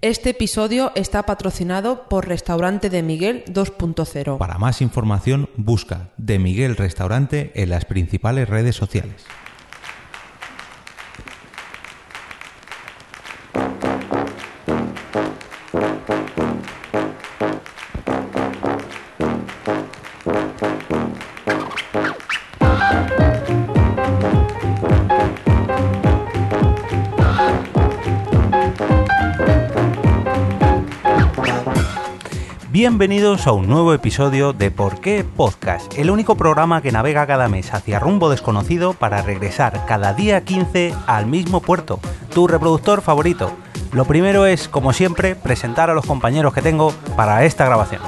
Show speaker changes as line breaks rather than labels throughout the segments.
Este episodio está patrocinado por Restaurante de Miguel 2.0.
Para más información, busca De Miguel Restaurante en las principales redes sociales.
Bienvenidos a un nuevo episodio de Por qué Podcast, el único programa que navega cada mes hacia rumbo desconocido para regresar cada día 15 al mismo puerto, tu reproductor favorito. Lo primero es, como siempre, presentar a los compañeros que tengo para esta grabación.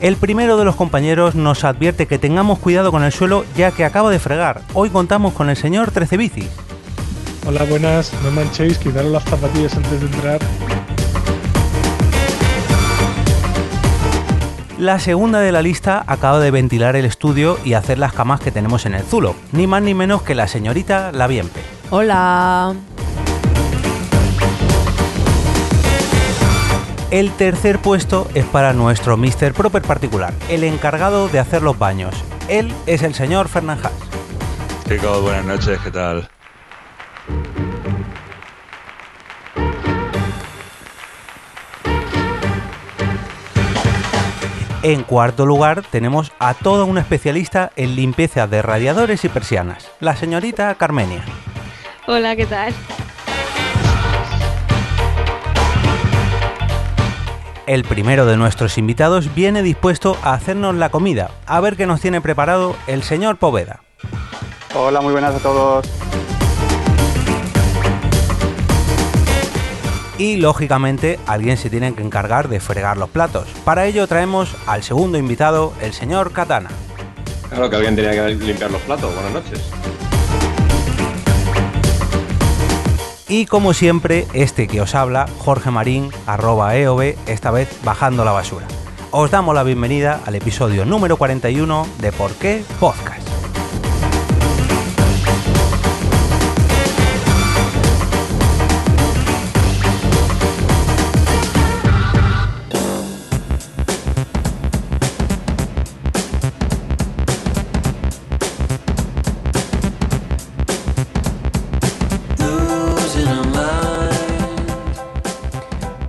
El primero de los compañeros nos advierte que tengamos cuidado con el suelo ya que acaba de fregar. Hoy contamos con el señor Trecebicis.
Hola, Ah, buenas, no manchéis, quitaros las zapatillas antes de entrar.
La segunda de la lista acaba de ventilar el estudio y hacer las camas que tenemos en el Zulo, ni más ni menos que la señorita Laviempe.
Hola.
El tercer puesto es para nuestro Mr. Proper particular, el encargado de hacer los baños. Él es el señor Fernández.
Chicos, buenas noches, ¿qué tal?
En cuarto lugar tenemos a toda una especialista en limpieza de radiadores y persianas, la señorita Carmenia.
Hola, ¿qué tal?
El primero de nuestros invitados viene dispuesto a hacernos la comida, a ver qué nos tiene preparado el señor Poveda.
Hola, muy buenas a todos.
Y lógicamente alguien se tiene que encargar de fregar los platos. Para ello traemos al segundo invitado, el señor Katana.
Claro que alguien tenía que limpiar los platos. Buenas noches.
Y como siempre, este que os habla, Jorge Marín, arroba EOB, esta vez bajando la basura. Os damos la bienvenida al episodio número 41 de Por qué Podcast.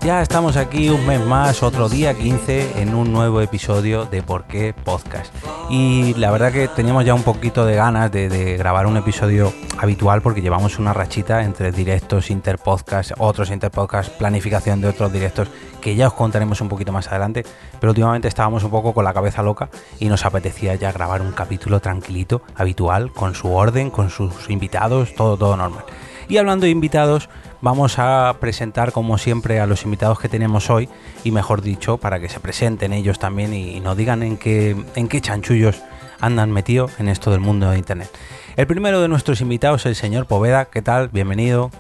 Ya estamos aquí un mes más, otro día 15, en un nuevo episodio de Por qué Podcast. Y la verdad que teníamos ya un poquito de ganas de, de grabar un episodio habitual porque llevamos una rachita entre directos, interpodcasts, otros interpodcasts, planificación de otros directos que ya os contaremos un poquito más adelante. Pero últimamente estábamos un poco con la cabeza loca y nos apetecía ya grabar un capítulo tranquilito, habitual, con su orden, con sus invitados, todo, todo normal. Y hablando de invitados, vamos a presentar como siempre a los invitados que tenemos hoy y mejor dicho, para que se presenten ellos también y, y nos digan en qué, en qué chanchullos andan metidos en esto del mundo de Internet. El primero de nuestros invitados es el señor Poveda. ¿Qué tal? Bienvenido.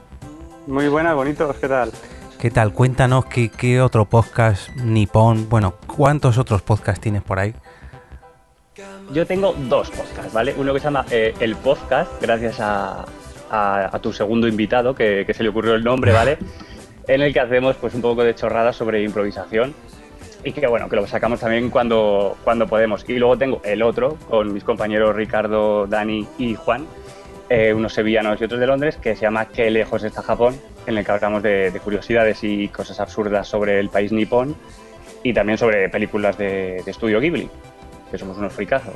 Muy buenas, bonitos, ¿qué tal?
¿Qué tal? Cuéntanos qué, qué otro podcast nipón, bueno, ¿cuántos otros podcasts tienes por ahí?
Yo tengo dos podcasts, ¿vale? Uno que se llama eh, El Podcast, gracias a, a, a tu segundo invitado, que, que se le ocurrió el nombre, ¿vale? En el que hacemos pues un poco de chorrada sobre improvisación y que bueno, que lo sacamos también cuando, cuando podemos. Y luego tengo el otro con mis compañeros Ricardo, Dani y Juan, eh, unos sevillanos y otros de Londres, que se llama Qué lejos está Japón, en el que hablamos de, de curiosidades y cosas absurdas sobre el país nipón y también sobre películas de, de estudio Ghibli, que somos unos fricazos.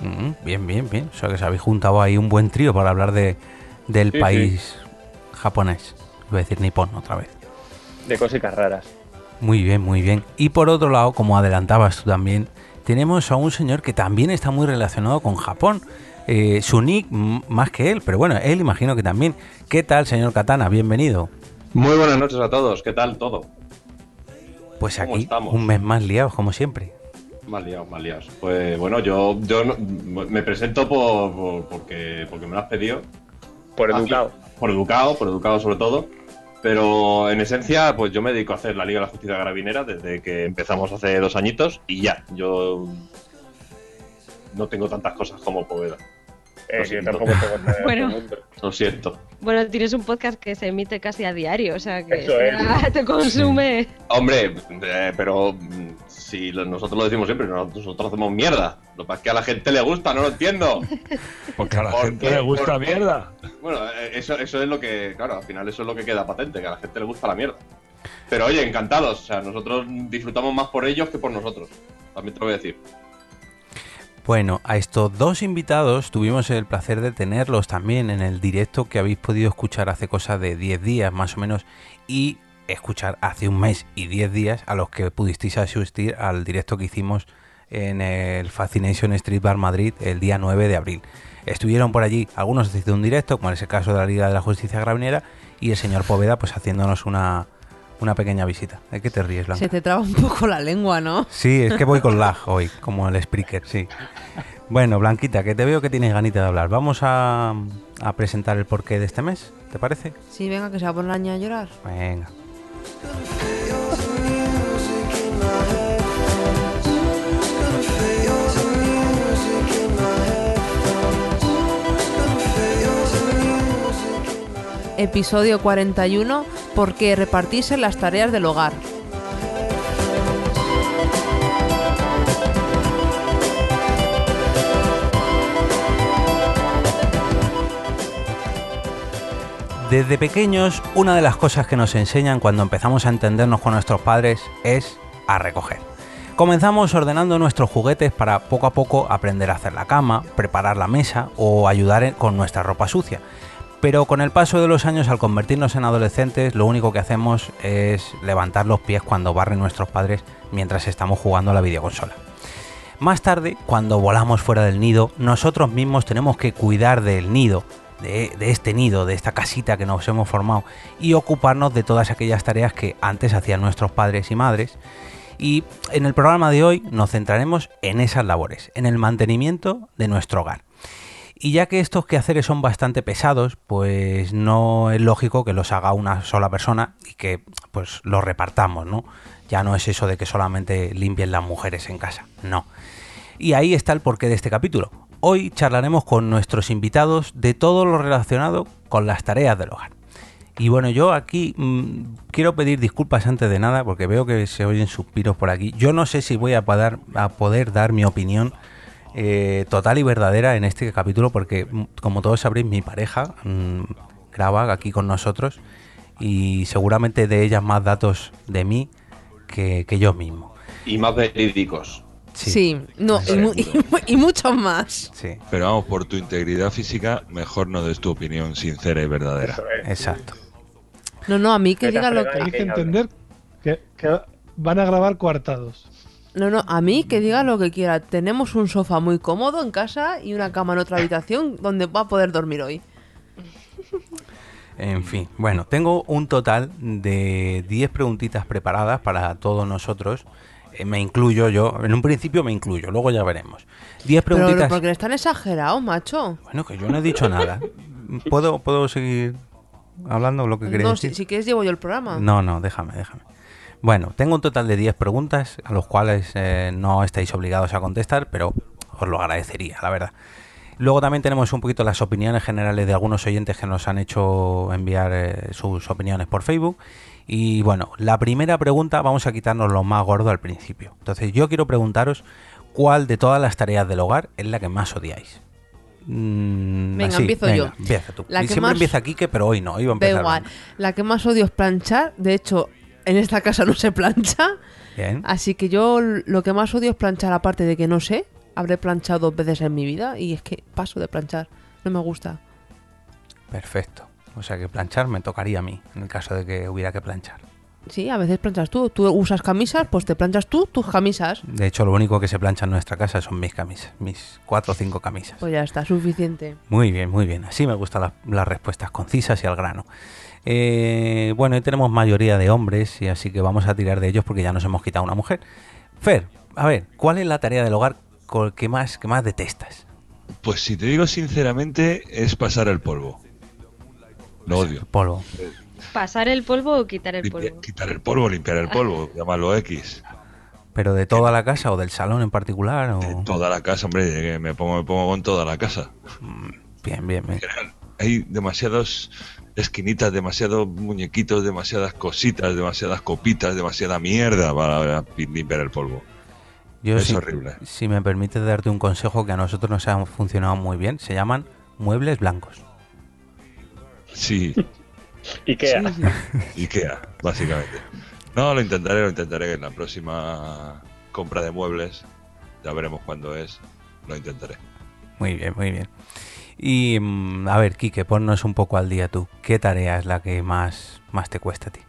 Mm, bien, bien, bien. O sea que se habéis juntado ahí un buen trío para hablar de, del
Sí,
país japonés. Iba a decir nipón otra vez.
De cositas raras.
Muy bien, muy bien. Y por otro lado, como adelantabas tú también, tenemos a un señor que también está muy relacionado con Japón. Eh, su nick m- más que él, pero bueno, él imagino que también. ¿Qué tal, señor Katana? Bienvenido.
Muy buenas noches a todos. ¿Qué tal todo?
Pues
¿Cómo
aquí
estamos?
un mes más liados, como siempre.
Mal liados, mal liados. Pues bueno, yo, yo no- me presento por, por- porque, porque me lo has pedido.
Por
Ah,
educado.
Por educado, por educado sobre todo. Pero en esencia, pues yo me dedico a hacer la Liga de la Justicia Carabinera desde que empezamos hace dos añitos y ya. Yo no tengo tantas cosas como Poveda.
Eh, que
Lo
yo
siento.
tampoco te voy a
Bueno.
nombre.
Lo siento.
Bueno, tienes un podcast que se emite casi a diario, o sea que
Eso es.
ya te consume.
Hombre, eh, pero mm, si lo- nosotros lo decimos siempre, nosotros, nosotros hacemos mierda. Lo que pasa es que a la gente le gusta, no lo entiendo.
Porque a la
¿Por
gente
qué?
le gusta
¿Por qué?
mierda.
Bueno, eh, eso, eso es lo que, claro, al final eso es lo que queda patente, que a la gente le gusta la mierda. Pero oye, encantados, o sea, nosotros disfrutamos más por ellos que por nosotros. También te lo voy a decir.
Bueno, a estos dos invitados tuvimos el placer de tenerlos también en el directo que habéis podido escuchar hace cosa de 10 días más o menos y escuchar hace un mes y 10 días a los que pudisteis asistir al directo que hicimos en el Fascination Street Bar Madrid el día 9 de abril. Estuvieron por allí algunos haciendo un directo, como en ese caso de la Liga de la Justicia Gravinera, y el señor Poveda pues haciéndonos una, una pequeña visita. ¿De qué te ríes, Blanca?
Se te traba un poco la lengua, ¿no?
Sí, es que voy con lag hoy, como el speaker, sí. Bueno, Blanquita, que te veo que tienes ganita de hablar. Vamos a, a presentar el porqué de este mes, ¿te parece?
Sí, venga, que se va a poner la niña a llorar.
Venga.
Episodio 41, ¿por qué repartirse las tareas del hogar?
Desde pequeños, una de las cosas que nos enseñan cuando empezamos a entendernos con nuestros padres es a recoger. Comenzamos ordenando nuestros juguetes para poco a poco aprender a hacer la cama, preparar la mesa o ayudar en- con nuestra ropa sucia. Pero con el paso de los años, al convertirnos en adolescentes, lo único que hacemos es levantar los pies cuando barren nuestros padres mientras estamos jugando a la videoconsola. Más tarde, cuando volamos fuera del nido, nosotros mismos tenemos que cuidar del nido, de, de este nido, de esta casita que nos hemos formado, y ocuparnos de todas aquellas tareas que antes hacían nuestros padres y madres. Y en el programa de hoy nos centraremos en esas labores, en el mantenimiento de nuestro hogar. Y ya que estos quehaceres son bastante pesados, pues no es lógico que los haga una sola persona y que pues los repartamos, ¿no? Ya no es eso de que solamente limpien las mujeres en casa, no. Y ahí está el porqué de este capítulo. Hoy charlaremos con nuestros invitados de todo lo relacionado con las tareas del hogar. Y bueno, yo aquí mm, quiero pedir disculpas antes de nada porque veo que se oyen suspiros por aquí. Yo no sé si voy a poder, a poder dar mi opinión eh, total y verdadera en este capítulo porque, mm, como todos sabréis, mi pareja mm, graba aquí con nosotros y seguramente de ellas más datos de mí que, que yo mismo.
Y más verídicos.
Sí, no, y, mu- y mu- y muchos más.
Sí,
Pero vamos, por tu integridad física, mejor no des tu opinión sincera y verdadera.
Eso es.
exacto.
No, no, a mí que
Vete a
diga lo
fregar.
que...
Hay que
Venga,
entender que, que van a grabar coartados.
No, no, a mí que diga lo que quiera. Tenemos un sofá muy cómodo en casa y una cama en otra habitación donde va a poder dormir hoy.
En fin, bueno, tengo un total de 10 preguntitas preparadas para todos nosotros. Eh, me incluyo yo, en un principio me incluyo, luego ya veremos. 10
Pero
preguntitas.
porque eres tan exagerado, macho.
Bueno, que yo no he dicho nada. ¿Puedo, ¿Puedo seguir hablando lo que quería
No,
decir?
si, si quieres llevo yo el programa.
No, no, déjame, déjame. Bueno, tengo un total de 10 preguntas a los cuales eh, no estáis obligados a contestar, pero os lo agradecería, la verdad. Luego también tenemos un poquito las opiniones generales de algunos oyentes que nos han hecho enviar eh, sus opiniones por Facebook. Y bueno, la primera pregunta vamos a quitarnos lo más gordo al principio. Entonces yo quiero preguntaros cuál de todas las tareas del hogar es la que más odiáis. Mm,
Venga, empiezo yo.
Empieza tú.
La
Y
que
siempre
más-
empieza Kike, pero hoy no. Hoy
Da
va a empezar.
igual.
Blanca.
La que más odio es planchar. De hecho, en esta casa no se plancha.
Bien.
Así que yo lo que más odio es planchar, aparte de que no sé. Habré planchado dos veces en mi vida y es que paso de planchar. No me gusta.
Perfecto. O sea que planchar me tocaría a mí, en el caso de que hubiera que planchar.
Sí, a veces planchas tú. Tú usas camisas, pues te planchas tú tus camisas.
De hecho, lo único que se plancha en nuestra casa son mis camisas, mis cuatro o cinco camisas.
Pues ya está, suficiente.
Muy bien, muy bien. Así me gustan las, las respuestas concisas y al grano. Eh, bueno, y tenemos mayoría de hombres, y así que vamos a tirar de ellos porque ya nos hemos quitado una mujer. Fer, a ver, ¿cuál es la tarea del hogar co- que más, que más detestas?
Pues si te digo sinceramente, es pasar el polvo. Lo odio.
Polvo.
¿Pasar el polvo o quitar el
Limpia-
polvo?
quitar el polvo, limpiar el polvo, llámalo X.
¿Pero de toda la casa o del salón en particular? o-
De toda la casa, hombre, de que me pongo, me pongo con toda la casa.
Mm, Bien, bien, bien.
Hay demasiadas esquinitas, demasiados muñequitos, demasiadas cositas, demasiadas copitas, demasiada mierda para pi- limpiar el polvo.
Yo,
es
si,
horrible.
si me permites darte un consejo que a nosotros nos ha funcionado muy bien, se llaman muebles blancos.
Sí,
Ikea.
Ikea, básicamente. No, lo intentaré, lo intentaré en la próxima compra de muebles. Ya veremos cuándo es. Lo intentaré.
Muy bien, muy bien. Y mm, a ver, Quique, ponnos un poco al día tú. ¿Qué tarea es la que más, más te cuesta a ti?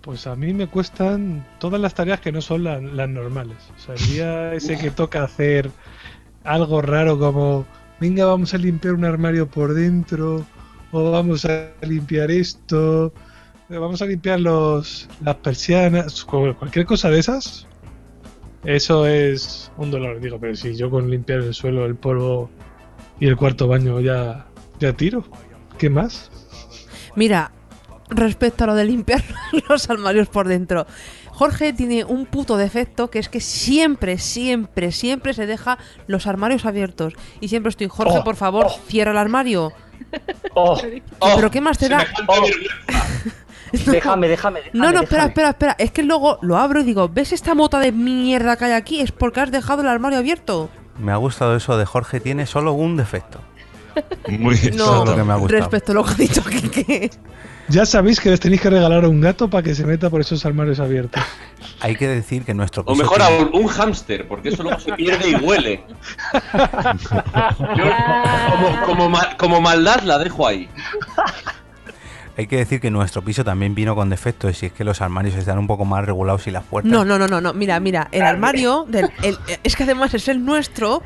Pues a mí me cuestan todas las tareas que no son la- las normales. O sea, el día ese que toca hacer algo raro como, venga, vamos a limpiar un armario por dentro, o vamos a limpiar esto, eh, vamos a limpiar los, las persianas, cu- cualquier cosa de esas. Eso es un dolor, digo, pero si yo con limpiar el suelo, el polvo y el cuarto baño ya, ya tiro, ¿qué más?
Mira, respecto a lo de limpiar los armarios por dentro, Jorge tiene un puto defecto que es que siempre, siempre, siempre se deja los armarios abiertos. Y siempre estoy, Jorge,
Oh,
por favor,
oh.
cierra el armario.
Oh,
¿Pero qué más te da?
oh, déjame, déjame.
No,
déjame,
no, espera,
déjame.
espera, espera. Es que luego lo abro y digo, ¿ves esta mota de mierda que hay aquí? Es porque has dejado el armario abierto.
Me ha gustado eso de Jorge, tiene solo un defecto.
Muy
No,
lo que me ha gustado.
respecto a lo que ha dicho Kike.
Ya sabéis que les tenéis que regalar a un gato para que se meta por esos armarios abiertos.
Hay que decir que nuestro
O
piso
mejor
tiene-
aún, un hámster, porque eso luego se pierde y huele. Yo, como, como, ma- como maldad la dejo ahí.
hay que decir que nuestro piso también vino con defectos, si es que los armarios están un poco más regulados y las puertas.
No, no, no, no, no. Mira, mira, el armario, del, el- es que además es el nuestro.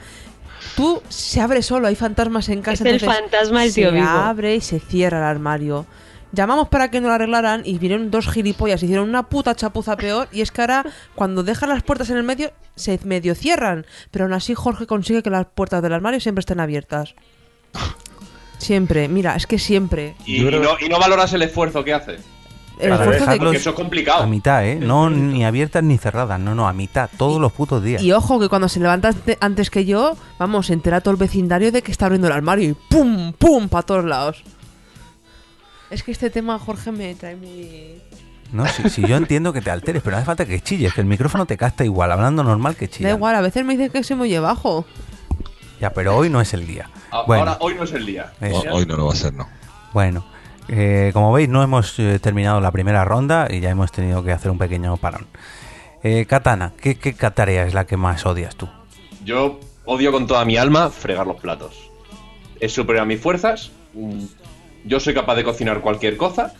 Tú se abre solo, hay fantasmas en casa.
Es el
entonces
fantasma del tío
Se
vivo.
abre y se cierra el armario. Llamamos para que nos lo arreglaran y vinieron dos gilipollas, hicieron una puta chapuza peor. Y es que ahora, cuando dejan las puertas en el medio, se medio cierran. Pero aún así, Jorge consigue que las puertas del armario siempre estén abiertas. Siempre, mira, es que siempre.
Y, y no, y no valoras el esfuerzo que haces.
El
Para
esfuerzo de-
dejarlos-
Porque eso es
A
complicado.
mitad, ¿eh? No ni abiertas ni cerradas, no, no, a mitad, todos los putos días.
Y ojo, que cuando se levanta ante- antes que yo, vamos, se entera todo el vecindario de que está abriendo el armario y ¡pum! ¡pum! para todos lados. Es que este tema, Jorge, me trae muy.
No, si, si yo entiendo que te alteres, pero no hace falta que chilles, que el micrófono te casta igual, hablando normal que chillas.
Da igual, a veces me dice que se me oye bajo.
Ya, pero hoy no es el día.
A-
bueno,
Ah, Ahora, hoy no es el día.
eso.
Ho- Hoy no lo va a hacer, no.
Bueno, eh, como veis, no hemos eh, terminado la primera ronda y ya hemos tenido que hacer un pequeño parón. Eh, Katana, ¿qué, ¿qué tarea es la que más odias tú?
Yo odio con toda mi alma fregar los platos. Es superior a mis fuerzas. Mm, Yo soy capaz de cocinar cualquier cosa,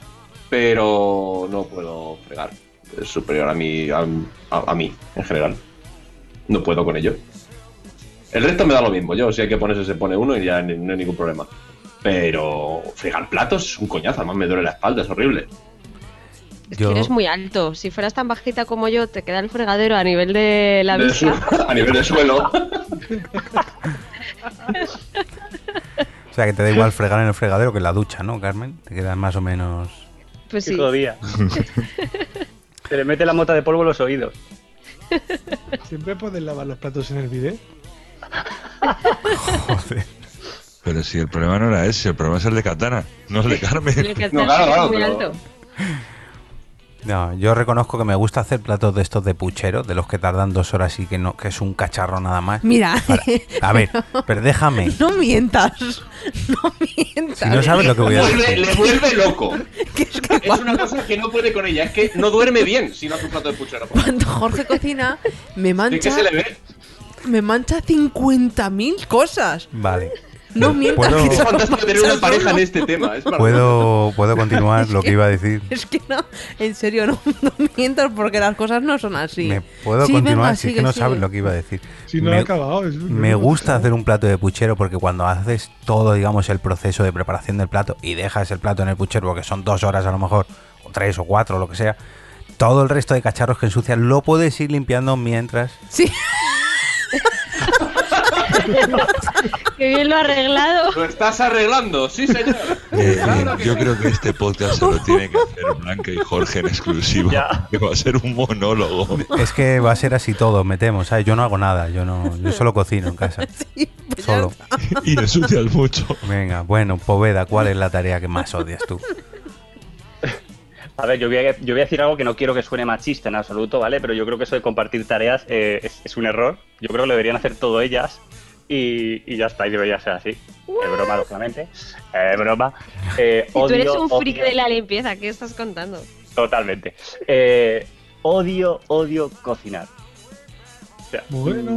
pero no puedo fregar. Es superior a mí, a, a- a mí en general. No puedo con ello. El resto me da lo mismo. Yo, si hay que ponerse, se pone uno y ya ni- no hay ningún problema. Pero fregar platos es un coñazo. Además, me duele la espalda, es horrible.
Es
Yo-
que eres muy alto. Si fueras tan bajita como yo, te queda el fregadero a nivel de la
De su-
vista.
a nivel de suelo.
O sea, que te da igual fregar en el fregadero que en la ducha, ¿no, Carmen? Te quedas más o menos...
Pues sí.
Todo día. Se le mete la mota de polvo en los oídos.
Siempre puedes lavar los platos en el bidet.
Joder.
Pero si el problema no era ese, el problema es el de Katana, no el de
Tiene
Carmen.
que
No,
estar
claro, claro,
muy
pero-
alto.
No, yo reconozco que me gusta hacer platos de estos de puchero, de los que tardan dos horas y que no, que es un cacharro nada más.
Mira,
Ahora, a ver, pero déjame.
no mientas. No mientas.
Si no sabes lo que voy a
Vuelve-
decir.
le vuelve loco.
Que es que
Es una cosa que no puede con ella, es que no duerme bien si no hace un plato de puchero.
cuando Jorge cocina, me
¿De qué
mancha,
se le ve?
me mancha 50.000 cosas.
Vale.
No mientas.
¿Puedo-
que
Es
solo
fantástico tener
manchas
una pareja en
uno.
este tema. Es
¿Puedo, puedo continuar lo que iba a decir.
Es que no, en serio, no, no mientas porque las cosas no son así.
¿Me puedo
Sí,
continuar?
venga,
si es
sigue,
que no
sigue.
sabes lo que iba a decir.
Si no
me,
ha acabado. es-
me gusta hacer un plato de puchero porque cuando haces todo, digamos, el proceso de preparación del plato y dejas el plato en el puchero, porque son dos horas a lo mejor, o tres o cuatro, lo que sea, todo el resto de cacharros que ensucian lo puedes ir limpiando mientras
Sí.
Qué bien lo ha arreglado.
Lo estás arreglando, sí, señor.
Eh,
Claro que
yo
sí.
creo que este podcast se lo tiene que hacer Blanca y Jorge en exclusiva.
Ya.
Que va a ser un monólogo.
Es que va a ser así todo, me temo, ¿sabes? Yo no hago nada, yo no, yo solo cocino en casa. Solo.
Y ensucias mucho.
Venga, bueno, Poveda, ¿cuál es la tarea que más odias tú?
A ver, yo voy a, yo voy a decir algo que no quiero que suene machista en absoluto, ¿vale? Pero yo creo que eso de compartir tareas eh, es, es un error. Yo creo que lo deberían hacer todo ellas y, y ya está, y debería ser así. Es broma, lógicamente. Es broma. Eh,
Y tú eres
odio-
un freak
odio-
de la limpieza, ¿qué estás contando?
Totalmente. Eh, odio, odio cocinar. O sea,
Bueno.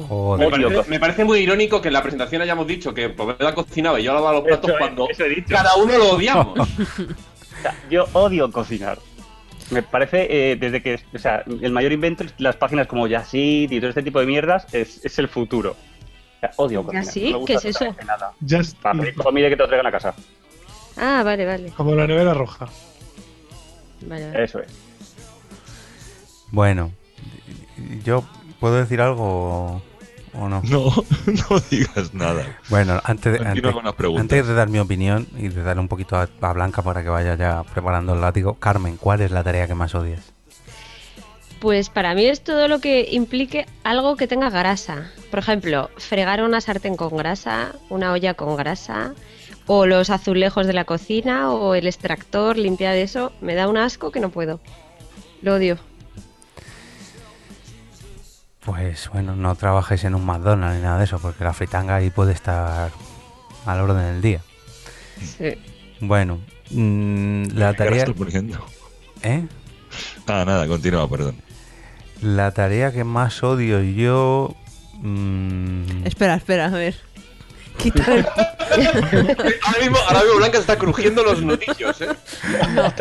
Me
Joder.
parece, me parece muy irónico que en la presentación hayamos dicho que Poveda cocinaba y yo lavaba los platos
Eso es,
cuando
eso he dicho.
cada uno lo odiamos.
O sea, yo odio cocinar. Me parece, eh, desde que, o sea, el mayor invento, es las páginas como Yacid y todo este tipo de mierdas, es, es el futuro. O sea, odio cocinar.
¿Yazid?
No me gusta
¿Qué es eso?
absolutamente Nada.
Just
Para
Eat.
pedir comida que te lo traigan a casa.
Ah, vale, vale.
Como la nevera roja.
vale, vale.
Eso es.
Bueno, yo puedo decir algo o- o no.
No, no digas nada.
Bueno, antes de,
Continúa
antes,
con las preguntas.
antes de dar mi opinión y de darle un poquito a, a Blanca para que vaya ya preparando el látigo, Carmen, ¿cuál es la tarea que más odias?
Pues para mí es todo lo que implique algo que tenga grasa. Por ejemplo, fregar una sartén con grasa, una olla con grasa, o los azulejos de la cocina, o el extractor, limpiar eso. Me da un asco que no puedo. Lo odio.
Pues bueno, no trabajes en un McDonald's ni nada de eso, porque la fritanga ahí puede estar al orden del día.
Sí.
Bueno, mm, la
¿Qué cara
tarea...
estoy poniendo?
¿Eh?
Ah, nada, continúa, perdón.
La tarea que más odio yo... mm,
Espera, espera, a ver. Quitar el...
Ahora mismo, ahora mismo Blanca se está crujiendo los nudillos, ¿eh?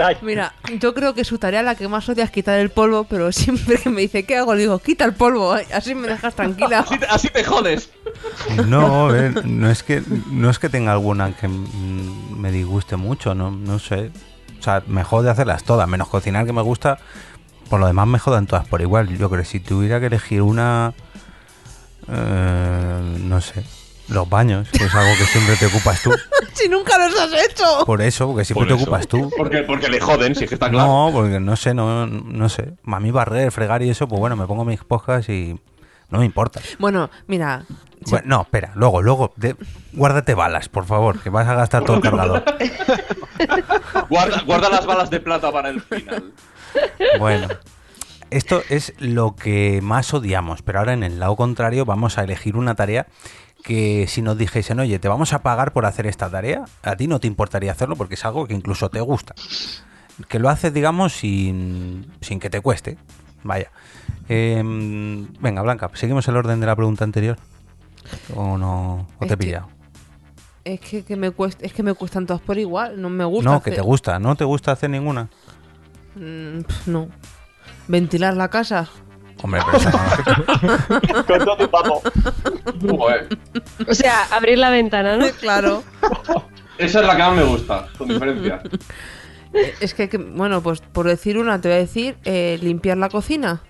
Ay,
Mira, yo creo que su tarea la que más odia es quitar el polvo, pero siempre que me dice, ¿qué hago? Le digo, quita el polvo, eh, así me dejas tranquila.
Así, te- así te jodes.
No, a ver, no es que no es que tenga alguna que mm, me disguste mucho, no, no sé. O sea, me jode hacerlas todas, menos cocinar que me gusta. Por lo demás me jodan todas por igual. Yo creo que si tuviera que elegir una, eh, no sé, los baños, que es algo que siempre te ocupas tú.
si nunca los has hecho.
Por eso, porque
Por
siempre te
eso.
ocupas tú.
Porque, porque le joden, si es que está claro.
No, porque no sé, no, no sé. A mí barrer, fregar y eso, pues bueno, me pongo mis podcasts y no me importa.
Bueno, mira, sí,
Bueno, no, espera, luego, luego, de- guárdate balas, por favor, que vas a gastar todo el cargador.
Guarda, guarda las balas de plata para el final.
Bueno, esto es lo que más odiamos, pero ahora en el lado contrario vamos a elegir una tarea que si nos dijesen, oye, te vamos a pagar por hacer esta tarea, a ti no te importaría hacerlo porque es algo que incluso te gusta. Que lo haces, digamos, sin, sin que te cueste. Vaya. Em, venga, Blanca, ¿seguimos el orden de la pregunta anterior? ¿O no? ¿O
Es
te
que-
he pillado?
es que, que me cuesta, es que me cuestan todas por igual, no me gusta.
No, que te
hacer-
gusta. ¿No te gusta hacer ninguna?
Mm, pf, no. Ventilar la casa.
Hombre, pero eso no-
Con todo tu papo.
Joder.
O sea, abrir la ventana, ¿no?
Claro.
Esa es la que más me gusta, con diferencia.
Eh, es que, que- bueno, pues por decir una, te voy a decir eh, limpiar la cocina.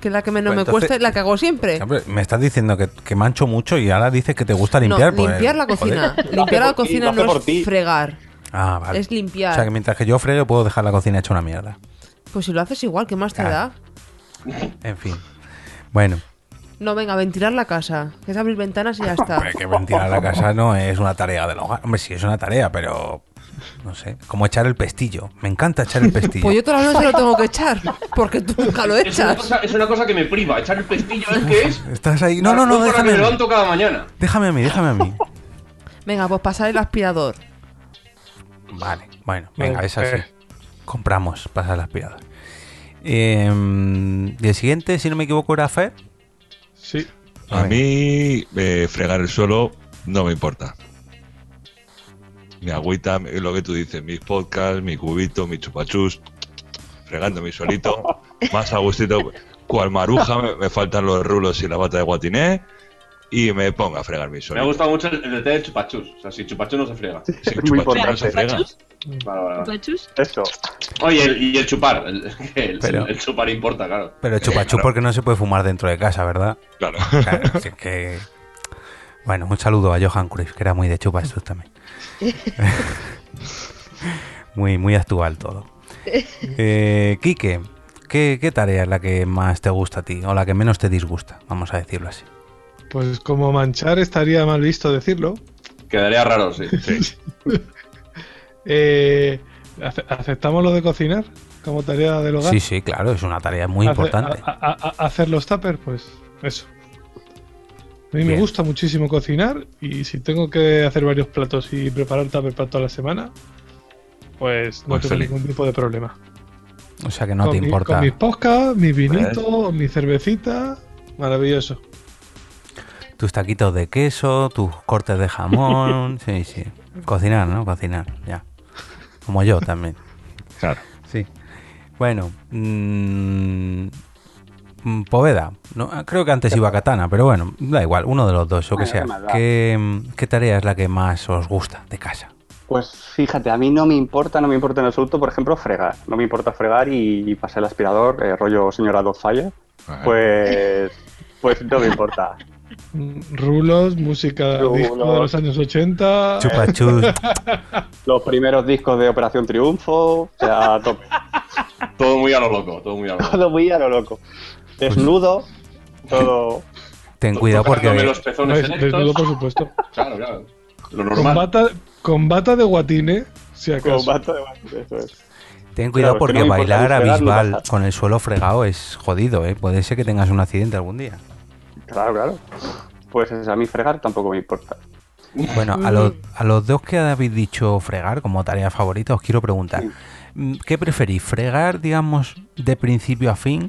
Que es la que menos
Pues
me
entonces-
cuesta y la que hago siempre.
Hombre, me estás diciendo que, que mancho mucho y ahora dices que te gusta
No,
limpiar. pues,
limpiar la cocina.
joder. pues,
Limpiar
Lo
la
hace por ti,
cocina
lo hace
no
por
es
ti.
fregar,
Ah, vale.
es
O
limpiar.
sea, que mientras que yo frego puedo dejar la cocina hecha una mierda.
Pues si lo haces igual, ¿qué más te
Claro.
da?
En fin. Bueno,
No, venga, ventilar la casa. Que es abrir ventanas y ya está.
hombre, que ventilar la casa no es una tarea del hogar. Hombre, sí es una tarea, pero no sé, como echar el pestillo. Me encanta echar el pestillo.
Pues yo todas las noches lo tengo que echar, porque tú nunca lo
Es una,
echas.
cosa, es una cosa que me priva. Echar el pestillo es que es.
Estás ahí. No, no,
Las
no,
dos horas
déjame.
que me
a mí.
levanto cada mañana.
Déjame a mí, déjame a mí.
Venga, pues pasar el aspirador.
Vale, bueno, venga,
Venga,
es así.
eh.
Compramos, pasa las aspirador. Eh, y el siguiente, si no me equivoco, era Fer.
Sí.
A mí eh, fregar el suelo no me importa. Mi agüita, mi- lo que tú dices, mis podcasts, mi cubito, mi chupachus, fregando mi solito, más a gustito. Cual maruja, me, me faltan los rulos y la bata de guatiné. y me ponga a fregar mi
Me ha
solito.
gustado mucho el detalle de chupachus. O sea, si chupachus no se friega.
Sí,
Muy
chupachus no se
importante.
frega.
¿Chupachus?
Vale, vale, vale.
¿Chupachus?
Eso.
Oye, el- y el chupar. El, el-
Pero-
el chupar importa, claro.
Pero el
Eh,
chupachú
claro.
porque no se puede fumar dentro de casa, ¿verdad?
Claro.
Claro, si es que... Bueno, un saludo a Johan Cruyff, que era muy de chupas tú también. muy, muy actual todo. Eh, Quique, ¿qué, ¿qué tarea es la que más te gusta a ti? O la que menos te disgusta, vamos a decirlo así.
Pues como manchar estaría mal visto decirlo.
Quedaría raro, sí.
Eh, ace- ¿Aceptamos lo de cocinar como tarea del hogar?
Sí, sí, claro, es una tarea muy
Hace-
importante.
a- a- a- hacer los tuppers, pues eso. A mí me
Bien.
gusta muchísimo cocinar y si tengo que hacer varios platos y preparar tupper para toda la semana, pues no
Muy
tengo
feliz.
ningún tipo de problema.
O sea que no
con,
te
mi-
importa.
con mis poscas, mis vinitos, mi cervecita, maravilloso.
Tus taquitos de queso, tus cortes de jamón. sí, sí. Cocinar, ¿no? Cocinar, ya. Como yo también.
Claro.
Sí. Bueno, mm, mm, Poveda. No, ah, creo que antes iba Katana, pero bueno, da igual, uno de los dos, o que
Bueno,
sea.
qué más da.
¿Qué, mm, qué tarea es la que más os gusta de casa?
Pues fíjate, a mí no me importa, no me importa en absoluto, por ejemplo, fregar. No me importa fregar y, y pasar el aspirador, eh, rollo señora Dogfire. Pues, pues no me importa.
Mm, Rulos, música
Rulos.
disco de los años 80.
Chupachus.
Los primeros discos de Operación Triunfo, o sea, a tope.
Todo muy a lo loco, todo muy a lo loco. Pues,
Todo muy a lo loco. Desnudo, todo.
Ten cuidado
Tocándome
porque
los
No,
pezones
es- desnudo, por
erectos.
supuesto.
Claro, claro. Lo
Con
normal.
bata, con bata de guatine, si acaso.
Con bata de bata, eso es.
ten cuidado
Claro,
porque
que no me importa
bailar
disfrutar, no
abisbal
pasa.
con el suelo fregado es jodido, ¿eh? Puede ser que tengas un accidente algún día.
Claro, claro. Pues o sea, a mí fregar tampoco me importa.
Bueno, a los, a los dos que habéis dicho fregar como tarea favorita, os quiero preguntar, mm, ¿qué preferís? ¿Fregar, digamos, de principio a fin?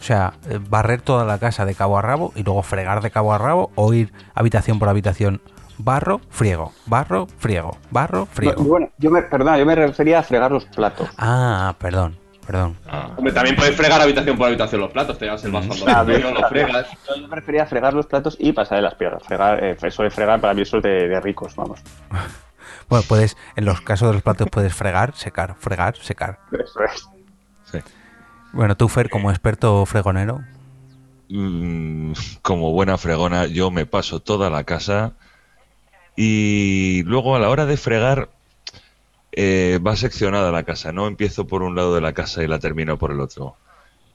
O sea, eh, barrer toda la casa de cabo a rabo y luego fregar de cabo a rabo o ir habitación por habitación, barro, friego, barro, friego, barro, friego.
Bueno, yo me, perdona, yo me refería a fregar los platos.
Ah, perdón, perdón.
Ah,
Hombre, también puedes fregar habitación por habitación los platos. Te llevas
Mm.
el vaso al dormitorio, lo fregas.
Yo me refería a fregar los platos y pasar el aspirador. Fregar, eh, eso de fregar para mí eso es de, de ricos, vamos.
Bueno, puedes, en los casos de los platos puedes fregar, secar, fregar, secar.
Eso es.
sí.
Bueno, tú, Fer, como experto fregonero,
Mm, como buena fregona, yo me paso toda la casa y luego a la hora de fregar eh, va seccionada la casa, no empiezo por un lado de la casa y la termino por el otro.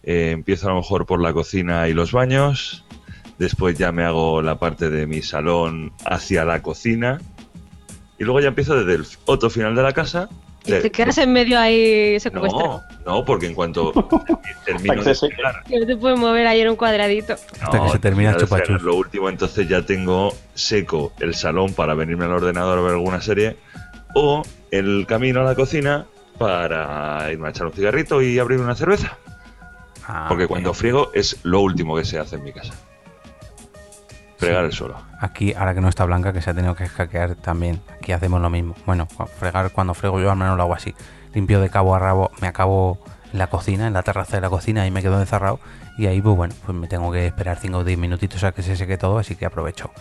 Eh, empiezo a lo mejor por la cocina y los baños, después ya me hago la parte de mi salón hacia la cocina y luego ya empiezo desde el otro final de la casa.
Y
de-
te quedas en medio ahí secuestrado.
no, no, porque en cuanto termino de
Acceso.
fregar,
Que no te puedes mover ahí en un cuadradito.
hasta que se termina el
ya de fregar
chupachus.
Lo último, entonces ya tengo seco el salón para venirme al ordenador a ver alguna serie o el camino a la cocina para irme a echar un cigarrito y abrir una cerveza.
Ah,
Porque cuando friego es lo último que se hace en mi casa. Fregar el suelo.
Aquí, ahora que no está Blanca, que se ha tenido que escaquear también. Aquí hacemos lo mismo. Bueno, cu- fregar cuando frego yo al menos lo hago así. Limpio de cabo a rabo, me acabo en la cocina, en la terraza de la cocina y me quedo encerrado. Y ahí, pues bueno, pues me tengo que esperar 5 o 10 minutitos a que se seque todo, así que aprovecho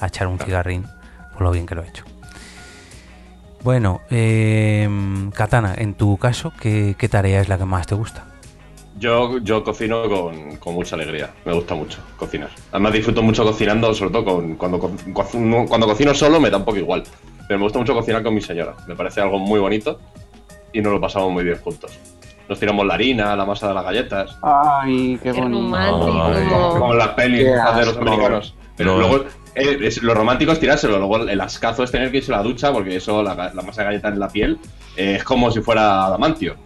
a echar un cigarrín por lo bien que lo he hecho. Bueno, em, Katana, en tu caso, ¿qué, qué tarea es la que más te gusta?
Yo, yo cocino con, con mucha alegría. Me gusta mucho cocinar. Además disfruto mucho cocinando, sobre todo con, cuando, co- co- cuando cocino solo me da un poco igual. Pero me gusta mucho cocinar con mi señora. Me parece algo muy bonito y nos lo pasamos muy bien juntos. Nos tiramos la harina, la masa de las galletas,
Ay, qué
Qué
Ah,
Ay.
romántico.
como las pelis
Qué
esas de los
asco.
americanos. Pero
No.
luego eh, es- lo romántico es tirárselo, luego el ascazo es tener que irse a la ducha porque eso, la, ga- la masa de galletas en la piel, eh, es como si fuera adamantio.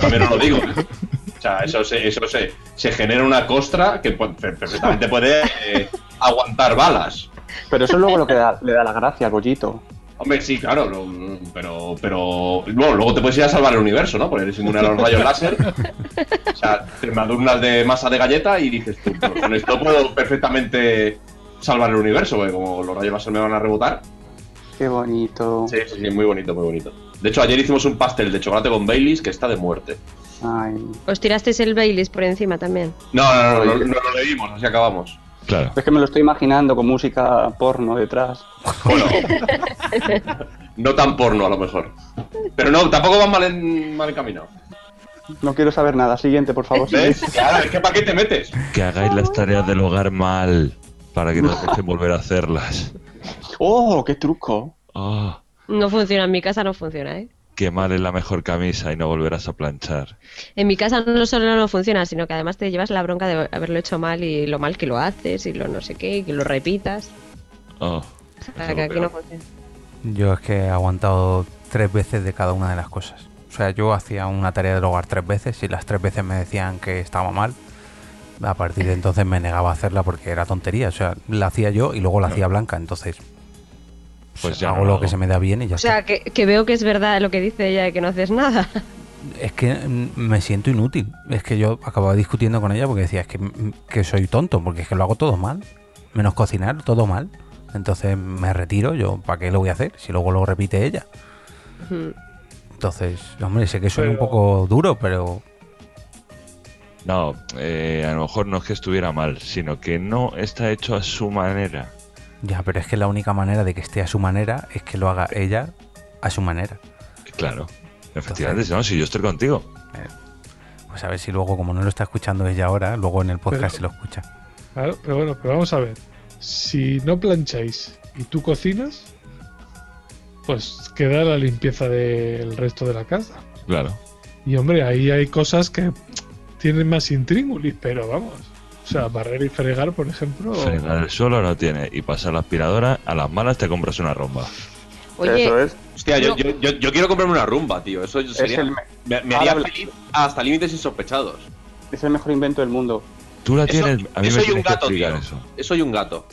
También os lo digo. ¿eh? O sea, eso, se, eso se, se genera una costra que pu- per- perfectamente puede eh, aguantar balas.
Pero eso es luego lo que da- le da la gracia a Gollito.
Hombre, sí, claro, lo- pero, pero bueno, luego te puedes ir a salvar el universo, ¿no? Porque eres inmune a los rayos láser. O sea, te madurnas de masa de galleta y dices tú, "Pues con esto puedo perfectamente salvar el universo, porque como los rayos láser me van a rebotar.
Qué bonito.
Sí, sí, sí, muy bonito, muy bonito. De hecho, ayer hicimos un pastel de chocolate con Baileys que está de muerte.
Ay.
Os tirasteis el Baileys por encima también.
No, no, no, no, no, no lo leímos, así acabamos.
Claro.
Es que me lo estoy imaginando con música porno detrás.
Bueno, no tan porno a lo mejor. Pero no, tampoco van mal, en, mal encaminados.
No quiero saber nada. Siguiente, por favor.
¿Ves? Claro, es que ¿para qué te metes?
Que hagáis las tareas del hogar mal para que no os dejen volver a hacerlas.
¡Oh, qué truco!
Ah,
No funciona, en mi casa no funciona, ¿eh?
qué mal es la mejor camisa y no volverás a planchar.
En mi casa no solo no funciona, sino que además te llevas la bronca de haberlo hecho mal y lo mal que lo haces y lo no sé qué, y que lo repitas.
Oh,
O
eso
sea,
es
que
lo
aquí
peor.
no funciona.
Yo es que he aguantado tres veces de cada una de las cosas. O sea, yo hacía una tarea del hogar tres veces y las tres veces me decían que estaba mal. A partir de entonces me negaba a hacerla porque era tontería. O sea, la hacía yo y luego la hacía Blanca. Entonces,
Pues
pues
ya
hago
no lo
lo
hago.
que se me da bien y ya
O sea, que, que veo que es verdad lo que dice ella de que no haces nada.
está. Es que mm, me siento inútil. Es que yo acababa discutiendo con ella porque decía, es que, mm, que soy tonto porque es que lo hago todo mal. Menos cocinar, todo mal. Entonces me retiro yo. ¿Para qué lo voy a hacer si luego lo repite ella?
Ujú.
Entonces, hombre, sé que suena un
Pero-
poco duro, pero
No, eh, a lo mejor no es que estuviera mal, sino que no está hecho a su manera.
Ya, pero es que la única manera de que esté a su manera es que lo haga ella a su manera.
Claro, efectivamente, si no, si yo estoy contigo.
Pues a ver si luego, como no lo está escuchando ella ahora, luego en el podcast se lo escucha.
Claro, pero bueno, pero vamos a ver. Si no plancháis y tú cocinas, pues queda la limpieza del resto de la casa.
Claro.
Y hombre, ahí hay cosas que tienen más intríngulis, pero vamos. O sea, barrer y fregar, por ejemplo.
Fregar el suelo no tiene. Y pasar la aspiradora, a las malas te compras una romba.
Oye,
Eso es.
Hostia, yo,
No.
yo, yo, yo quiero comprarme una rumba, tío. Eso yo
Es
sería.
el, me-
Me, me haría
Ahora habla-
feliz hasta límites insospechados.
es el mejor invento del mundo.
Tú la
Eso,
tienes. A mí
eso
me
y un
tienes que
gato,
explicar
tío.
eso.
Eso y un gato.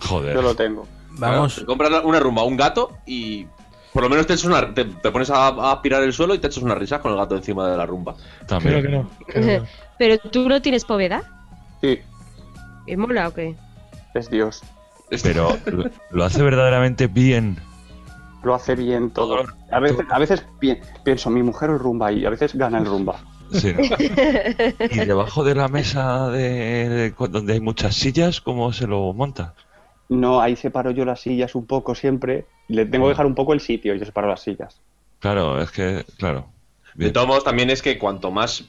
Joder.
Yo lo tengo.
Vamos,
comprar una rumba, un gato y. Por lo menos te, echas una- te, te pones a, a aspirar el suelo y te echas unas risas con el gato encima de la rumba.
También.
Creo que no. creo que
pero tú no tienes povedad.
Sí,
¿Es mola o qué?
es Dios.
Pero lo- lo hace verdaderamente bien.
Lo hace bien todo. A veces, a veces pi- pienso, mi mujer es rumba y a veces gana el rumba.
Sí, ¿no? Y debajo de la mesa de, de- donde hay muchas sillas, ¿cómo se lo monta?
No, ahí separo yo las sillas un poco siempre. Le tengo que dejar un poco el sitio y yo separo las sillas.
Claro, es que, claro.
De
Bien.
todos modos, también es que cuanto más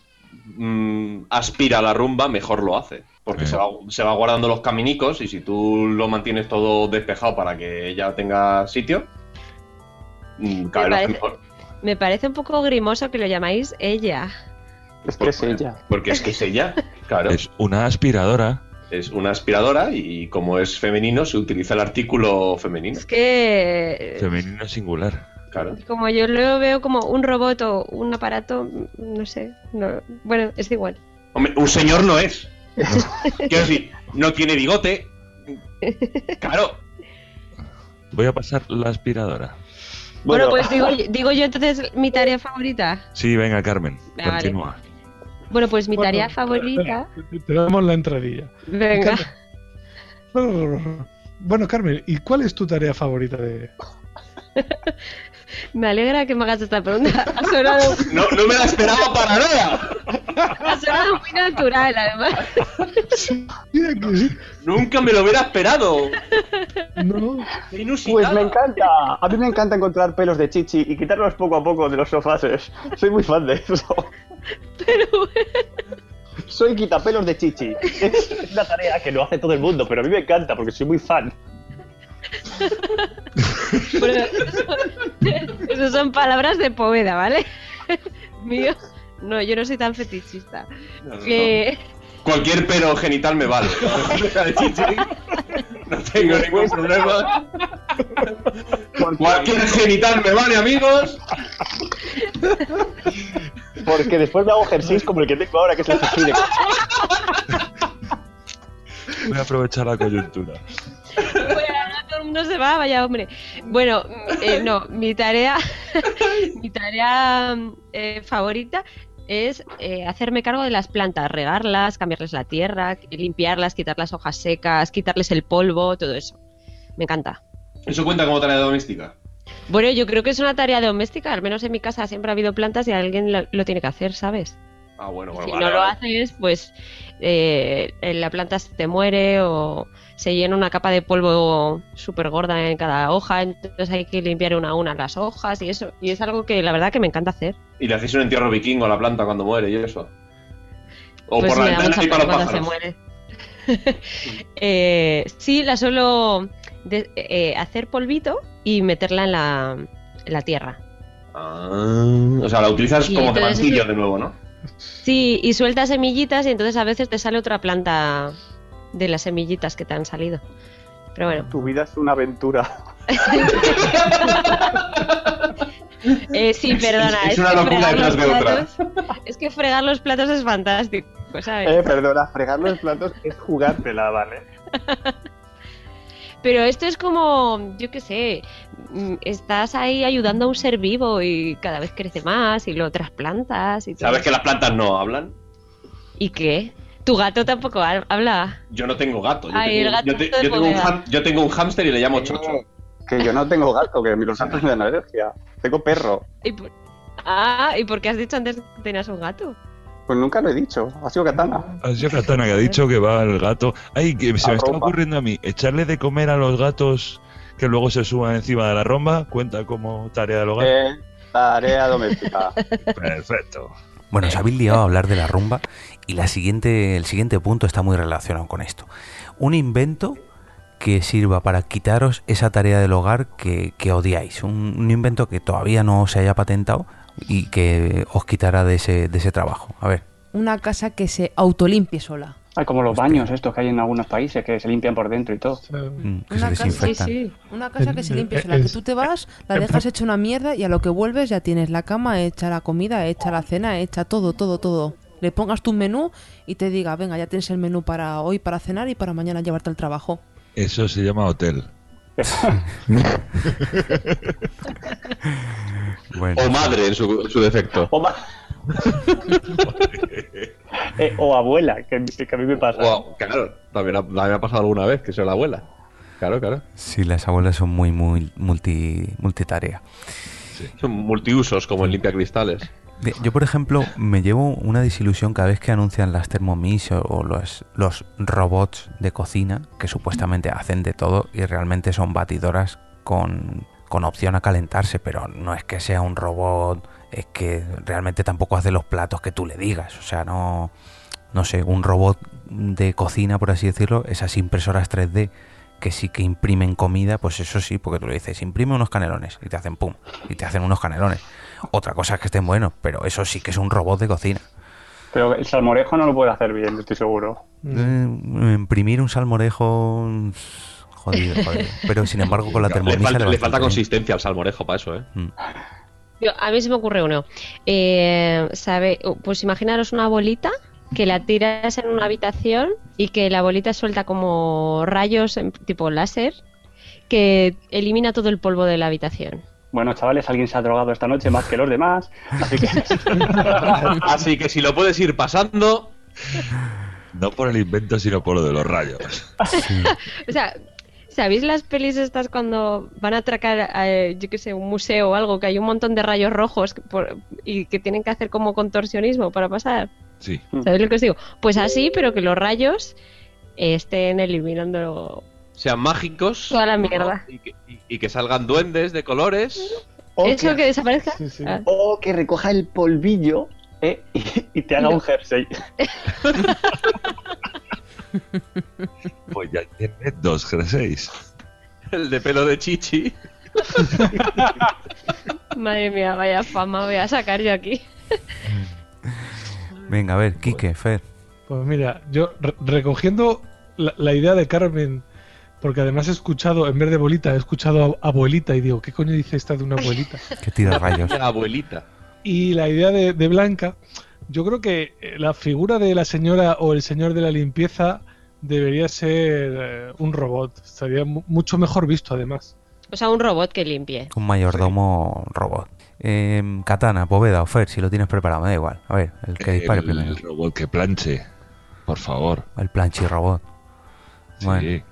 mm, aspira la rumba, mejor lo hace. Porque
Sí.
se va, se va guardando los caminicos y si tú lo mantienes todo despejado para que ella tenga sitio, mm, cabe los
parece-
caminos.
Me parece un poco grimoso que lo llamáis ella.
Es que
Por-
es ella.
Porque es que es ella, claro.
Es una aspiradora.
es una aspiradora y como es femenino se utiliza el artículo femenino,
Es que
Femenino singular.
claro.
como yo lo veo como un robot o un aparato, no sé. no- bueno, es igual.
Hombre, un señor no es. Quiero decir, no tiene bigote. Claro.
Voy a pasar la aspiradora.
Bueno, pues digo, digo yo entonces mi tarea favorita.
Sí, venga, Carmen.
Vale.
Continúa.
Bueno, pues mi
Bueno,
tarea
espera,
favorita.
espera, te- Te damos la entradilla.
Venga.
Bueno, Carmen, ¿y cuál es tu tarea favorita de.?
Me alegra que me hagas esta pregunta. Ha sonado,
No, no me la esperaba para nada.
ha sonado muy natural, además.
Mira que sí.
Nunca me lo hubiera esperado.
No.
Qué inusitado.
Pues me encanta. A mí me encanta encontrar pelos de chichi y quitarlos poco a poco de los sofás. Es- Soy muy fan de eso.
Pero bueno,
Soy quitapelos de chichi. Es una tarea que no hace todo el mundo, pero a mí me encanta porque soy muy fan.
pero eso, eso son palabras de Poveda, ¿vale? Mío. No, yo no soy tan fetichista.
No, no, no.
Eh,
Cualquier pero genital me vale. No tengo ningún problema. Cualquier genital me vale, amigos.
Porque después me hago ejercicio como el que tengo ahora, que es el ejercicio.
Voy a aprovechar la coyuntura.
Bueno, ahora todo el mundo se va, vaya hombre. Bueno, eh, no, mi tarea, mi tarea eh, favorita es eh, hacerme cargo de las plantas, regarlas, cambiarles la tierra, limpiarlas, quitar las hojas secas, quitarles el polvo, todo eso. Me encanta.
Eso cuenta como tarea doméstica.
Bueno, yo creo que es una tarea doméstica, al menos en mi casa siempre ha habido plantas y alguien lo, lo tiene que hacer, ¿sabes?
Ah, bueno, bueno,
si
vale,
no lo
vale.
haces, pues eh, en la planta se te muere o se llena una capa de polvo súper gorda en cada hoja, entonces hay que limpiar una a una las hojas y eso. Y es algo que la verdad que me encanta hacer.
Y le hacéis un entierro vikingo a la planta cuando muere y eso. O
pues
por la
me da
ventana
mucha
y para los
pena cuando se
pájaros.
muere. Eh, sí, la suelo de- eh, hacer polvito y meterla en la, en la tierra.
Ah, o sea, la utilizas
Y
como
entonces
cementillo
eso-
de nuevo, ¿no?
Sí, y suelta semillitas y entonces a veces te sale otra planta de las semillitas que te han salido. Pero bueno,
Tu vida es una aventura.
Eh, sí, perdona.
Es una
que
locura
fregar
detrás
los
de otra.
platos- Es que fregar los platos es fantástico, ¿sabes?
Eh, perdona, fregar los platos es jugártela, ¿vale?
Pero esto es como, yo qué sé, mm, estás ahí ayudando a un ser vivo y cada vez crece más y lo trasplantas y todo.
¿Sabes que las plantas no hablan?
¿Y qué? Tu gato tampoco ha- habla.
Yo no tengo gato. Yo,
Ay,
tengo,
el gato
yo te-
de
yo tengo un
bodega.
ham- yo tengo un hámster y le llamo Chocho.
Que yo no tengo gato, que los gatos me dan alergia. Tengo perro.
¿Y por... Ah, ¿y por qué has dicho antes que tenías un gato?
Pues nunca lo he dicho. Ha sido Katana.
Ha sido Katana que ha dicho que va el gato. Ay, que se me está
Arroba.
ocurriendo a mí. Echarle de comer a los gatos que luego se suban encima de la romba cuenta como tarea del hogar.
Eh, tarea doméstica.
Perfecto.
Bueno,
Eh.
os habéis liado a hablar de la rumba y la siguiente, el siguiente punto está muy relacionado con esto. Un invento que sirva para quitaros esa tarea del hogar que, que odiáis. Un, un invento que todavía no se haya patentado y que os quitará de ese, de ese trabajo. A ver,
Una casa que se autolimpie sola.
Ay, Ah, como los baños estos que hay en algunos países que se limpian por dentro y todo.
O sea,
mm, que se
Una casa, sí,
desinfectan.
sí. Una casa que se limpie sola.
Es-
Que tú te vas, la dejas hecha una mierda y a lo que vuelves ya tienes la cama hecha, la comida hecha, la cena hecha, todo, todo, todo. Le pongas tu menú y te diga, venga, ya tienes el menú para hoy, para cenar y para mañana llevarte al trabajo.
Eso se llama hotel.
Bueno,
O madre en su, en su defecto.
O, ma- Eh, o abuela, que, que a mí me pasa.
O- claro, también, ha- también me ha pasado alguna vez que soy la abuela. Claro, claro.
sí, las abuelas son muy, muy multi, multitarea.
Son multiusos como el limpia cristales.
De- Yo, por ejemplo, me llevo una desilusión cada vez que anuncian las Thermomix o, o los, los robots de cocina que supuestamente hacen de todo y realmente son batidoras con, con opción a calentarse, pero no es que sea un robot, es que realmente tampoco hace los platos que tú le digas. O sea, no, no sé, un robot de cocina, por así decirlo, esas impresoras 3D que sí que imprimen comida, pues eso sí, porque tú le dices, imprime unos canelones y te hacen pum, y te hacen unos canelones. Otra cosa es que estén buenos, pero eso sí que es un robot de cocina.
Pero el salmorejo no lo puede hacer bien, estoy seguro.
Eh, imprimir un salmorejo mm, jodido, jodido. Pero sin embargo con la
Le
termomisa
falta, le falta
consistencia.
consistencia al salmorejo para eso, ¿eh?
Mm.
Yo- a mí se me ocurre uno. Eh, sabe, pues imaginaros una bolita que la tiras en una habitación y que la bolita suelta como rayos en- tipo láser que elimina todo el polvo de la habitación.
Bueno, chavales, alguien se ha drogado esta noche más que los demás, así que
Así que si lo puedes ir pasando,
No por el invento, sino por lo de los rayos.
O sea, ¿sabéis las pelis estas cuando van a atracar, eh, yo qué sé, un museo o algo, que hay un montón de rayos rojos que por- y que tienen que hacer como contorsionismo para pasar?
Sí.
¿Sabéis lo que os digo? Pues así, pero que los rayos estén eliminando
sean mágicos.
toda la mierda.
Y que, y- y que salgan duendes de colores.
o,
¿Eso que
que,
desaparezca?
Sí, sí.
Ah,
o que recoja el polvillo eh, y, y te haga un jersey.
Pues ya tienes dos jerseys.
El de pelo de chichi.
madre mía, vaya fama voy a sacar yo aquí.
Venga, a ver, Quique, Fer.
Pues mira, yo re- recogiendo la, la idea de Carmen, porque además he escuchado, en vez de bolita, he escuchado a- abuelita y digo, ¿qué coño dice esta de una abuelita?
Que tira rayos.
La abuelita.
Y la idea de, de Blanca, yo creo que eh, la figura de la señora o el señor de la limpieza debería ser eh, un robot. Estaría mu- mucho mejor visto, además.
O sea, un robot que limpie.
Un mayordomo robot. Eh, Katana, Poveda o Fer, si lo tienes preparado, me da igual. A ver, el que dispare
el,
primero.
robot que planche. Por favor.
El planchi robot.
Sí.
Bueno,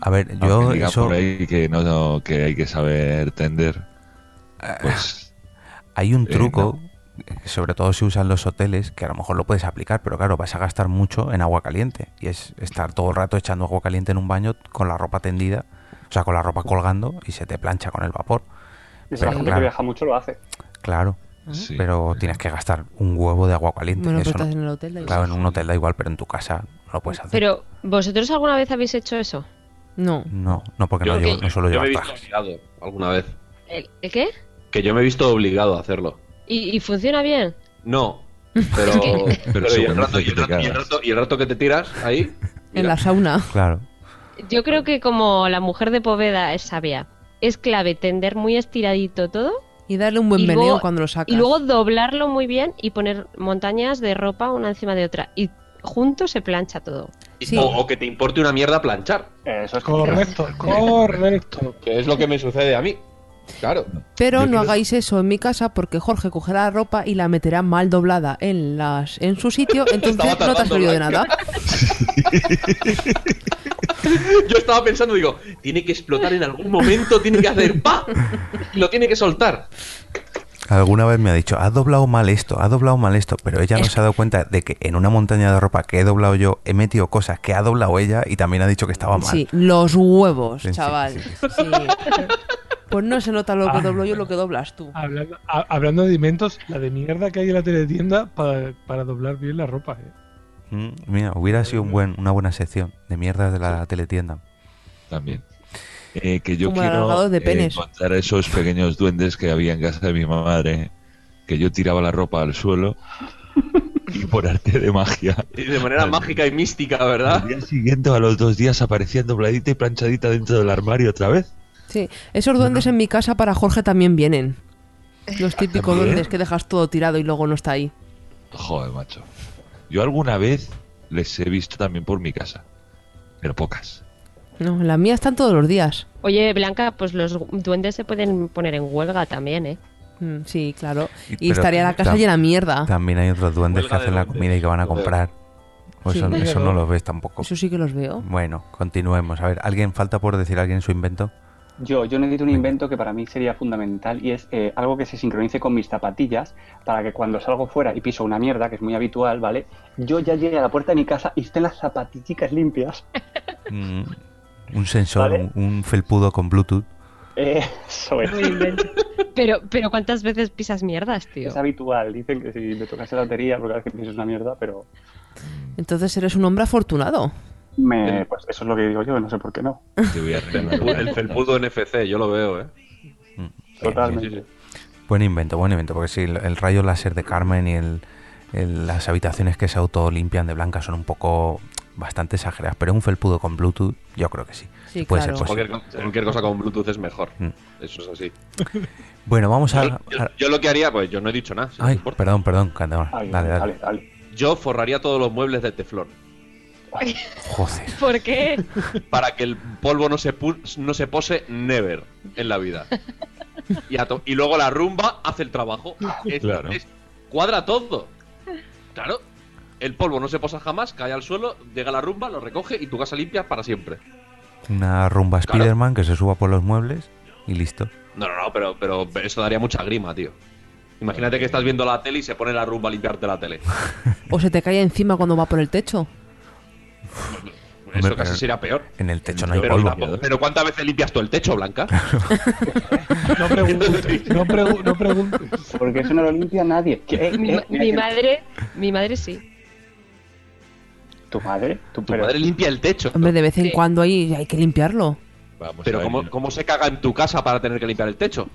a ver,
Aunque
yo
diga
eso...
por ahí que, no, no, que hay que saber tender. Pues
Hay un
Eh,
truco que sobre todo se usan los hoteles, que a lo mejor lo puedes aplicar, pero claro, vas a gastar mucho en agua caliente. Y es estar todo el rato echando agua caliente en un baño con la ropa tendida, o sea, con la ropa colgando y se te plancha con el vapor.
Esa
Pero
gente
claro.
que viaja mucho lo hace.
Claro,
Sí.
pero tienes que gastar un huevo de agua caliente.
Bueno, pero
que eso no-
estás en el hotel, da igual.
claro, en un hotel da igual, pero en tu casa no lo puedes hacer.
Pero, ¿vosotros alguna vez habéis hecho eso?
No.
No, no, porque no,
Yo-
llevo- no suelo
yo me
llevar
he visto
trajes.
obligado alguna vez.
¿El, el qué?
Que yo me he visto obligado a hacerlo.
¿Y, y funciona bien?
No, pero. pero
se
y, el
conduce
rato,
y
y, el
te
rato, y el
cagas.
rato- y el rato que te tiras ahí.
En la sauna.
Claro.
Yo creo que como la mujer de Poveda es sabia, es clave tender muy estiradito todo
Y darle un buen
Y luego-
meneo cuando lo sacas.
y luego doblarlo muy bien y poner montañas de ropa una encima de otra y junto se plancha todo.
Sí.
O, o que te importe una mierda planchar.
Eso es
Correcto, correcto.
Que es lo que me sucede a mí. Claro.
Pero
Yo
no
quiero-
hagáis eso en mi casa porque Jorge cogerá la ropa y la meterá mal doblada en las en su sitio, entonces no te ha
tardando,
servido de nada.
¿verdad? Yo estaba pensando, digo, tiene que explotar en algún momento, tiene que hacer pa y lo tiene que soltar.
Alguna vez me ha dicho, has doblado mal esto, has doblado mal esto, pero ella no se ha dado cuenta de que en una montaña de ropa que he doblado yo he metido cosas que ha doblado ella y también ha dicho que estaba mal.
Sí, los huevos,
Sí, sí,
chaval.
sí,
Sí. Pues no se nota lo que doblo yo, lo que doblas tú.
Ah. Hablando, a- hablando de alimentos, la de mierda que hay en la teletienda para, para doblar bien la ropa. ¿eh?
Mm, Mira, hubiera sido un buen, una buena sección de mierdas de la teletienda.
También. Eh, que yo
Como
quiero
alargados de
eh,
penes.
contar a esos pequeños duendes que había en casa de mi madre, que yo tiraba la ropa al suelo y por arte de magia.
Y de manera mágica y mística, ¿verdad?
Al día siguiente, o a los dos días, aparecía dobladita y planchadita dentro del armario otra vez.
Sí, esos duendes en mi casa para Jorge también vienen. Los típicos
¿También?
duendes que dejas todo tirado y luego no está ahí.
Joder, macho. Yo alguna vez les he visto también por mi casa, pero pocas.
No, las mías están todos los días.
Oye, Blanca, pues los duendes se pueden poner en huelga también, ¿eh?
Mm, Sí, claro.
Y-
Y
pero
estaría la casa
tam-
llena de mierda.
También hay otros duendes que
Huelga de
hacen la
duendes.
comida y que van a
Joder.
comprar. Pues
Sí.
eso, eso no lo ves tampoco.
Eso sí que los veo.
Bueno, continuemos. A ver, ¿alguien falta por decir alguien su invento?
Yo, yo necesito un invento que para mí sería fundamental y es eh, algo que se sincronice con mis zapatillas para que cuando salgo fuera y piso una mierda, que es muy habitual, ¿vale? Yo ya llegue a la puerta de mi casa y estén las zapatillas limpias.
Mm, un sensor,
Vale.
un, un felpudo con Bluetooth.
Eh, eso es.
Pero, pero ¿cuántas veces pisas mierdas, tío?
Es habitual. Dicen que si me tocase la lotería, porque a veces pienso es una mierda, pero
Entonces eres un hombre afortunado.
me, pues eso es lo que digo yo, no sé por qué no.
Te voy a regalar una.
El felpudo NFC, yo lo veo, ¿eh?
Mm, bien, bien.
Totalmente.
Buen invento, buen invento, porque sí, el, el rayo láser de Carmen y el, el- las habitaciones que se autolimpian de blanca son un poco bastante exageradas, pero un felpudo con Bluetooth yo creo que sí.
Sí,
Puede
claro.
ser, pues.
Cualquier, co- cualquier cosa con Bluetooth es mejor.
Mm.
Eso es así.
Bueno, vamos
Yo,
a...
yo-
a-
yo lo que haría, pues yo no he dicho nada. si no te
ay,
importa.
perdón, perdón, Candela,
Ay,
Dale, dale.
dale, dale.
Yo forraría todos los muebles de teflón
Joder.
¿Por qué?
para que el polvo no se, pu- no se pose never en la vida. Y, a to- y luego la rumba hace el trabajo. Es-
Claro.
es- cuadra todo. Claro. El polvo no se posa jamás, cae al suelo, llega la rumba, lo recoge y tu casa limpia para siempre.
Una rumba
Claro.
Spiderman que se suba por los muebles y listo.
No, no, no, pero, pero eso daría mucha grima, tío. Imagínate que estás viendo la tele y se pone la rumba a limpiarte la tele.
O se te cae encima cuando va por el techo.
Eso
pero-
casi sería peor.
En el techo no hay
Pero,
polvo.
tampoco- pero ¿cuántas veces limpias tú el techo, Blanca?
No preguntes, no, pregu- no preguntes.
Porque eso no lo limpia nadie. Eh, ¿Qué?
Mi,
¿Qué?
ma- mi madre, mi madre sí.
¿Tu madre? ¿Tu,
Tu
pero-
madre limpia el techo.
Hombre, de vez en
Sí.
cuando ahí hay que limpiarlo.
Vamos a
Pero
ver,
¿cómo, ¿cómo se caga en tu casa para tener que limpiar el techo?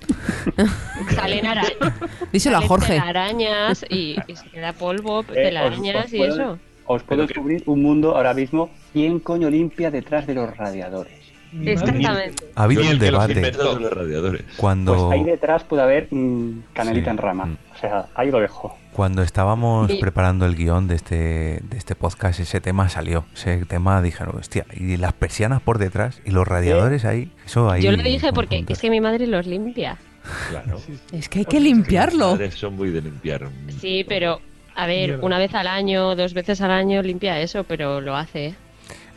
Salen, ara-
Díselo a
salen
Jorge.
telarañas y, y se queda polvo,
Eh,
telarañas y
puedo-
eso.
Os puedo descubrir un mundo ahora mismo. ¿Quién coño limpia detrás de los radiadores?
Mi madre-
Exactamente.
Ha habido
Yo
un
el que los
debate
inventó son los radiadores.
cuando...
Pues ahí detrás puede haber mm, canelita
Sí.
en rama.
Mm.
O sea, ahí lo dejo.
Cuando estábamos
Sí.
preparando el guión de este, de este podcast, ese tema salió. Ese tema dijeron, hostia, y las persianas por detrás y los radiadores ahí. Eso ahí.
Yo lo dije
con
porque
puntos.
es que mi madre los limpia.
Pues, Claro.
Es que hay que limpiarlo.
Padres Son muy de limpiar.
Sí, pero a ver,
Mierda.
una vez al año, dos veces al año limpia eso, pero lo hace. ¿eh?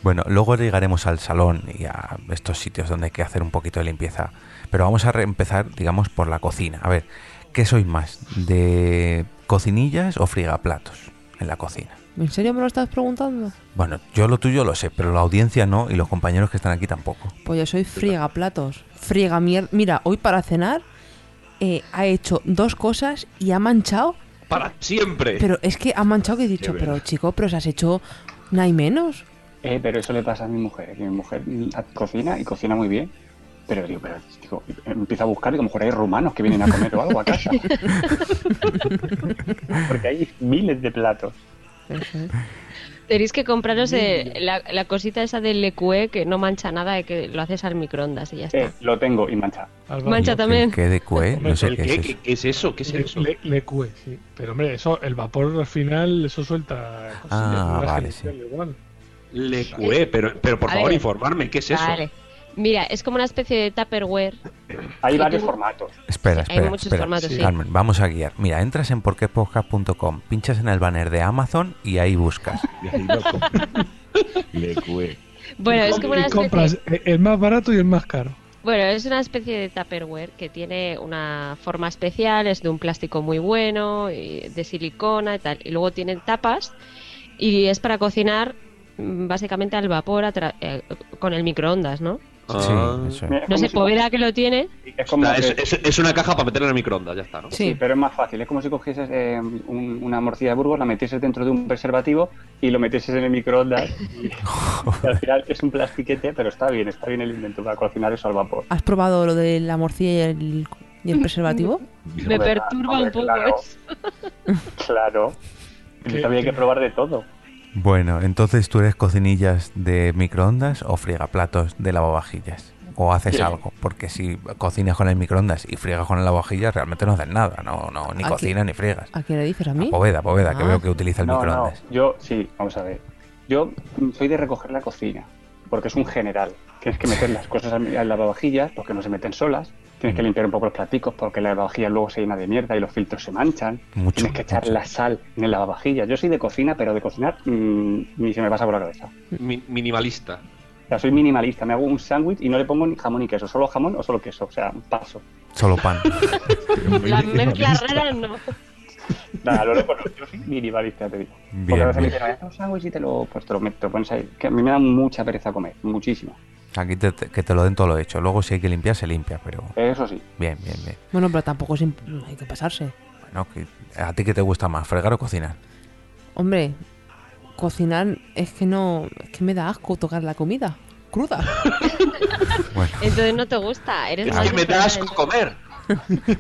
Bueno, luego llegaremos al salón y a estos sitios donde hay que hacer un poquito de limpieza. Pero vamos a re- empezar, digamos, por la cocina. A ver, ¿qué sois más? ¿De cocinillas o friegaplatos en la cocina?
¿En serio me lo estás preguntando?
Bueno, yo lo tuyo lo sé, pero la audiencia no y los compañeros que están aquí tampoco.
Pues yo soy friega platos. Friega mierda. Mira, hoy para cenar eh, ha hecho dos cosas y ha manchado.
Para siempre.
Pero
eh,
es que ha manchado que he dicho,
Qué bien.
pero chico, pero si has hecho nada y menos.
Eh, pero eso le pasa a mi mujer, que mi mujer la cocina y cocina muy bien. Pero digo, pero digo, empieza a buscar y a lo mejor hay rumanos que vienen a comer o algo a casa. Porque hay miles de platos.
Tenéis que compraros eh, la, la cosita esa del EQE que no mancha nada y que lo haces al microondas y ya
Eh,
está.
lo tengo y mancha.
Álvaro.
Mancha
Yo que-
también.
que de cue, no sé
¿El
qué
qué?
es
¿Qué,
eso.
qué es eso? ¿Qué es
Le,
eso?
le- le cue, sí. Pero hombre, eso, el vapor al final, eso suelta cosillas.
Ah,
Una
vale,
genital igual.
Lecué, pero, pero por
A
favor,
ver.
informarme, ¿qué es eso?
Vale. Mira, es como una especie de Tupperware.
Hay
¿Y
varios
tú?
formatos.
Espera,
Sí, hay
espera,
muchos
espera.
formatos, Sí. sí.
Carmen, vamos a guiar. Mira, entras en porquepodcast.com, pinchas en el banner de Amazon y ahí buscas.
Y ahí lo compro. Le cue.
Bueno, es
Y
como una especie,
compras el- el más barato y el más caro.
bueno, es una especie de Tupperware que tiene una forma especial, es de un plástico muy bueno, y de silicona y tal. Y luego tienen tapas y es para cocinar mm, básicamente al vapor a tra- eh, con el microondas, ¿no?
Ah.
Sí, eso es.
Mira, es
No
como
sé,
si-
Poveda que lo tiene,
Es como
Nah, es,
que-
es- es una caja para meterla en el microondas, ya está, ¿no?
Sí, pero es más fácil. Es como si cogieses eh, un- una morcilla de Burgos, la metieses dentro de un preservativo y lo metieses en el microondas. Y, y al final es un plastiquete, pero está bien, está bien el invento para cocinar eso al vapor.
¿Has probado lo de la morcilla y el, y el preservativo?
me
Hombre,
perturba
hombre,
un poco.
claro.
eso.
Claro.
¿Qué-
Había que
qué?
probar de todo.
Bueno, entonces tú eres cocinillas de microondas o friegaplatos de lavavajillas. O haces
Sí.
algo, porque si cocinas con el microondas y friegas con el lavavajillas, realmente no haces nada, no, no, ni
Aquí.
cocinas ni friegas.
¿A qué le dices a
A
mí?
Poveda, Poveda, que
Ah.
veo que utiliza el
no, no,
microondas.
yo sí, vamos a ver. Yo mm, soy de recoger la cocina, porque es un general. Tienes que meter las cosas al al lavavajillas, porque no se meten solas. Tienes que limpiar un poco los platicos, porque la lavavajilla luego se llena de mierda y los filtros se manchan.
Mucho,
Tienes que echar
mucho.
la sal en el lavavajillas. Yo soy de cocina, pero de cocinar mm, ni se me pasa por la cabeza.
Mi- minimalista.
O sea, soy minimalista. Me hago un sándwich y no le pongo ni jamón ni queso. Solo jamón o solo queso. O sea, paso.
Solo pan.
La mezcla rara no.
Nada, lo reconozco. Yo soy minimalista, te digo. Porque a
Bien,
veces me
bien.
dicen, "Haz un sándwich y te lo, pues te lo, met- te lo pones ahí. Que a mí me da mucha pereza comer, muchísima.
Aquí te, te- que te lo den todo lo hecho. Luego si hay que limpiar, se limpia, pero
Eso sí.
bien, bien, bien.
Bueno, pero tampoco es imp- no hay que pasarse.
Bueno, que- ¿a ti qué te gusta más, fregar o cocinar?
Hombre, cocinar es que no. Es que me da asco tocar la comida cruda.
Bueno,
Entonces no te gusta, eres
Es
más
que me
de
das
fregar,
comer.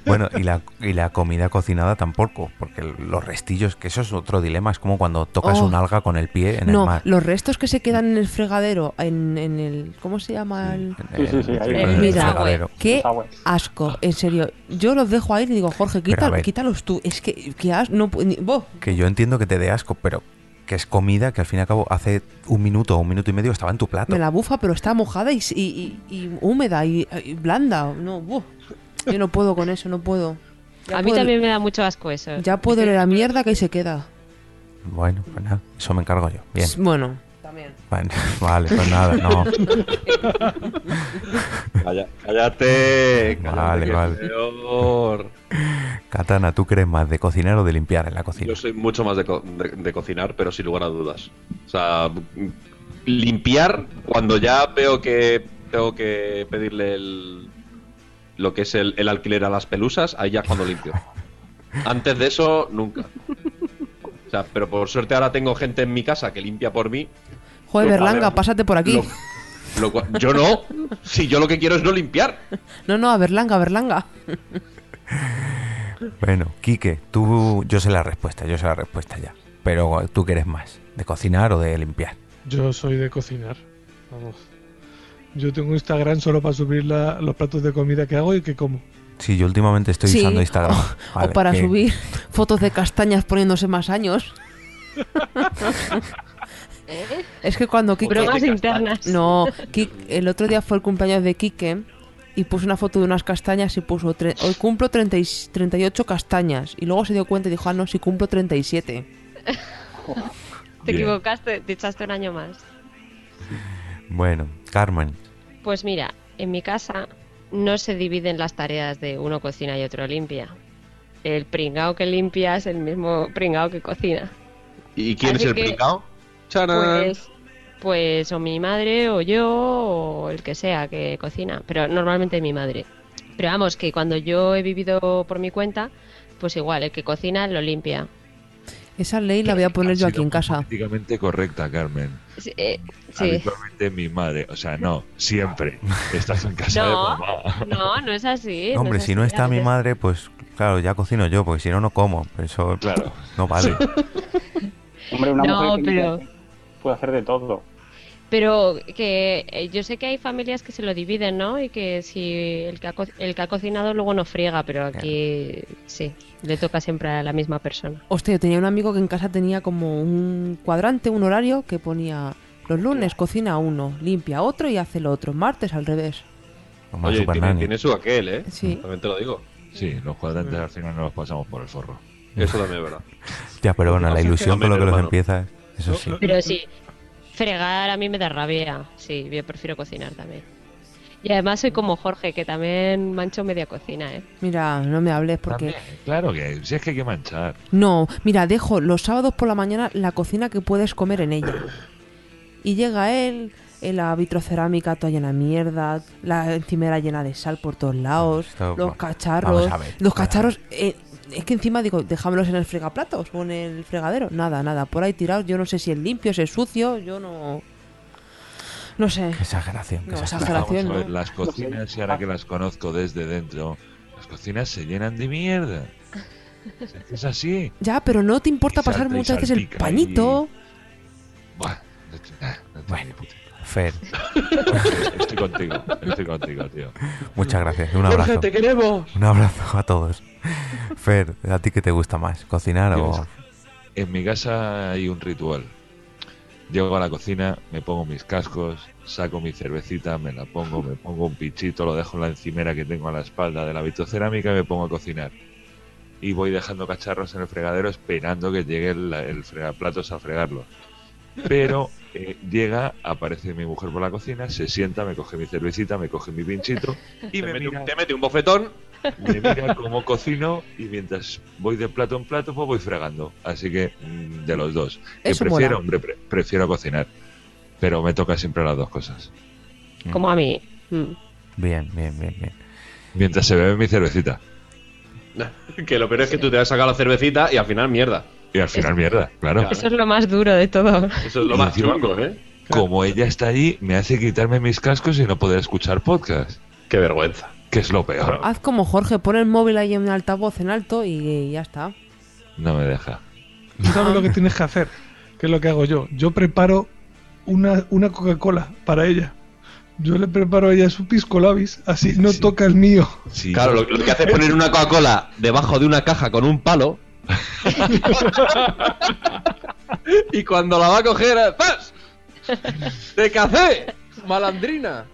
bueno y, la, y la comida cocinada tampoco, porque los restillos, que eso es otro dilema, es como cuando tocas
Oh.
un alga con el pie en
no,
el mar.
los restos que se quedan en el fregadero, en, en el. ¿Cómo se llama? El...
Sí, sí, sí, ahí.
el
Mira.
fregadero.
Qué
Ah, bueno.
asco, en serio. Yo los dejo ahí y digo, Jorge,
Pero a
quítalo-
ver.
quítalos tú. Es que, que as- no pu- ni- vos.
Que yo entiendo que te dé asco, pero que es comida que al fin y al cabo hace un minuto o un minuto y medio estaba en tu plato.
Me la bufa, pero está mojada y, s- y- y- y húmeda y, y blanda. No, buh. Yo no puedo con eso, no puedo.
A
Ya
mí
puedo-
también me da mucho asco eso.
Ya puedo leer la mierda que ahí se queda.
Bueno, pues nada, eso me encargo yo. Bien.
S- Bueno. También.
Bueno, vale, pues nada, no.
Calla- Cállate. cállate,
Vale,
que
vale.
Peor.
Katana, ¿tú crees más de cocinar o de limpiar en la cocina?
Yo soy mucho más de, co- de- de cocinar, pero sin lugar a dudas. O sea, m- limpiar cuando ya veo que tengo que pedirle el, lo que es el, el alquiler a las pelusas, ahí ya es cuando limpio. Antes de eso, nunca. O sea, pero por suerte ahora tengo gente en mi casa que limpia por mí.
Joder,
Lo-
Berlanga, pásate por aquí.
Lo- lo cual- yo no. Si yo lo que quiero es no limpiar.
No, no, a Berlanga, a Berlanga.
Bueno, Quique, tú, yo sé la respuesta, yo sé la respuesta ya. Pero tú quieres más, de cocinar o de limpiar.
Yo soy de cocinar. Vamos. Yo tengo Instagram solo para subir la- los platos de comida que hago y que como.
Sí, yo últimamente estoy
Sí,
usando Instagram.
O
Vale,
para
que-
subir fotos de castañas poniéndose más años.
¿Eh?
Es que cuando Kike...
Bromas internas.
No, Kik- el otro día fue el cumpleaños de Quique y puso una foto de unas castañas y puso, tre- hoy cumplo 30 y- 38 castañas. Y luego se dio cuenta y dijo, ah, no, si cumplo 37.
Te
Bien.
equivocaste, te echaste un año más.
Bueno, Carmen,
Pues mira, en mi casa no se dividen las tareas de uno cocina y otro limpia. el pringao que limpia es el mismo pringao que cocina.
¿Y quién
Así
es el
que-
pringao? ¡Charán!
Pues, pues o mi madre o yo o el que sea que cocina, pero normalmente mi madre. Pero vamos, que cuando yo he vivido por mi cuenta, pues igual, el que cocina lo limpia.
Esa ley la voy a poner yo
Ha
aquí
sido
en casa.
Políticamente correcta, Carmen.
Sí, eh, sí.
Habitualmente mi madre. O sea, no, siempre. Estás en casa de
No,
mamá.
no, no es así.
Hombre,
es
si no
así,
está mi
realmente.
madre, pues claro, ya cocino yo, porque si no, no como. Eso
Claro.
no vale.
Hombre, una
No,
mujer que
pero-
limpia puede hacer de todo.
Pero que eh, yo sé que hay familias que se lo dividen, ¿no? Y que si el que ha, co- el que ha cocinado luego no friega, pero aquí sí, le toca siempre a la misma persona.
Hostia, yo tenía un amigo que en casa tenía como un cuadrante, un horario que ponía los lunes cocina uno, limpia otro y hace lo otro. Martes al revés.
Como a
Oye,
Super
tiene,
Nanny.
tiene su aquel, ¿eh?
Sí.
También te lo digo.
Sí, los cuadrantes al final nos los pasamos por el forro.
Eso también es verdad.
Ya, pero bueno,
Lo
la
que pasa es que
ilusión con lo que los
hermano.
empiezas, eso
Lo-
sí.
lo-
Pero sí, fregar a mí me da rabia. Sí, yo prefiero cocinar también. Y además soy como Jorge, que también mancho media cocina, ¿eh?
Mira, no me hables porque...
También, claro que si es que hay que manchar.
No, mira, dejo los sábados por la mañana la cocina que puedes comer en ella. Y llega él, eh, la vitrocerámica toda llena de mierda, la encimera llena de sal por todos lados,
Esto,
los
va-
cacharros,
vamos a ver,
los
vamos a ver.
cacharros... eh, es que encima digo, dejámelos en el fregaplatos o en el fregadero. Nada, nada, por ahí tirados. Yo no sé si es limpio, si es sucio, yo no... No sé.
Qué exageración, qué
No,
exageración.
exageración,
Vamos a ver,
¿no?
las cocinas, y ahora que las conozco desde dentro, las cocinas se llenan de mierda. Es que Es así.
Ya, pero no te importa
Y salta
pasar
y
muchas veces el
salpica y-
pañito.
Buah, no te- ah, no te-
Bueno, Fer,
Estoy contigo, estoy contigo, tío.
muchas gracias. Un abrazo.
queremos!
Un abrazo a todos. Fer, ¿a ti qué te gusta más? ¿Cocinar o...?
En mi casa hay un ritual. Llego a la cocina, me pongo mis cascos, saco mi cervecita, me la pongo, me pongo un pichito, lo dejo en la encimera que tengo a la espalda de la vitrocerámica y me pongo a cocinar. Y voy dejando cacharros en el fregadero esperando que llegue el, el fregaplatos a fregarlo. Pero eh, llega, aparece mi mujer por la cocina, se sienta, me coge mi cervecita, me coge mi pinchito y
Te
me
mete,
mira
un, te mete un bofetón.
me mira como cocino y mientras voy de plato en plato, pues voy fregando. Así que mm, de los dos. Que
Eso
prefiero,
mola.
hombre, pre- prefiero cocinar. Pero me toca siempre las dos cosas.
Como a mí. Mm.
Bien, bien, bien, bien.
Mientras se bebe mi cervecita.
Que lo peor es que tú te has sacado la cervecita y al final mierda.
Y al final, mierda, claro.
Eso es lo más duro de todo.
Eso es lo más
Encima-
chungo, ¿eh?
Como ella está allí, me hace quitarme mis cascos y no poder escuchar podcast.
Qué vergüenza.
Que es lo peor.
Haz como Jorge, pon el móvil ahí en altavoz, en alto y, y ya está.
No me deja.
Tú sabes lo que tienes que hacer, que es lo que hago yo. Yo preparo una, una Coca-Cola para ella. Yo le preparo a ella su pisco labis, así no
Sí.
toca el mío.
Sí,
Claro, lo, lo que hace es poner una Coca-Cola debajo de una caja con un palo. y cuando la va a coger, eh, ¡zas! ¡Te cacé! ¡Malandrina!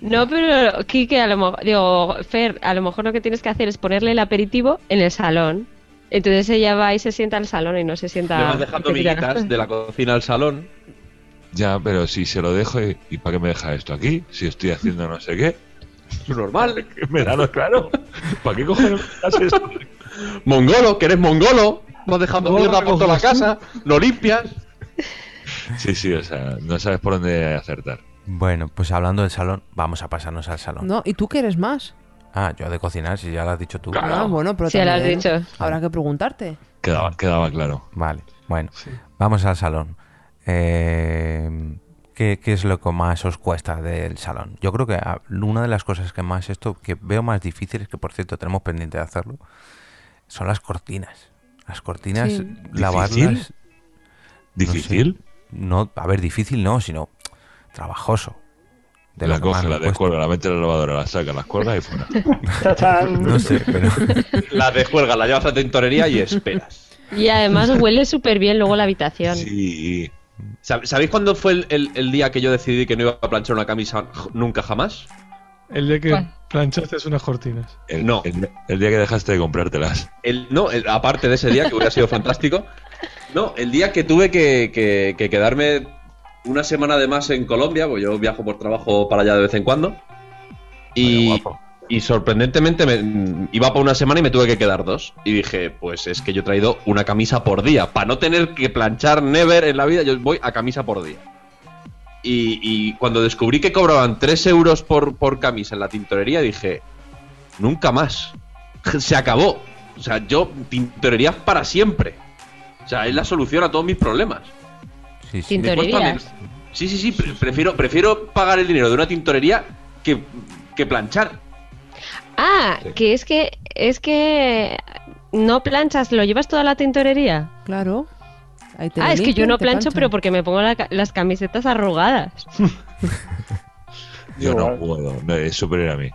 No, pero Kike, a lo mejor, digo, Fer, a lo mejor lo que tienes que hacer es ponerle el aperitivo en el salón. Entonces ella va y se sienta al salón y no se
Le
sienta.
vas dejando
Ah, que tira.
miguitas de la cocina al salón.
Ya, pero si se lo dejo, ¿y, y para qué me deja esto aquí? Si estoy haciendo no sé qué.
Es normal.
Me da lo claro. ¿Para qué coger esto?
Mongolo, que eres mongolo. No has dejado
Mongolo,
mierda por toda la
cojones.
casa. Lo limpias.
Sí, sí, o sea, no sabes por dónde acertar.
Bueno, pues hablando del salón, vamos a pasarnos al salón.
No, ¿y tú qué eres más?
Ah, yo de cocinar, si ya lo has dicho tú.
Ah, bueno, pero
Sí, lo has
también
dicho.
Habrá que preguntarte.
Quedaba, quedaba claro.
Vale, bueno,
Sí.
vamos al salón. Eh, ¿qué, qué es lo que más os cuesta del salón? Yo creo que ah, una de las cosas que más esto, que veo más difíciles, que por cierto tenemos pendiente de hacerlo, son las cortinas. Las cortinas,
Sí.
lavarlas.
¿Difícil?
No, a ver, difícil no, sino trabajoso. De
la
lo que más
coge,
me
la
cuesta.
descuelga, la mete en la lavadora, la saca, las cuelga y fuera.
¡Chachán!
No sé, pero
La descuelgas, la llevas a la tintorería y esperas.
Y además huele súper bien luego la habitación.
Sí.
¿Sab- ¿Sabéis cuándo fue el, el- el día que yo decidí que no iba a planchar una camisa j- nunca jamás?
El de que
Bueno.
planchaste unas cortinas.
El,
No.
El, el día que dejaste de comprártelas.
El, no, el- aparte de ese día, que hubiera sido fantástico. No, el día que tuve que, que- que quedarme una pues semana de más en Colombia, porque yo viajo por trabajo para allá de vez en cuando. Y,
guapo.
Y sorprendentemente me- iba para una semana y me tuve que quedar dos. Y dije, pues es que yo he traído una camisa por día. Para no tener que planchar never en la vida, yo voy a camisa por día. Y, y cuando descubrí que cobraban 3 euros por, por camisa en la tintorería, dije, nunca más. Se acabó. O sea, yo tintorería para siempre. O sea, es la solución a todos mis problemas.
Sí, sí.
Tinto-
Después
Tintorerías.
también- Sí, sí, sí. pre- Prefiero, prefiero pagar el dinero de una tintorería que, que planchar.
Ah, que es que es que no planchas, lo llevas toda la tintorería.
Claro. Ahí te lo
ah, es que yo
limpian,
no
te
plancho,
planchan.
pero porque me pongo la ca- las camisetas arrugadas.
Yo no
Igual.
puedo, no, es superior a mí.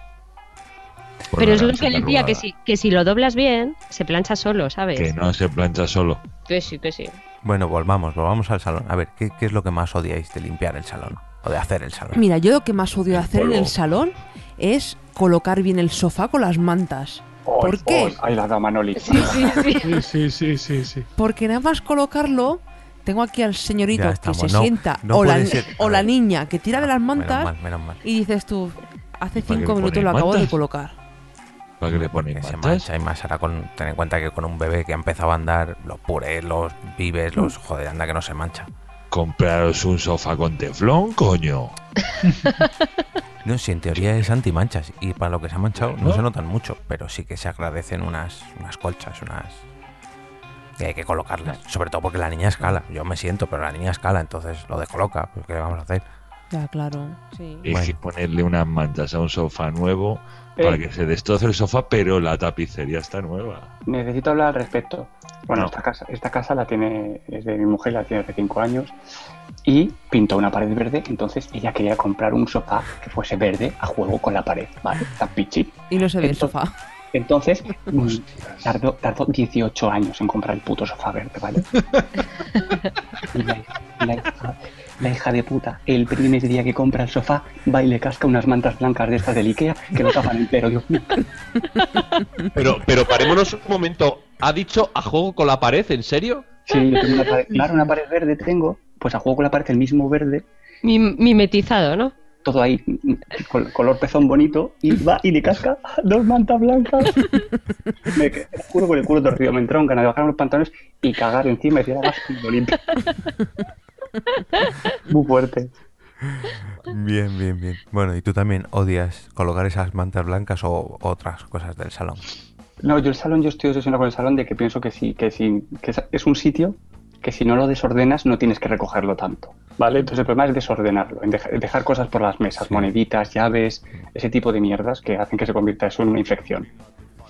Por
pero
la
es lo
cabeza
que decía,
arrugada.
que si, que si lo doblas bien, se plancha solo, ¿sabes?
Que no se plancha solo.
Que sí, que sí.
Bueno, volvamos, volvamos al salón. A ver, ¿qué, qué es lo que más odiáis de limpiar el salón? O de hacer el salón.
Mira, yo lo que más odio hacer en
polvo.
el salón es colocar bien el sofá con las mantas. ¿Por qué?
Ahí la da Manoli.
Sí, sí, sí.
Sí, sí, sí, sí, sí.
Porque nada más colocarlo, tengo aquí al señorito
Ya
que
estamos,
se
no,
sienta
no
o, la,
puede
ni-
ser.
o
A
la
ver.
niña que tira de las
Menos
mantas
mal, menos mal.
y dices tú, hace
¿Y para qué
cinco
le
minutos
ponen
lo acabo de
mantas?
colocar.
¿Para qué le ponen
Que se
mantas?
mancha y más ahora con ten en cuenta que con un bebé que ha empezado a andar los purés, los vives, los joder, anda que no se mancha.
Mm. Compraros un sofá con teflón, coño.
No, si en teoría es antimanchas y para lo que se ha manchado no se notan mucho, pero sí que se agradecen unas, unas colchas, unas... Y hay que colocarlas, sobre todo porque la niña escala. Yo me siento, pero la niña escala, entonces lo descoloca. Pues, ¿Qué le vamos a hacer?
Ya, claro. Sí.
Es que ponerle unas mantas a un sofá nuevo
Eh.
para que se destroce el sofá, pero la tapicería está nueva.
Necesito hablar al respecto. Bueno,
No.
esta casa, esta casa la tiene, es de mi mujer, la tiene hace cinco años. Y pintó una pared verde, entonces ella quería comprar un sofá que fuese verde a juego con la pared, ¿vale? Tan pichi.
Y no se ve el
Entonces-
sofá.
Entonces, mm, tardó, tardó 18 años en comprar el puto sofá verde, ¿vale? Y la, la hija, la hija de puta, el primer día que compra el sofá, va y le casca unas mantas blancas de estas del Ikea que lo tapan entero. Dios mío.
Pero, pero parémonos un momento. ¿Ha dicho a juego con la pared? ¿En serio?
Sí, yo tengo una pared, claro, una pared verde tengo, pues a juego con la pared el mismo verde,
Mi- mimetizado, ¿no?
todo ahí mm, col- color pezón bonito, y va y le casca dos mantas blancas. Me quedé, te juro con el culo torcido, me entraron ganas de bajarme los pantalones y cagar encima y decir, "Ah, lo limpio. Muy fuerte.
Bien, bien, bien. Bueno, ¿y tú también odias colocar esas mantas blancas o otras cosas del salón?
No, yo el salón, yo estoy obsesionado con el salón de que pienso que sí, que sí, que es- es un sitio que si no lo desordenas no tienes que recogerlo tanto, ¿vale? Entonces el problema es desordenarlo, en deja- dejar cosas por las mesas,
Sí.
moneditas, llaves, ese tipo de mierdas que hacen que se convierta eso en una infección.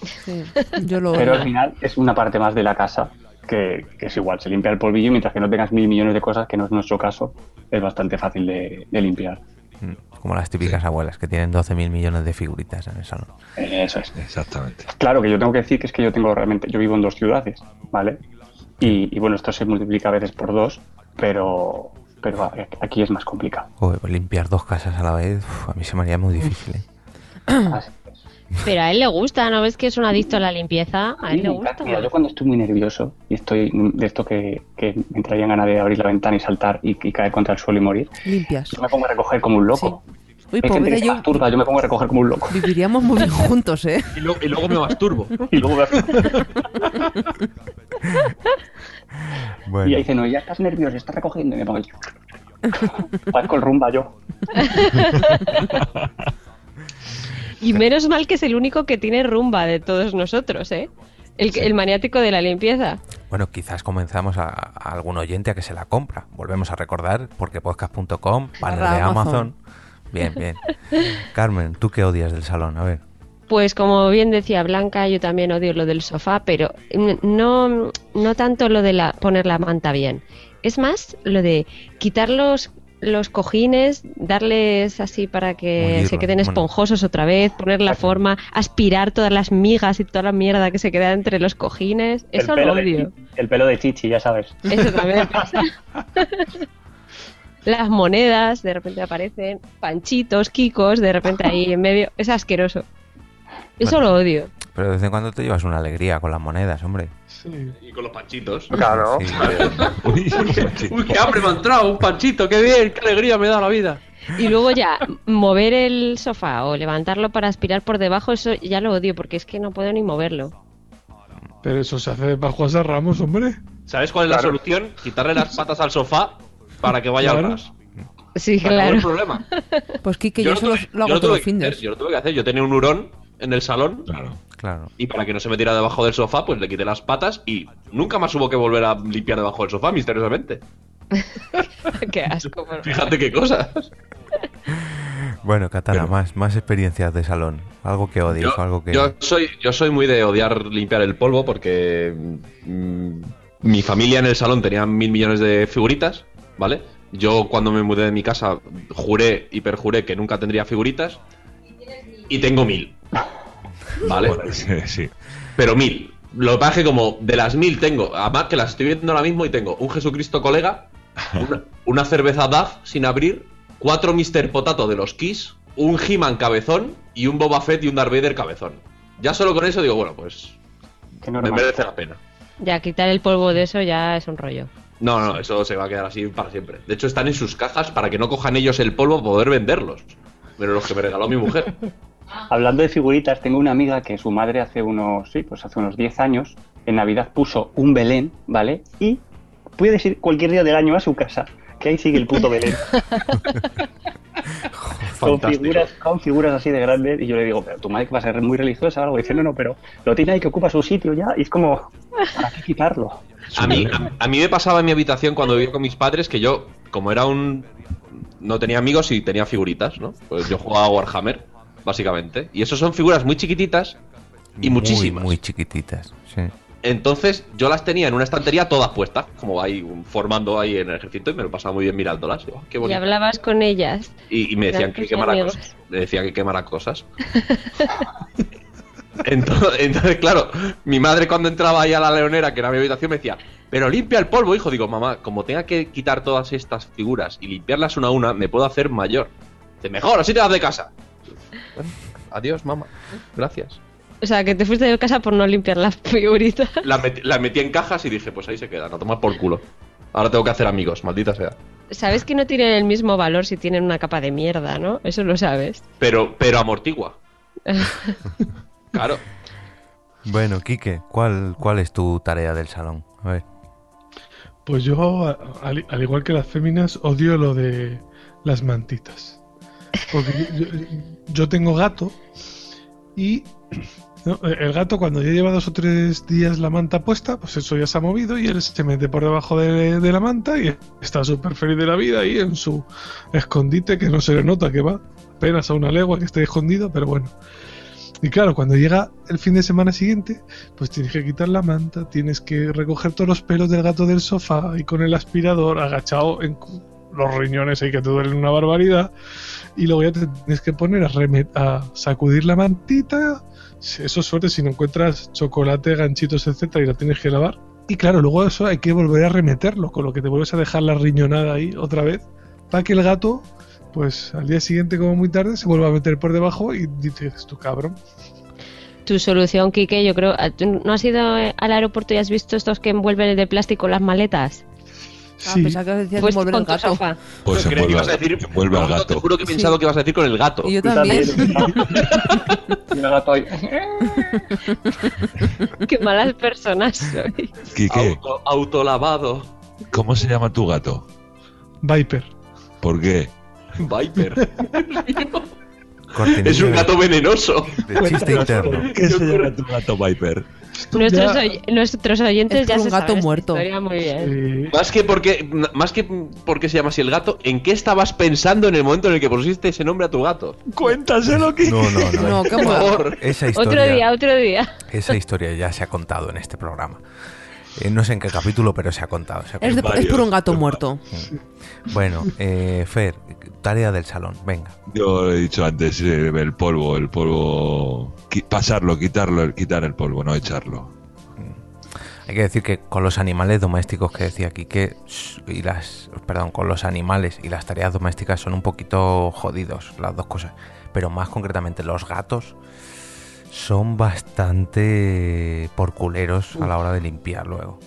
Sí, yo lo
Pero al
odio.
final es una parte más de la casa que, que es igual, se limpia el polvillo mientras que no tengas mil millones de cosas, que no es nuestro caso, es bastante fácil de, de limpiar.
Mm, Como las típicas abuelas que tienen 12.000 millones de figuritas en el salón.
Eso es.
Exactamente.
Claro que yo tengo que decir que es que yo tengo realmente, yo vivo en dos ciudades, ¿vale? Y, y bueno, esto se multiplica a veces por dos, pero, pero a- aquí es más complicado.
Joder, pues limpiar dos casas a la vez, uf, a mí se me haría muy difícil. ¿eh?
Así es.
Pero a él le gusta, ¿no ves que es un adicto a la limpieza? A él le
me encanta.
gusta.
Mira, yo cuando estoy muy nervioso y estoy de esto que, que me entraría ganas de abrir la ventana y saltar y, y caer contra el suelo y morir,
Limpias.
yo me pongo a recoger como un loco.
Uy,
Hay gente que
pobre
se
yo.
masturba, yo me pongo a recoger como un loco.
Viviríamos muy bien juntos, ¿eh?
Y, lo- y luego me masturbo.
Y luego me-
Bueno,
y ahí dice, no, ya estás nervioso, estás recogiendo. Y me pongo yo. Parezco el rumba yo.
Y menos mal que es el único que tiene rumba de todos nosotros, ¿eh? El, el maniático de la limpieza.
bueno, quizás comenzamos a, a algún oyente a que se la compra. Volvemos a recordar, porque podcast.com, panel de
Barra Amazon.
Amazon. Bien, bien. Carmen, ¿tú qué odias del salón? A ver.
Pues como bien decía Blanca, yo también odio lo del sofá, pero n- no, no tanto lo de la, poner la manta bien. Es más lo de quitar los, los cojines, darles así para que
Mullirlos,
se queden
bueno.
esponjosos otra vez, poner la forma, aspirar todas las migas y toda la mierda que se queda entre los cojines. Eso
el,
lo
pelo de,
odio.
chi- el pelo de chichi, ya sabes.
Eso también me pasa. Las monedas, de repente aparecen panchitos, kikos, de repente ahí en medio. Es asqueroso. Eso
Bueno.
lo odio.
Pero de vez en cuando te llevas una alegría con las monedas, hombre.
Sí.
Y con los panchitos.
Claro.
Sí.
Uy,
Uy, qué hambre me ha entrado, un panchito, qué bien, qué alegría me da la vida.
Y luego ya, mover el sofá o levantarlo para aspirar por debajo, eso ya lo odio, porque es que no puedo ni moverlo.
Pero eso se hace para Juan San Ramos, hombre.
¿Sabes cuál es la
Claro.
solución? Quitarle las patas al sofá para que vaya
Claro.
a horas.
Sí,
Se acabó el
claro.
problema.
Pues Kike, yo,
lo
solo
tuve-
lo
yo lo
hago todos
tuve
los
que hacer,
fines.
Yo lo tuve que hacer. Yo tenía un hurón en el salón
Claro.
Claro.
y para que no se metiera debajo del sofá, pues le quité las patas y nunca más hubo que volver a limpiar debajo del sofá, misteriosamente.
Qué asco. por favor.
Fíjate qué cosas.
Bueno, Katana,
Pero-
más, más experiencias de salón. Algo que odies
Yo,
o algo que.
yo soy, yo soy muy de odiar limpiar el polvo porque mm, mi familia en el salón tenía mil millones de figuritas, ¿vale? Yo cuando me mudé de mi casa juré y perjuré que nunca tendría figuritas y tengo mil, ¿vale?
Bueno, sí, sí.
Pero mil. Lo que pasa es que como de las mil tengo, además que las estoy viendo ahora mismo y tengo un Jesucristo colega, una, una cerveza DAF sin abrir, cuatro Mr. Potato de los Kiss, un He-Man cabezón y un Boba Fett y un Darth Vader cabezón. Ya solo con eso digo, bueno, pues
Qué
me
normal.
merece la pena.
Ya, quitar el polvo de eso ya es un rollo.
No, no, eso se va a quedar así para siempre. De hecho, están en sus cajas para que no cojan ellos el polvo para poder venderlos. Pero los que me regaló mi mujer.
Hablando de figuritas, tengo una amiga que su madre hace unos, sí, pues hace unos 10 años, en Navidad puso un Belén, ¿vale? Y puedes ir cualquier día del año a su casa, que ahí sigue el puto Belén. con
Fantástico.
figuras, con figuras así de grandes. Y yo le digo, pero tu madre que va a ser muy religiosa o algo. Dice, no, no, pero lo tiene ahí que ocupa su sitio ya. Y es como, ¿para qué quitarlo?
A mí, a, a mí me pasaba en mi habitación cuando vivía con mis padres que yo, como era un. No tenía amigos y tenía figuritas, ¿no? Pues yo jugaba a Warhammer, básicamente. Y eso son figuras muy chiquititas y
Muy,
muchísimas.
Muy chiquititas. Sí.
Entonces yo las tenía en una estantería todas puestas, como ahí un- formando ahí en el ejército, y me lo pasaba muy bien mirándolas. Digo, "Ah, qué
Y
bonito".
hablabas con ellas.
Y, y me decían que
Gracias,
quemara
amigos.
cosas. Me decían que quemara cosas. entonces, entonces, claro, mi madre cuando entraba ahí a la leonera, que era mi habitación, me decía, pero limpia el polvo, hijo. Digo, mamá, como tenga que quitar todas estas figuras y limpiarlas una a una, me puedo hacer mayor. Dice, mejor, así te vas de casa. Bueno, adiós, mamá. Gracias.
O sea, que te fuiste de casa por no limpiar las figuritas.
La, met- la metí en cajas y dije, pues ahí se quedan, a tomar por culo. Ahora tengo que hacer amigos, maldita sea.
Sabes que no tienen el mismo valor si tienen una capa de mierda, ¿no? Eso lo sabes.
Pero, pero amortigua. claro.
Bueno, Quique, ¿cuál, ¿cuál es tu tarea del salón? A ver.
Pues yo, a- al, al igual que las féminas, odio lo de las mantitas. Porque yo, yo- yo tengo gato y ¿no? el gato cuando ya lleva dos o tres días la manta puesta, pues eso ya se ha movido y él se mete por debajo de, de la manta y está súper feliz de la vida ahí en su escondite que no se le nota que va apenas a una legua que esté escondido, pero bueno. Y claro, cuando llega el fin de semana siguiente, pues tienes que quitar la manta, tienes que recoger todos los pelos del gato del sofá y con el aspirador agachado en cu- los riñones ahí que te duelen una barbaridad. Y luego ya te tienes que poner a, reme- a sacudir la mantita. Si- Eso es suerte si no encuentras chocolate, ganchitos, etcétera, y la tienes que lavar. Y claro, luego eso hay que volver a remeterlo, con lo que te vuelves a dejar la riñonada ahí otra vez, para que el gato, pues al día siguiente, como muy tarde, se vuelva a meter por debajo y dices, tú cabrón,
Tu solución, Quique, yo creo... ¿tú ¿No has ido eh, al aeropuerto y has visto estos que envuelven de plástico las maletas?
Ah,
sí,
pensaba que decías
Pues
mover
con
el
tu
gato.
sofá.
Pues
Creí que
envuelve,
ibas a
al-
decir-
envuelve al
no, no, Te
gato.
juro que he pensado que ibas a decir con el gato.
Y yo
Tú
también.
y el gato ahí.
Qué malas personas soy.
Quique,
Auto- autolavado.
¿cómo se llama tu gato?
Viper.
¿Por qué?
Viper.
Cortinilla
es un
de-
gato venenoso.
de chiste interno.
¿Qué se llama tu gato Viper?
Nuestros,
Ya-
oy- nuestros oyentes
Es
ya
por un
se
gato
saben esta
muerto.
historia muy bien.
eh,
Más que porque más que porque se llama así el gato, ¿en qué estabas pensando en el momento en el que pusiste ese nombre a tu gato?
Cuéntaselo que.
No, no, no.
No, qué
Por
mono.
favor.
Esa historia.
Otro día, otro día.
Esa historia ya se ha contado en este programa. Eh, no sé en qué capítulo, pero se ha contado. se ha
Es, de-
contado.
es por un gato muerto.
Bueno, eh, Fer, tarea del salón, venga.
Yo he dicho antes eh, el polvo, el polvo, qui- pasarlo, quitarlo, el- quitar el polvo, no echarlo.
Hay que decir que con los animales domésticos que decía aquí que y las perdón, con los animales y las tareas domésticas son un poquito jodidos las dos cosas, pero más concretamente los gatos son bastante porculeros a la hora de limpiar luego.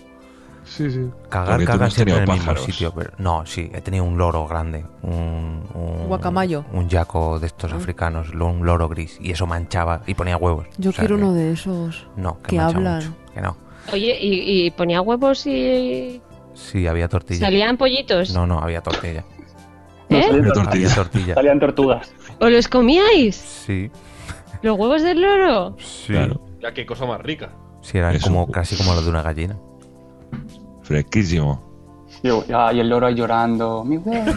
Sí, sí.
Cagar,
Porque tú no
cagar
has
siempre en el
tenido
mismo
pájaros.
sitio. Pero, no, sí, he tenido un loro grande. Un, un
Guacamayo.
Un yaco de estos africanos, lo- un loro gris. Y eso manchaba y ponía huevos.
Yo
O sea
quiero
que-
uno de esos.
No, que,
que
mancha
hablan.
mucho, que no.
Oye, y, y ponía huevos y
Sí, había tortilla.
salían pollitos.
No, no, había tortilla.
¿Eh?
Salían, tor-
Tortilla.
Había tortilla.
salían tortugas.
¿O los comíais?
Sí,
¿Los huevos del loro?
sí.
Claro,
Ya, qué cosa más rica.
Sí, eran
Eso.
como, casi como los de una gallina.
fresquísimo.
Yo- ah, y el loro ahí llorando. Mi huevo.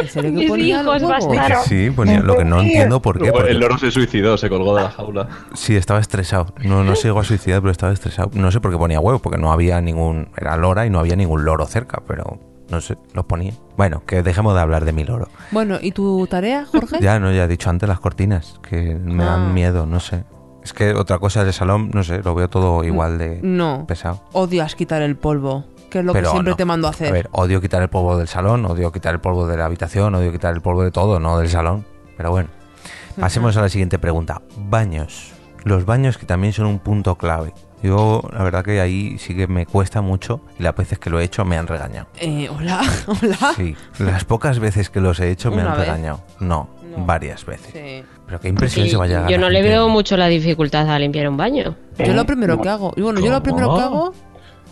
¿En serio que
Mis
ponía los
hijos
huevos?
bastardos. Claro.
Sí, ponía- lo que no entiendo por qué. porque-
El loro se suicidó, se colgó de la jaula.
Sí, estaba estresado. No, no se llegó a suicidar, pero estaba estresado. No sé por qué ponía huevo, porque no había ningún. Era lora y no había ningún loro cerca, pero no sé, los ponía. Bueno, que dejemos de hablar de mi loro.
Bueno, ¿y tu tarea, Jorge?
Ya, no, ya he dicho antes las cortinas, que me
¿Eh? Ah.
dan miedo, no sé. Es que otra cosa del salón, no sé, lo veo todo igual de
No.
pesado.
Odias quitar el polvo, que es lo
Pero
que siempre
no.
te mando a hacer.
A ver, odio quitar el polvo del salón, odio quitar el polvo de la habitación, odio quitar el polvo de todo, no del salón. Pero bueno, pasemos a la siguiente pregunta. Baños. Los baños que también son un punto clave. Yo, la verdad que ahí sí que me cuesta mucho y las veces que lo he hecho me han regañado.
Eh, hola, hola.
Sí, las pocas veces que los he hecho me
¿Una
han
vez?
regañado. No,
No.
varias veces.
Sí.
Pero qué impresión
Sí,
se vaya a dar
yo
la
no le
gente.
veo mucho la dificultad a limpiar un baño.
Yo lo
Eh,
primero
no.
que hago, y bueno, yo lo
¿Cómo?
primero que hago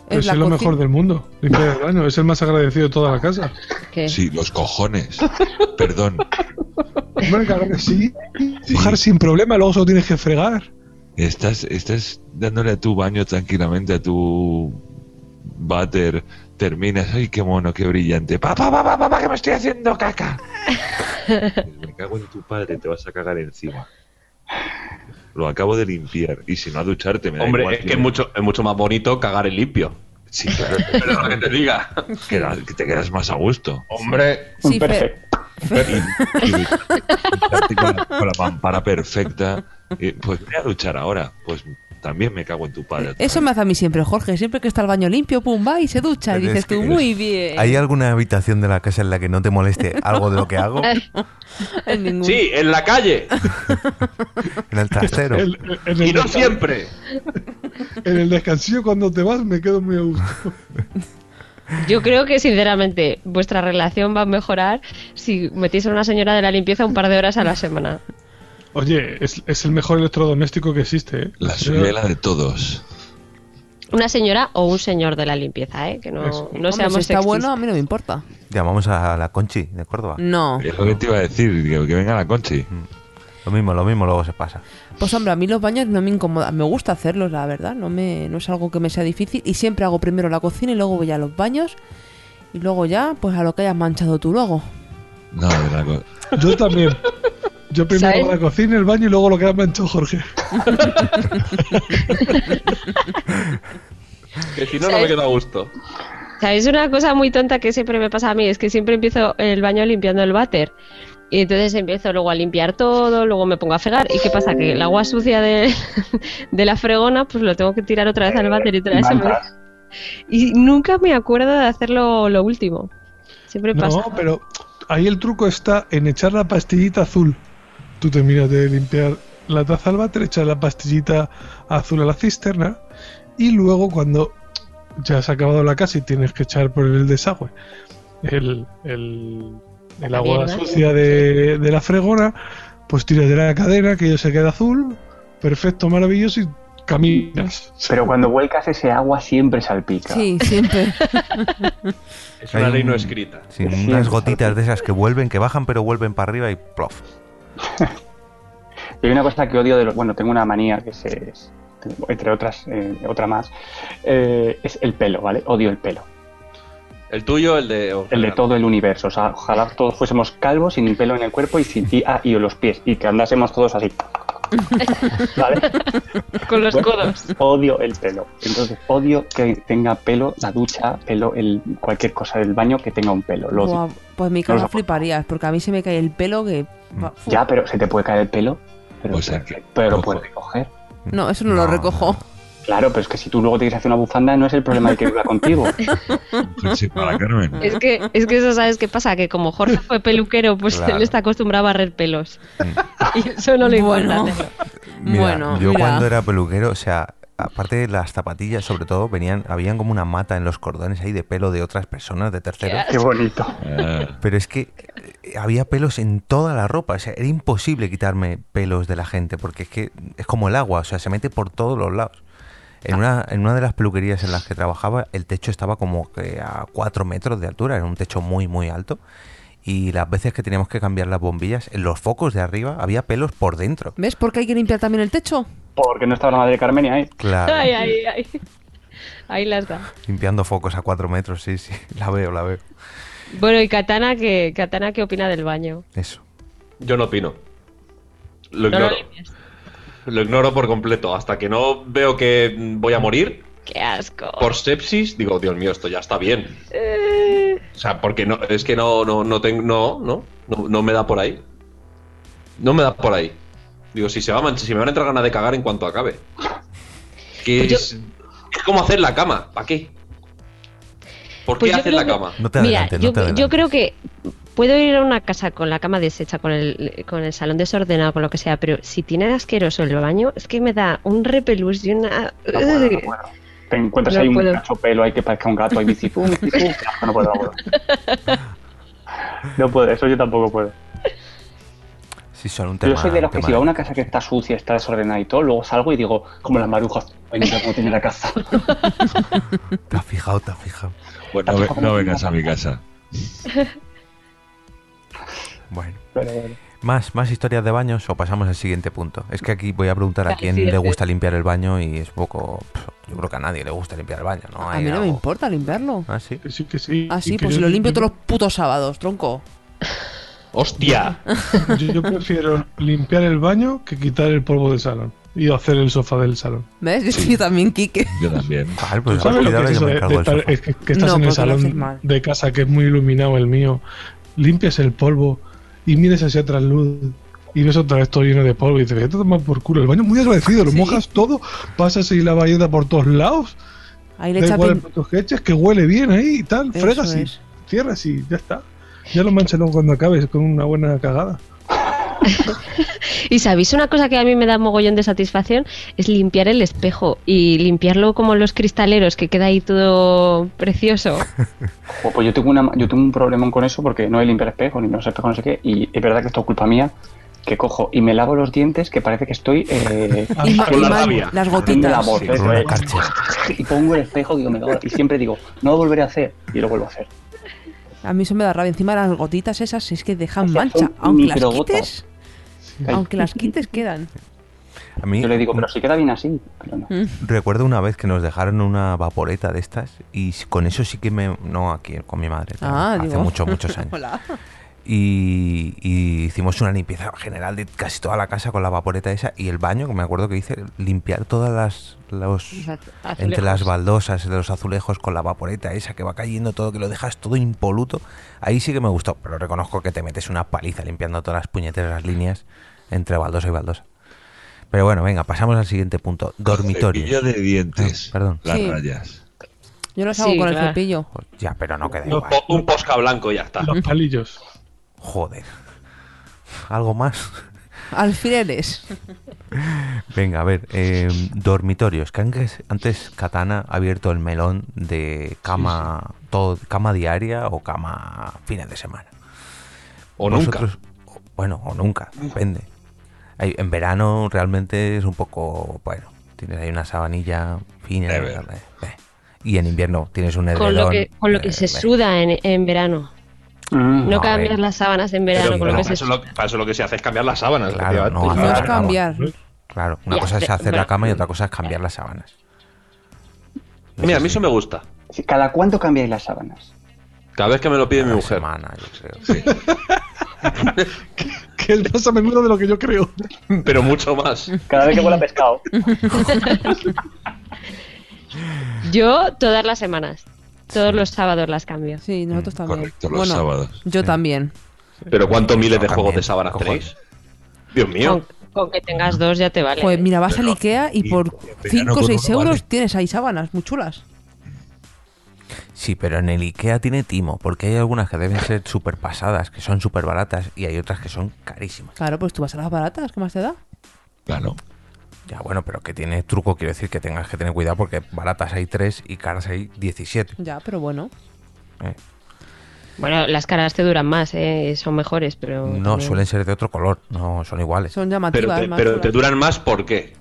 Pero
es
si
la
es lo mejor
cocina.
del mundo. Limpiar el baño. Es el más agradecido de toda la casa.
¿Qué?
Sí, los cojones. Perdón.
Hombre, claro que sí.
Sí.
Mojar sin problema, luego solo tienes que fregar.
Estás, estás dándole a tu baño tranquilamente, a tu váter. Terminas, ay, qué mono, qué brillante. ¡Pa, pa, pa, pa, pa, pa, que me estoy haciendo caca! me cago en tu padre, te vas a cagar encima. Lo acabo de limpiar. Y si no, a ducharte, me da
Hombre,
igual
es que es mucho, es mucho más bonito cagar en limpio.
Sí, claro,
Pero lo que te diga.
que, la- que te quedas más a gusto.
Hombre,
Un
Sí, Fer.
perfecto.
Y- y- y- con, la- con la mampara perfecta. Y, pues voy a duchar ahora. Pues también me cago en tu padre.
Eso me hace a mí siempre, Jorge. Siempre que está el baño limpio, pum, va y se ducha. Y
Pero
dices
es que-
tú, muy bien.
¿Hay alguna habitación de la casa en la que no te moleste eh, algo de lo que hago?
En ningún-
sí, en la calle.
En el trastero.
El- el- en, el
Y no
desca-
siempre.
en el descansillo cuando te vas me quedo muy a gusto.
Yo creo que, sinceramente, vuestra relación va a mejorar si metís a una señora de la limpieza un par de horas a la semana.
Oye, es, es el mejor electrodoméstico que existe. ¿eh?
La
Yo-
suela de todos.
Una señora o un señor de la limpieza, ¿eh? Que no,
Eso.
no
Hombre,
seamos
si está
sexistas.
bueno, a mí no me importa.
Llamamos a la Conchi de Córdoba.
No.
Es lo que te iba a decir, que, que venga la Conchi.
Lo mismo, lo mismo luego se pasa.
Pues hombre, a mí los baños no me incomodan. Me gusta hacerlos, la verdad. No, me, no es algo que me sea difícil. Y siempre hago primero la cocina y luego voy a los baños. Y luego ya, pues a lo que hayas manchado tú luego.
No, de la co-
Yo también. Yo primero
¿Sabes?
la cocina, el baño y luego lo que ha manchado Jorge.
Que si no, no me queda a gusto.
¿Sabéis una cosa muy tonta que siempre me pasa a mí? Es que siempre empiezo el baño limpiando el váter. Y entonces empiezo luego a limpiar todo, luego me pongo a fregar. ¿Y qué pasa? Que el agua sucia de, de la fregona, pues lo tengo que tirar otra vez al váter y otra vez al váter.
Mantas.
Y nunca me acuerdo de hacerlo lo último. Siempre pasa.
No, pero ahí el truco está en echar la pastillita azul. Tú terminas de limpiar la taza al váter, echas la pastillita azul a la cisterna y luego cuando ya has acabado la casa y tienes que echar por el desagüe el, el, el
La
agua
mierda.
sucia de, de la fregona, pues tiras de la cadena que ya se queda azul, perfecto, maravilloso y caminas.
Pero cuando vuelcas ese agua siempre salpica.
Sí, siempre.
Es una
Hay
ley no
un-
escrita.
Sí, unas gotitas de esas que vuelven, que bajan, pero vuelven para arriba y plof.
Y hay una cosa que odio de los. Bueno, tengo una manía que se. es- Entre otras, eh, otra más. eh, es el pelo, ¿vale? Odio el pelo.
El tuyo, el de.
El de todo el universo. O sea, ojalá todos fuésemos calvos, sin pelo en el cuerpo y sin y, ah, y los pies. Y que andásemos todos así. ¿Vale?
Con los
Bueno,
codos.
Odio el pelo. Entonces, odio que tenga pelo la ducha, pelo, el, cualquier cosa del baño que tenga un pelo. Lo odio.
Buah, pues mi casa
Los-
fliparías, porque a mí se me cae el pelo que... va- fu-
Ya, pero se te puede caer el pelo. Pero,
O sea que-
pero lo
ojo.
puedes recoger.
No, eso no, lo
No,
recojo.
Claro, pero es que si tú luego te quieres hacer una bufanda, no es el problema del que viva contigo.
Conchi para Carmen.
Es que, es que eso, ¿sabes qué pasa? Que como Jorge fue peluquero, pues
Claro. Mm.
él está acostumbrado a barrer pelos. Y eso no le importa.
Bueno.
hacerlo.
Mira,
Bueno,
yo
mira.
cuando era peluquero, o sea, aparte de las zapatillas, sobre todo, venían, habían como una mata en los cordones ahí de pelo de otras personas, de terceros.
asco.
Qué bonito.
Ah,
Pero es que eh, había pelos en toda la ropa, o sea, era imposible quitarme pelos de la gente, porque es que es como el agua, o sea, se mete por todos los lados. En una, en una de las peluquerías en las que trabajaba, el techo estaba como que a 4 metros de altura, era un techo muy, muy alto. Y las veces que teníamos que cambiar las bombillas, en los focos de arriba había pelos por dentro.
¿Ves por qué hay que limpiar también el techo?
Porque no estaba la madre de Carmenia ahí.
Claro.
Ay, ay, ay. Ahí las da.
Limpiando focos a cuatro metros, sí, sí. La veo, la veo.
Bueno, y Katana, ¿qué, Katana, ¿qué opina del baño?
Eso.
Yo no opino. Lo
No lo
ignoro.
limpias.
Lo ignoro por completo. Hasta que no veo que mm, voy a morir
Qué asco.
por sepsis, digo, Dios mío, esto ya está bien.
Eh,
O sea, porque no, es que no, no, no tengo, no, no, no, no me da por ahí. No me da por ahí. Digo, si se va a manchar, si me van a entrar ganas de cagar en cuanto acabe. Que
Pues yo-
es, es como hacer la cama, ¿para qué? ¿Por
Pues
qué
yo
hacer
creo
la
que-
cama?
No te
Mira,
adelantes,
yo,
no te adelantes.
yo creo que puedo ir a una casa con la cama deshecha, con el, con el salón desordenado, con lo que sea, pero si tiene asqueroso el baño, es que me da un repelús y una...
No puedo, no puedo. Te encuentras
No
ahí
puedo.
un cachopelo, hay que parezca un gato, hay bicipú, bicipú. No, no puedo, no puedo. No puedo, eso yo tampoco puedo.
Sí, son un tema.
Yo soy de los que
tema
si va a una casa que está sucia, está desordenada y todo, luego salgo y digo, como las marujas, ay, mira cómo tiene la casa.
Te has fijado, te has fijado.
bueno, no, ve- no vengas a mi casa.
Bueno.
Pero bueno.
Más, más historias de baños o pasamos al siguiente punto. Es que aquí voy a preguntar a
Vale,
quién
sí,
le
es que-
gusta limpiar el baño y es poco. pff, Yo creo que a nadie le gusta limpiar el baño, ¿no?
a
Hay
mí no me
algo-
importa limpiarlo.
Ah, sí.
Que sí, que sí.
Ah,
y
sí,
que
pues
yo-
lo limpio todos los putos sábados, tronco.
¡Hostia!
Yo, yo prefiero limpiar el baño que quitar el polvo del salón y hacer el sofá del salón.
¿Ves? Yo
Sí.
soy también, Quique.
Yo también.
Vale,
¿Tú
pues a
sabes lo
partir de
que es
ahora yo
eso
me
de,
encargo
de
del
estar-
sofá.
es que, que estás
No,
en el
porque lo haces mal.
salón de casa que es muy iluminado el mío? Limpias el polvo y miras hacia atrás luz y ves otra vez todo lleno de polvo y dices, vete a tomar por culo. El baño es muy desvanecido, lo mojas todo, pasas y la bayeta por todos lados,
Ahí le
da
echa
igual el
pin...
plato que eches, que huele bien ahí y tal,
Eso
fregas y
es.
cierras y ya está. Ya lo manchas luego cuando acabes con una buena cagada.
Y sabéis una cosa que a mí me da mogollón de satisfacción es limpiar el espejo y limpiarlo como los cristaleros que queda ahí todo precioso.
Jo, pues yo tengo, una, yo tengo un problema con eso porque no hay limpiar espejos, ni los espejos, no sé qué. Y es verdad que esto es culpa mía, que cojo y me lavo los dientes, que parece que estoy. eh,
Ah,
Y ma-
con
y
la
ma-
rabia.
las
haciendo la
gotitas.
voz,
Sí,
eso
con una
es.
carcha.
Y pongo el espejo digo, me cago en la- y siempre digo, no lo volveré a hacer, y lo vuelvo a hacer.
A mí eso me da rabia. Encima las gotitas esas es que dejan
Esas
mancha.
son
Aunque las
microgotas.
quites, aunque las quites quedan. ¿Mm?
A mí
Yo le digo,
un-
pero si queda bien así, pero no.
recuerdo una vez que nos dejaron una vaporeta de estas y con eso sí que me. No, aquí con mi madre. claro,
Ah,
hace
digo.
muchos, muchos años.
Hola.
y, y hicimos una limpieza general de casi toda la casa con la vaporeta esa y el baño, que me acuerdo que hice limpiar todas las los entre las baldosas, de los azulejos con la vaporeta esa que va cayendo todo, que lo dejas todo impoluto. Ahí sí que me gustó, pero reconozco que te metes una paliza limpiando todas las puñeteras líneas entre baldosa y baldosa. Pero bueno, venga, pasamos al siguiente punto, dormitorio.
Cepillo de dientes.
Ah, perdón. Pues
Las
Sí.
rayas.
Yo las hago
Sí,
con
claro.
el cepillo.
Ya, pero no queda
Un,
igual.
po- un posca blanco y ya está.
Los palillos.
Joder. ¿Algo más?
Alfileres.
Venga, a ver, eh, dormitorios. Que antes, antes Katana ha abierto el melón de cama, todo, cama diaria o cama fines de semana.
O
Vosotros- o- Bueno, o nunca, depende. Ahí, En verano realmente es un poco, bueno, tienes ahí una sabanilla fina.
Never.
eh, eh. Y en invierno tienes un edredón.
Con lo que, con lo que
eh,
se
eh.
suda en, en verano.
Mm.
No
No,
cambias
eh.
las sábanas en verano,
Pero
con lo
para,
que se
eso lo,
suda.
para eso lo que se hace es cambiar las sábanas.
Claro,
efectivamente.
no,
No
claro,
es
claro.
cambiar.
Claro, una
Ya,
cosa es
pero-
hacer la
bueno. mm,
cama y otra cosa es cambiar las sábanas.
Mira, a mí eso me gusta.
Sí, ¿Cada cuánto cambiáis las sábanas?
Cada vez que me lo pide mi
Cada
mujer.
semana, yo creo.
Que es más a menudo de lo que yo creo.
Pero mucho más.
Cada vez que huele a pescado.
Yo todas las semanas. Todos los sábados las cambio.
Sí, nosotros también.
Correcto, los
bueno,
sábados.
yo también.
Pero ¿cuántos miles de
También,
juegos de sábanas
cojones.
tenéis? Dios
Con,
mío.
con que tengas dos ya te vale.
Pues mira, vas al Ikea y
y
por
en verano
5 o
con
6
uno,
euros
vale.
tienes ahí sábanas muy chulas.
Sí, pero en el IKEA tiene timo, porque hay algunas que deben ser súper pasadas, que son súper baratas, y hay otras que son carísimas.
Claro, pues tú vas a las baratas, ¿qué más te da?
Claro.
Ya, bueno, pero que tiene truco, quiero decir que tengas que tener cuidado porque baratas hay 3 y caras hay 17.
Ya, pero bueno.
¿eh?
Bueno, las caras te duran más, ¿eh? son mejores, pero.
No,
también-
suelen ser de otro color, no son iguales.
Son
Pero,
llamativas.
te,
más
pero
chulas.
te duran más, ¿por qué?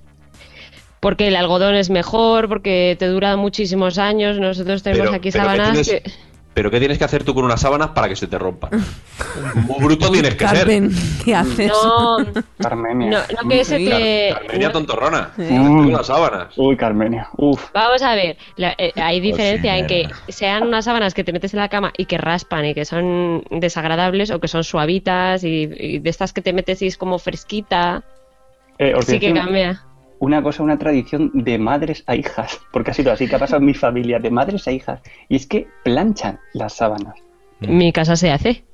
Porque el algodón es mejor, porque te dura muchísimos años. Nosotros tenemos
pero,
aquí
pero ¿qué
sábanas
tienes-
que.
pero ¿qué tienes que hacer tú con unas sábanas para que se te rompan? Muy bruto tienes que ser.
Carmen, ¿qué haces?
No, no,
Carmenia.
no que se
Car-
te.
Carmenia tontorrona.
Mm.
Unas sábanas.
Uy, Carmenia. Uf.
Vamos a ver, la- eh, hay diferencia en que
mierda.
sean unas sábanas que te metes en la cama y que raspan y que son desagradables o que son suavitas y, y de estas que te metes y es como fresquita.
Eh, os voy
Sí
a
que
decir
cambia.
una cosa, una tradición de madres a hijas, porque ha sido así que ha pasado en mi familia, de madres a hijas, y es que planchan las sábanas.
Mi casa se hace.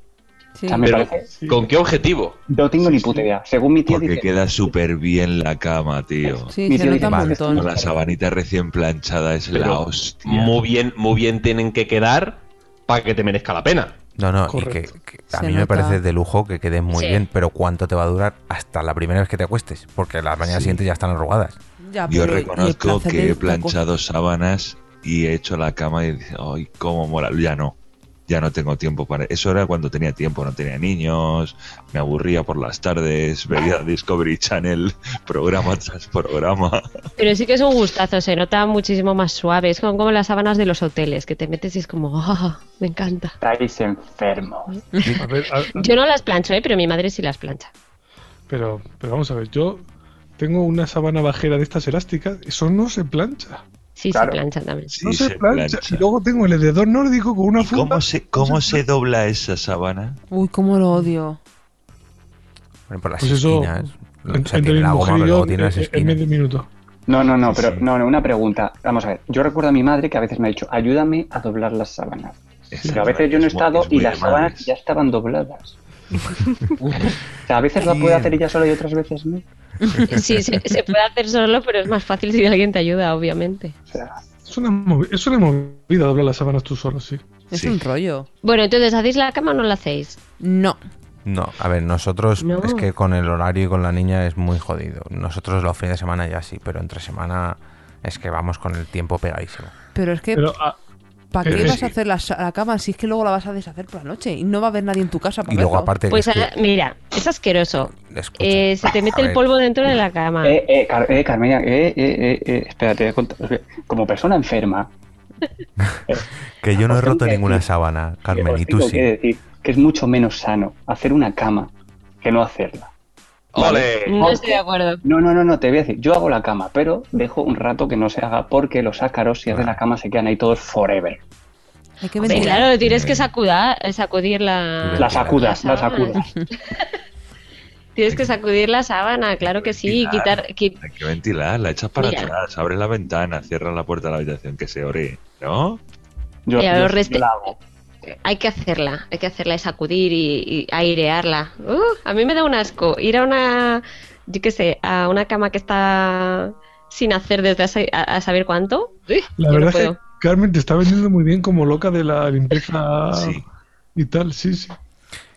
Sí.
O sea, Ah, me
Pero-
parece,
¿Con qué objetivo?
no tengo ni puta idea. Según mi tía
Porque
dice,
queda súper bien la cama, tío.
Sí,
mi
se
tía
nota un
dice,
montón.
Con la sabanita recién planchada es la
Pero
hostia.
muy bien, muy bien tienen que quedar para que te merezca la pena.
No, no,
Correcto.
y que, que a
Se
mí me
nota.
parece de lujo que queden muy
Sí.
bien, pero ¿cuánto te va a durar hasta la primera vez que te acuestes? Porque la mañana siguiente ya están arrugadas.
Ya,
Yo
pero- y el
reconozco
placer
que he
del taco.
planchado sábanas y he hecho la cama y dice, ay, cómo mola. Ya no, ya no tengo tiempo para eso. Era cuando tenía tiempo, no tenía niños, me aburría por las tardes, veía Discovery Channel programa tras programa.
Pero sí que es un gustazo, se nota muchísimo más suave. Es como, como las sábanas de los hoteles, que te metes y es como, "Ah, me encanta.
estáis enfermos.
A ver, a-
Yo no las plancho, ¿eh? pero mi madre sí las plancha.
pero, pero vamos a ver, yo tengo una sábana bajera de estas elásticas, eso no se plancha.
Sí, se
Claro.
planchan también.
Sí,
No se,
se
plancha.
plancha.
Y luego tengo el hededor nórdico con una
¿Y
funda.
cómo se, cómo se dobla esa sábana?
Uy, cómo lo odio.
Bueno, por las
Pues eso,
esquinas. o sea,
En- entre
tiene
mi
la goma,
mujer
pero
y yo eh,
luego tiene las
en- en
esquinas.
medio minuto.
No, no, no,
Sí,
pero
sí.
no, no, una pregunta. Vamos a ver, yo recuerdo a mi madre que a veces me ha dicho, ayúdame a doblar las sábanas. Pero a veces yo no he
Es muy-
estado
es muy
y
de
las sábanas
madres.
ya estaban dobladas. o sea, a veces la puedo hacer ella sola y otras veces no.
Sí, se, se puede hacer solo, pero es más fácil si alguien te ayuda, obviamente.
O sea,
Es una, movi- es una movida doblar las sábanas tú solo, sí.
Es
Sí.
un rollo.
Bueno, entonces, ¿hacéis la cama o no la hacéis?
No.
No, a ver, nosotros
No.
es que con el horario y con la niña es muy jodido. Nosotros los fines de semana ya sí, pero entre semana es que vamos con el tiempo pegadísimo.
Pero es que,
Pero ah,
¿para qué
pero
vas
sí.
a hacer la, sa- la cama si es que luego la vas a deshacer por la noche y no va a haber nadie en tu casa para
Y luego
verlo?
aparte
Pues
es que-
ah, mira, es asqueroso.
escucha,
Eh, se te
a
mete el
ver,
polvo dentro de la cama.
Eh, eh, Car- eh, Carmenia, eh, eh, eh, eh, espérate, os voy a- como persona enferma,
Que yo no he
os tengo
roto
que
ninguna
decir-
sábana, Carmen,
os
y tú
tengo que
sí.
decir que es mucho menos sano hacer una cama que no hacerla.
¡Ole!
No estoy de acuerdo.
No, no, no, no, te voy a decir, yo hago la cama, pero dejo un rato que no se haga porque los ácaros si hacen la cama se quedan ahí todos forever.
Hay que
Sí,
ventilar.
claro, tienes que sacudar, eh, sacudir la...
Las sacudas, las
sábana.
sacudas.
Tienes que sacudir la sábana, claro que sí.
Ventilar.
Quitar, qui-
Hay que ventilar, la echas para
Mira.
atrás, abres la ventana, cierras la puerta de la habitación que se ore, ¿no?
Yo,
Mira,
yo
los respe-
la hago.
hay que hacerla, hay que hacerla y sacudir y, y airearla. Uh, a mí me da un asco ir a una, yo qué sé, a una cama que está sin hacer desde hace- a, a saber cuánto. Uy,
la
yo no
verdad es
puedo.
que Carmen te está vendiendo muy bien como loca de la limpieza
Sí.
y tal, sí, sí.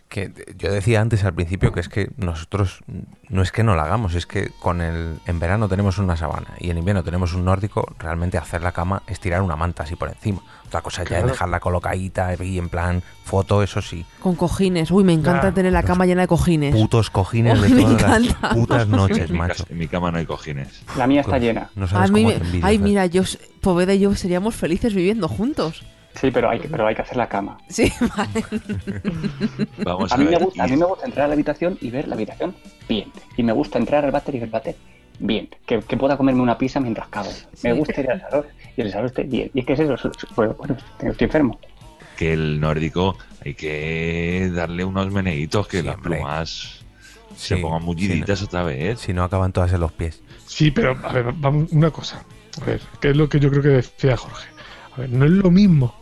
Que de- yo decía antes al principio que es que nosotros mm, no es que no la hagamos, es que con el en verano tenemos una sabana y en invierno tenemos un nórdico, realmente hacer la cama es tirar una manta así por encima. Otra cosa ya es dejarla colocadita y en plan foto, eso sí.
Con cojines. Uy, me encanta
Ya.
tener la cama llena de cojines.
Putos cojines
Ay, me
de todas las
encanta.
putas noches,
En mi
macho.
casa- en mi cama no hay cojines.
La mía está llena.
No sabes
A mí
cómo eh.
me-
te envidio,
Ay,
Fer.
mira, yo, Poveda y yo seríamos felices viviendo juntos.
Sí, pero hay que, pero hay que hacer la cama.
Sí, vale.
Vamos
A
a,
mí, me
ver.
gusta, a mí me gusta entrar a la habitación y ver la habitación bien. Y me gusta entrar al váter y ver el váter bien. Que, que pueda comerme una pizza mientras cago. Me
Sí.
gusta ir al salón y el salón esté bien. Y es que es eso. es- es- Bueno, bueno, estoy enfermo.
que el nórdico hay que darle unos meneguitos que
Sí,
las
hombre.
plumas se
Sí,
pongan mulliditas otra vez.
Si no acaban todas en los pies.
Sí, pero a ver, vamos, una cosa. A ver, que es lo que yo creo que decía Jorge. A ver, no es lo mismo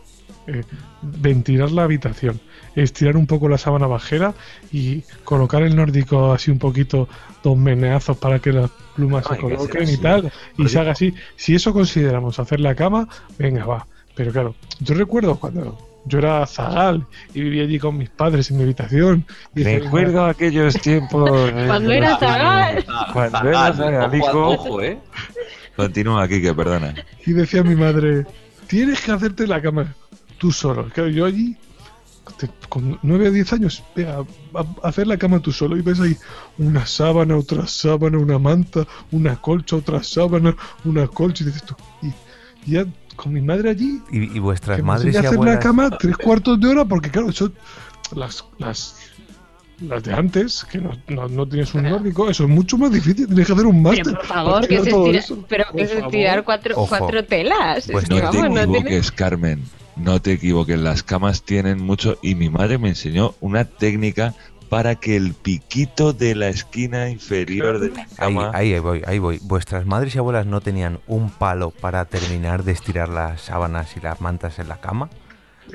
eh, ventilar la habitación, estirar un poco la sábana bajera y colocar el nórdico así un poquito, dos meneazos para que las plumas
Ay,
se
que sea
coloquen y
así.
tal, y
Por
se haga así. Si eso consideramos hacer la cama, venga, va. Pero claro, yo recuerdo cuando Yo era zagal y vivía allí con mis padres en mi habitación. Y
Recuerdo aquellos tiempos. eh,
Cuando
de
era
los que-
zagal.
Ah,
Cuando era zagalico.
Ojo, eh.
Continúa aquí, que perdona.
Y decía mi madre, tienes que hacerte la cama tú solo. Claro, yo allí, te- con 9 o 10 años, ve a, a- a hacer la cama tú solo y ves ahí una sábana, otra sábana, una manta, una colcha, otra sábana, una colcha y dices tú, y, y ya con mi madre allí,
Y, y vuestras
que me
madres
enseña
y
a hacer la
abuelas.
cama tres cuartos de hora porque claro, eso, las... las las de antes, que no, no, no tienes un nórdico, eso es mucho más difícil. Tienes que hacer un máster.
Pero por favor,
para
que
tirar
es
todo
estirar,
eso.
pero
Por
que es
favor.
estirar cuatro,
Ojo.
cuatro telas.
Pues
es que,
No te
vamos, no tiene-
equivoques, Carmen. No te equivoques. Las camas tienen mucho. Y mi madre me enseñó una técnica para que el piquito de la esquina inferior de la
Ahí,
cama.
ahí, ahí voy, ahí voy. Vuestras madres y abuelas no tenían un palo para terminar de estirar las sábanas y las mantas en la cama.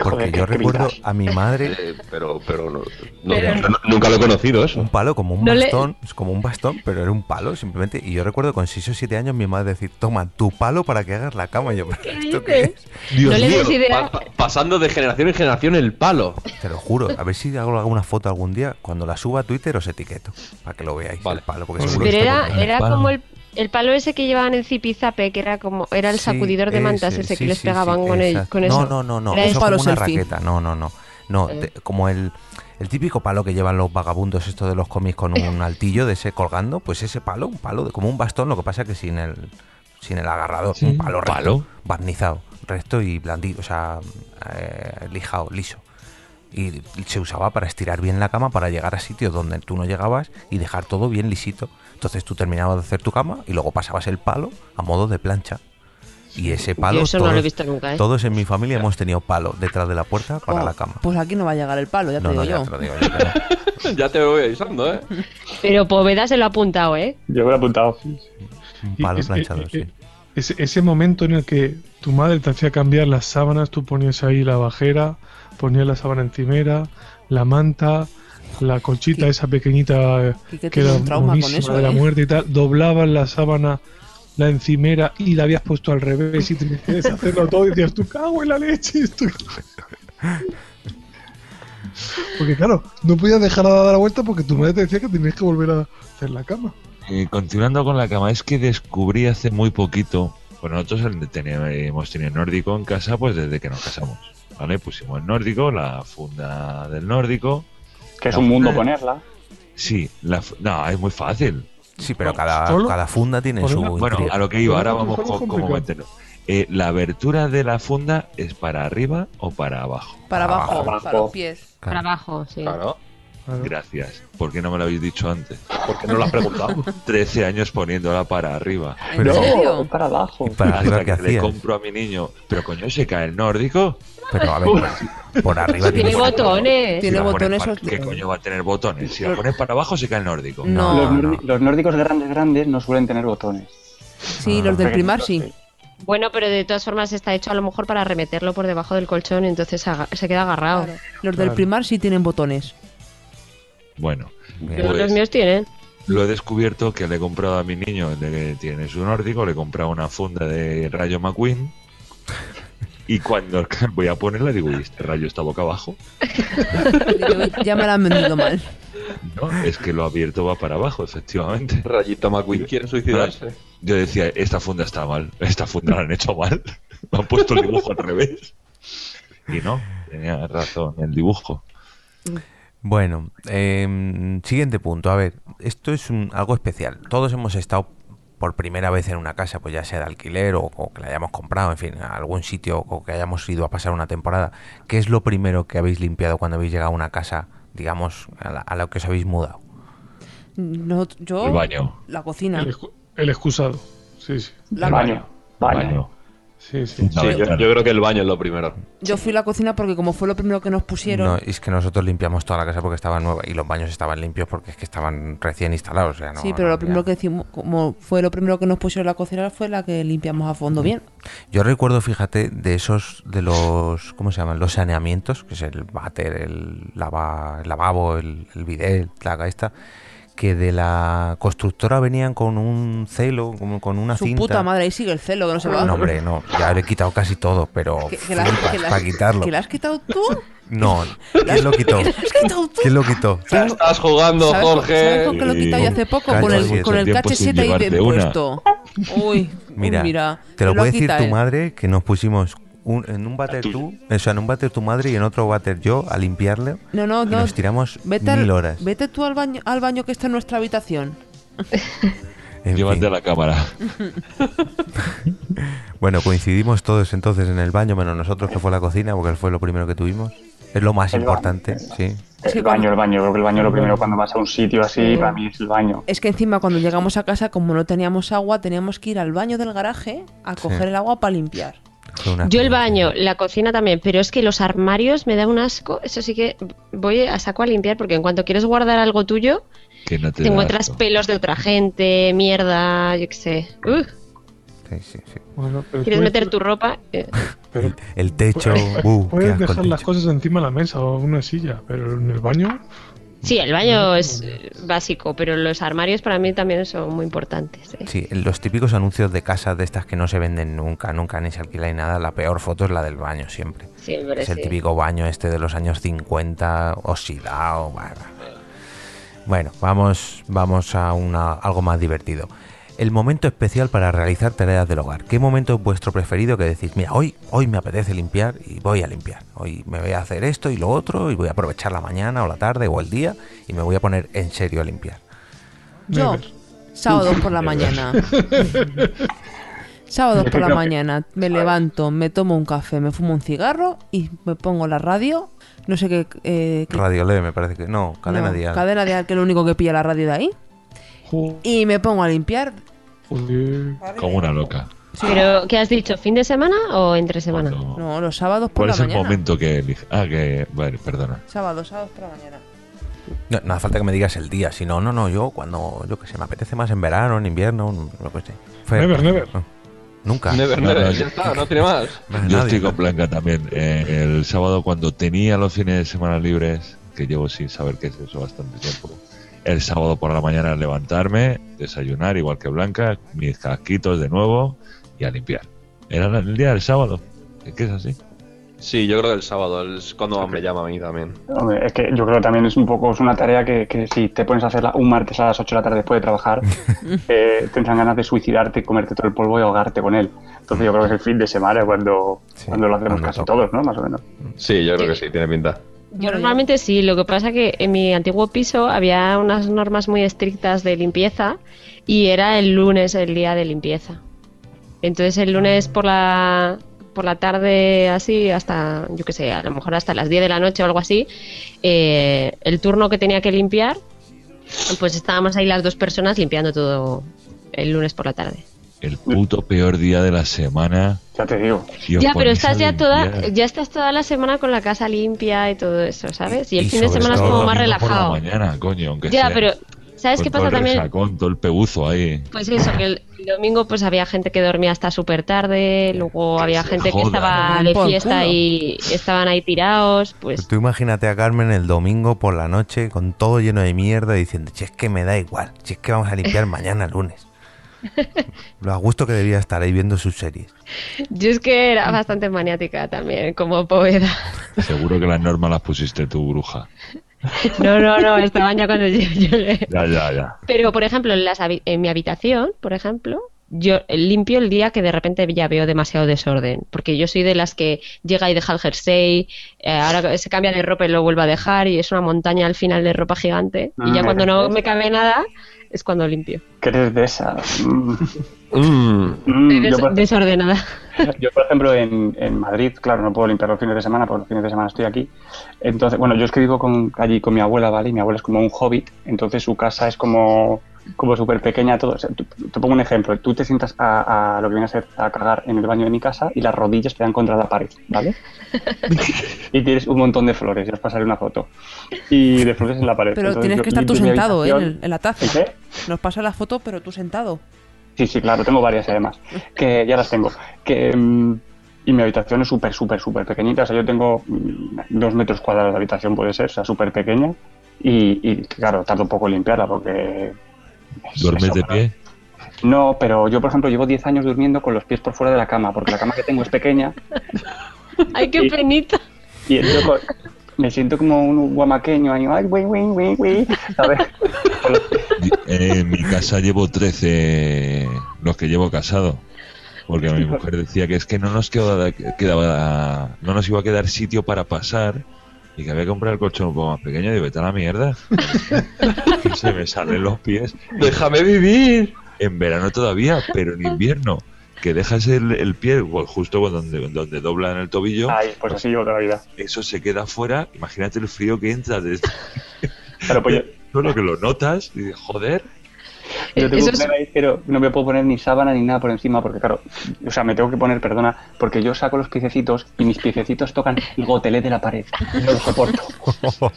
Porque
Joder,
yo
qué
recuerdo
vidas.
a mi madre
Eh, pero, pero no, no-
Pero-
yo no- nunca lo he conocido
un
eso.
palo como un
No le-
bastón, es como un bastón, pero era un palo simplemente. Y yo recuerdo con 6 o 7 años mi madre decir, toma tu palo para que hagas la cama. Y yo, "¿Pero esto qué
¿eh?
dices?
es?".
No le des
pa-
idea.
pa- pasando de generación en generación el palo.
Te lo juro, a ver si hago alguna foto algún día, cuando la suba a Twitter os etiqueto, para que lo veáis
Vale.
el palo, porque
Pero
seguro
Pero
que está
era,
por ahí.
era
palo.
como el, el palo ese que llevaban en Zipizape, que era como era el
Sí,
sacudidor de mantas ese,
sí,
que les
sí,
pegaban
sí,
con, el,
exacto.
con
no,
eso.
No, no, no,
Era
eso
eso.
como
palo
una
selfie.
raqueta, no, no, no. No,
Eh.
te- como el, el típico palo que llevan los vagabundos esto de los cómics con un altillo de ese colgando, pues ese palo, un palo de como un bastón, lo que pasa que sin el sin el agarrador,
Sí.
un palo recto,
Palo.
barnizado, recto y blandido, o sea, eh, lijado, liso. Y se usaba para estirar bien la cama para llegar a sitios donde tú no llegabas y dejar todo bien lisito. Entonces tú terminabas de hacer tu cama y luego pasabas el palo a modo de plancha. Y ese palo.
Yo eso no lo he
todos-
visto nunca, ¿eh?
Todos en mi familia hemos tenido palo detrás de la puerta para
Oh,
la cama.
Pues aquí no va a llegar el palo, ya
No,
te
no,
digo yo.
ya te lo digo yo que no.
Ya te voy avisando, ¿eh?
Pero Poveda se lo ha apuntado, ¿eh?
Yo me lo he apuntado.
Un
Y
palo
es-
planchado,
es-
sí.
Ese, ese momento en el que tu madre te hacía cambiar las sábanas, tú ponías ahí la bajera, ponías la sábana encimera, la manta, la colchita
Qui-
esa pequeñita eh,
Quique
que
tiene
era
un trauma con
monísima
eso,
de la
¿eh?
muerte y tal, doblabas la sábana, la encimera y la habías puesto al revés y tenías que deshacerlo todo y decías, tú cago en la leche. esto". Porque claro, no podías dejar de dar la vuelta porque tu madre te decía que tenías que volver a hacer la cama.
Eh, continuando con la cama, es que descubrí hace muy poquito. Pues nosotros el- teníamos- hemos tenido nórdico en casa pues desde que nos casamos. ¿Vale? Pusimos el nórdico, la funda del nórdico.
Que es un mundo ponerla.
Sí, la, fu- no, es muy fácil.
Sí, pero
Bueno,
cada,
solo-
cada funda tiene
por
su.
una-
Bueno,
intriga.
a lo que iba, ahora
Pero
vamos
mejor es
con cómo
complicado.
meterlo. Eh, la abertura de la funda es para arriba o para abajo.
Para abajo,
Abajo,
abajo.
para los pies.
Para
Claro.
abajo, sí.
Claro.
Claro.
Gracias. ¿Por qué no me lo habéis dicho antes?
¿Por qué no lo has preguntado?
13 años poniéndola para arriba.
¿En
Pero-
No,
serio?
es para abajo.
Y para arriba
Hasta
que
que le
hacías.
compro a mi niño. Pero coño, se cae el nórdico.
Pero a ver, por, por arriba
Tiene
tienes.
botones.
Tiene
Si la pones
botones
para-
o-
¿Qué coño va a tener botones? Si la pones para abajo se cae el nórdico.
No.
los,
no.
nórdi- los nórdicos grandes, grandes no suelen tener botones. Ah.
Sí, los del primar sí.
Bueno, pero de todas formas está hecho a lo mejor para remeterlo por debajo del colchón, entonces aga- se queda agarrado.
Claro. Los del
Claro.
primar sí tienen botones.
Bueno,
Bien.
Pero
Pues-
los míos tienen.
lo he descubierto que le he comprado a mi niño, el de que tiene su nórdico, le he comprado una funda de Rayo McQueen. Y cuando voy a ponerla, digo, ¿y este rayo está boca abajo?
Yo- ya me la han vendido mal.
No, es que lo abierto va para abajo, efectivamente.
Rayito McQueen quiere suicidarse.
Yo decía, esta funda está mal, esta funda la han hecho mal, me han puesto el dibujo al revés. Y no, tenía razón, el dibujo.
Bueno, em, siguiente punto. A ver, esto es un- algo especial. Todos hemos estado por primera vez en una casa, pues ya sea de alquiler o, o que la hayamos comprado, en fin, a algún sitio o que hayamos ido a pasar una temporada. ¿Qué es lo primero que habéis limpiado cuando habéis llegado a una casa, digamos, a la, a la que os habéis mudado?
No, yo,
El baño.
la cocina.
El, excu- el excusado. Sí, sí.
La-
El
Baño. Baño.
Sí, sí.
Sí, yo, yo creo que el baño es lo primero.
Yo fui a la cocina porque como fue lo primero que nos pusieron,
No, es que nosotros limpiamos toda la casa porque estaba nueva y los baños estaban limpios porque es que estaban recién instalados. o sea, no-
sí, pero
no
lo primero que
había-
hicimos, como fue lo primero que nos pusieron la cocina, fue la que limpiamos a
Mm,
fondo bien.
Yo recuerdo, fíjate, de esos, de los, ¿cómo se llaman? Los saneamientos, que es el váter, el, lava- el lavabo, el, el bidet, la esta, que de la constructora venían con un celo, como con una
Su
cinta.
puta madre, ahí sigue el celo, que no se va.
No, hombre, no. Ya le he quitado casi todo, pero
Que- que la-
flipas
que la-
para quitarlo.
¿Que la has quitado tú?
No, ¿quién lo quitó?
¿Que la has quitado tú?
¿Quién lo quitó?
La estás jugando,
¿Sabes, con- ¿sabes
Jorge.
con qué lo he quitado yo hace poco?
Eh, Cacho,
con
sí,
el, con
eso,
el
tiempo sin
cachete ahí de
llevarte una.
puesto. Uy, mira,
Mira,
mira.
te lo,
ha
puede decir
quitado
tu
él.
madre que nos pusimos un- en un
La
váter
tuya.
tú, o sea, en un váter tu madre y en otro váter yo a limpiarle.
No, no,
y
no.
nos tiramos
Vete, al-
mil horas.
vete tú al baño, al baño que está en nuestra habitación.
En
Llévate
fin.
a la cámara.
Bueno, coincidimos todos entonces en el baño, menos nosotros que fue la cocina, porque fue lo primero que tuvimos. Es lo más
El baño.
importante, sí.
Es que
El baño, el baño, creo que el baño lo primero cuando vas a un sitio así,
Sí.
para mí es el baño.
Es que encima cuando llegamos a casa, como no teníamos agua, teníamos que ir al baño del garaje a coger el agua para limpiar.
Fue una
Yo el
experiencia.
baño, la cocina también, pero es que los armarios me da un asco. Eso sí que voy a saco a limpiar porque en cuanto quieres guardar algo tuyo,
Que no te
te
da
encuentras
asco.
pelos de otra gente, mierda, yo qué sé. Ugh,
Pues
Sí, sí, sí.
Bueno, pero
¿Quieres
puedes-
meter tu ropa? Eh,
pero
El techo, uh, qué
puedes
asco el
dejar las
techo.
cosas encima de la mesa o una silla, pero en el baño.
Sí, el baño es eh, básico, pero los armarios para mí también son muy importantes. eh.
Sí, los típicos anuncios de casas de estas que no se venden nunca, nunca ni se alquila ni nada, la peor foto es la del baño siempre.
Siempre,
es el
sí.
típico baño este de los años 50, oxidado. Bueno, bueno vamos, vamos a una, algo más divertido. El momento especial para realizar tareas del hogar. ¿Qué momento es vuestro preferido que decís, mira, hoy, hoy me apetece limpiar y voy a limpiar? Hoy me voy a hacer esto y lo otro y voy a aprovechar la mañana o la tarde o el día y me voy a poner en serio a limpiar.
Yo,
Never.
sábados por la mañana. Sábados por la mañana me levanto, me tomo un café, me fumo un cigarro y me pongo la radio. No sé qué. eh, qué-
Radio Leve me parece que... No, cadena
no,
dial.
Cadena dial, que es lo único que pilla la radio de ahí.
Jo-
Y me pongo a limpiar.
Joder.
Como una loca.
Pero, ¿qué has dicho? ¿Fin de semana o entre semana?
Cuando-
No, los sábados
¿Cuál
por la
es el
mañana.
momento que elige? Ah, que. Vale, perdona.
Sábados, sábados por la mañana.
No, no hace falta que me digas el día, sino, no, no, yo cuando, yo que sé, me apetece más en verano, en invierno, en- lo que sé. pues, Fer,
Never, never.
Nunca.
Never,
No, no,
never,
yo-
ya está, no tiene más.
Más
Yo
nadie,
estoy con
¿no?
Blanca también. Eh, el sábado, cuando tenía los fines de semana libres, que llevo sin saber qué es eso bastante tiempo, el sábado por la mañana levantarme, desayunar igual que Blanca, mis casquitos de nuevo y a limpiar. Era la- el día del sábado. Es que es así.
Sí, yo creo que el sábado, es cuando me llama a mí también.
Hombre, es que yo creo que también es un poco es una tarea que, que si te pones a hacerla un martes a las 8 de la tarde después de trabajar, eh, tendrán ganas de suicidarte, comerte todo el polvo y ahogarte con él. Entonces yo creo que es el fin de semana cuando,
Sí,
cuando lo hacemos
cuando
casi
toca.
todos, ¿no? Más o menos.
Sí, yo creo que sí, tiene pinta.
Yo normalmente sí, lo que pasa que en mi antiguo piso había unas normas muy estrictas de limpieza y era el lunes el día de limpieza. Entonces el lunes por la por la tarde así hasta yo qué sé, a lo mejor hasta las 10 de la noche o algo así, eh, el turno que tenía que limpiar, pues estábamos ahí las dos personas limpiando todo el lunes por la tarde.
El puto peor día de la semana.
Ya te digo.
Tío,
ya, pero
ponerse a
estás ya toda
limpiar.
ya estás toda la semana con la casa limpia y todo eso, ¿sabes? Y el
Y
fin de
sobre
semana es
todo
como más
domingo
relajado.
Por la mañana, coño, aunque
Ya,
sea.
pero ¿sabes
Con
qué
todo
pasa
el
también?
resacón, todo el pebuzo ahí.
Pues eso, que el el domingo pues había gente que dormía hasta súper tarde, luego había
se
gente que
jodan.
estaba
Por
de
culo.
fiesta y estaban ahí tirados, pues
Tú imagínate a Carmen el domingo por la noche con todo lleno de mierda diciendo, si es que me da igual, si es que vamos a limpiar mañana lunes. Lo a gusto que debía estar ahí viendo sus series.
yo es que era bastante maniática también, como poeta.
Seguro que las normas las pusiste tú, bruja.
No, no, no, estaban ya cuando yo, yo le-
Ya, ya, ya.
Pero, por ejemplo, en, las habi- en mi habitación, por ejemplo, yo limpio el día que de repente ya veo demasiado desorden. Porque yo soy de las que llega y deja el jersey, eh, ahora se cambia de ropa y lo vuelve a dejar, y es una montaña al final de ropa gigante. Y ya
Ah,
cuando no
perfecto.
me cabe nada, es cuando limpio.
Que eres de esas. Mm,
Mm,
mm,
Eres
yo, por,
desordenada.
yo, por ejemplo, en, en Madrid, claro, no puedo limpiar los fines de semana, porque los fines de semana estoy aquí. Entonces, bueno, yo es que vivo con, allí con mi abuela, ¿vale? Y mi abuela es como un hobbit, entonces su casa es como, como súper pequeña todo. O sea, tú- te pongo un ejemplo. Tú te sientas a, a lo que viene a ser a cagar en el baño de mi casa y las rodillas te dan contra la pared, ¿vale? y tienes un montón de flores, ya os pasaré una foto. Y de flores en la pared.
Pero
Entonces,
tienes
yo
que estar tú
limpio mi
sentado, ¿eh? En,
habitación.
el- en la taza.
¿El qué?
Nos pasa la foto, pero tú sentado.
Sí, sí, claro, tengo varias además, que ya las tengo. Que, mm, y mi habitación es súper, súper, súper pequeñita. O sea, yo tengo mm, dos metros cuadrados de habitación, puede ser, o sea, súper pequeña. Y, y, claro, tardo un poco en limpiarla porque. es-
¿Duermes
eso,
de
¿no?
pie?
No, pero yo, por ejemplo, llevo 10 años durmiendo con los pies por fuera de la cama, porque la cama que tengo es pequeña
Ay, qué
Y-
penita.
y entonces co- me siento como un guamaqueño ahí, ay, güey, güey, güey, güey, ¿sabes? Con los pies.
Di- Eh, En mi casa llevo 13 los que llevo casado. Porque mi mujer decía que es que no nos quedaba, quedaba- no nos iba a quedar sitio para pasar y que había que comprar el colchón un poco más pequeño. Digo, vete a la mierda. Que se me salen los pies.
¡Déjame vivir!
En verano todavía, pero en invierno. Que dejas el, el pie bueno, justo donde, donde doblan el tobillo,
Ay, pues así llevo toda la vida.
eso se queda fuera. Imagínate el frío que entra desde
Claro, pues yo,
solo que lo notas y dices, joder.
Yo tengo
Eh, Eso
un
es-
problema ahí, pero no me puedo poner ni sábana ni nada por encima, porque claro, o sea, me tengo que poner, perdona, porque yo saco los piececitos y mis piececitos tocan el gotelé de la pared. No lo soporto.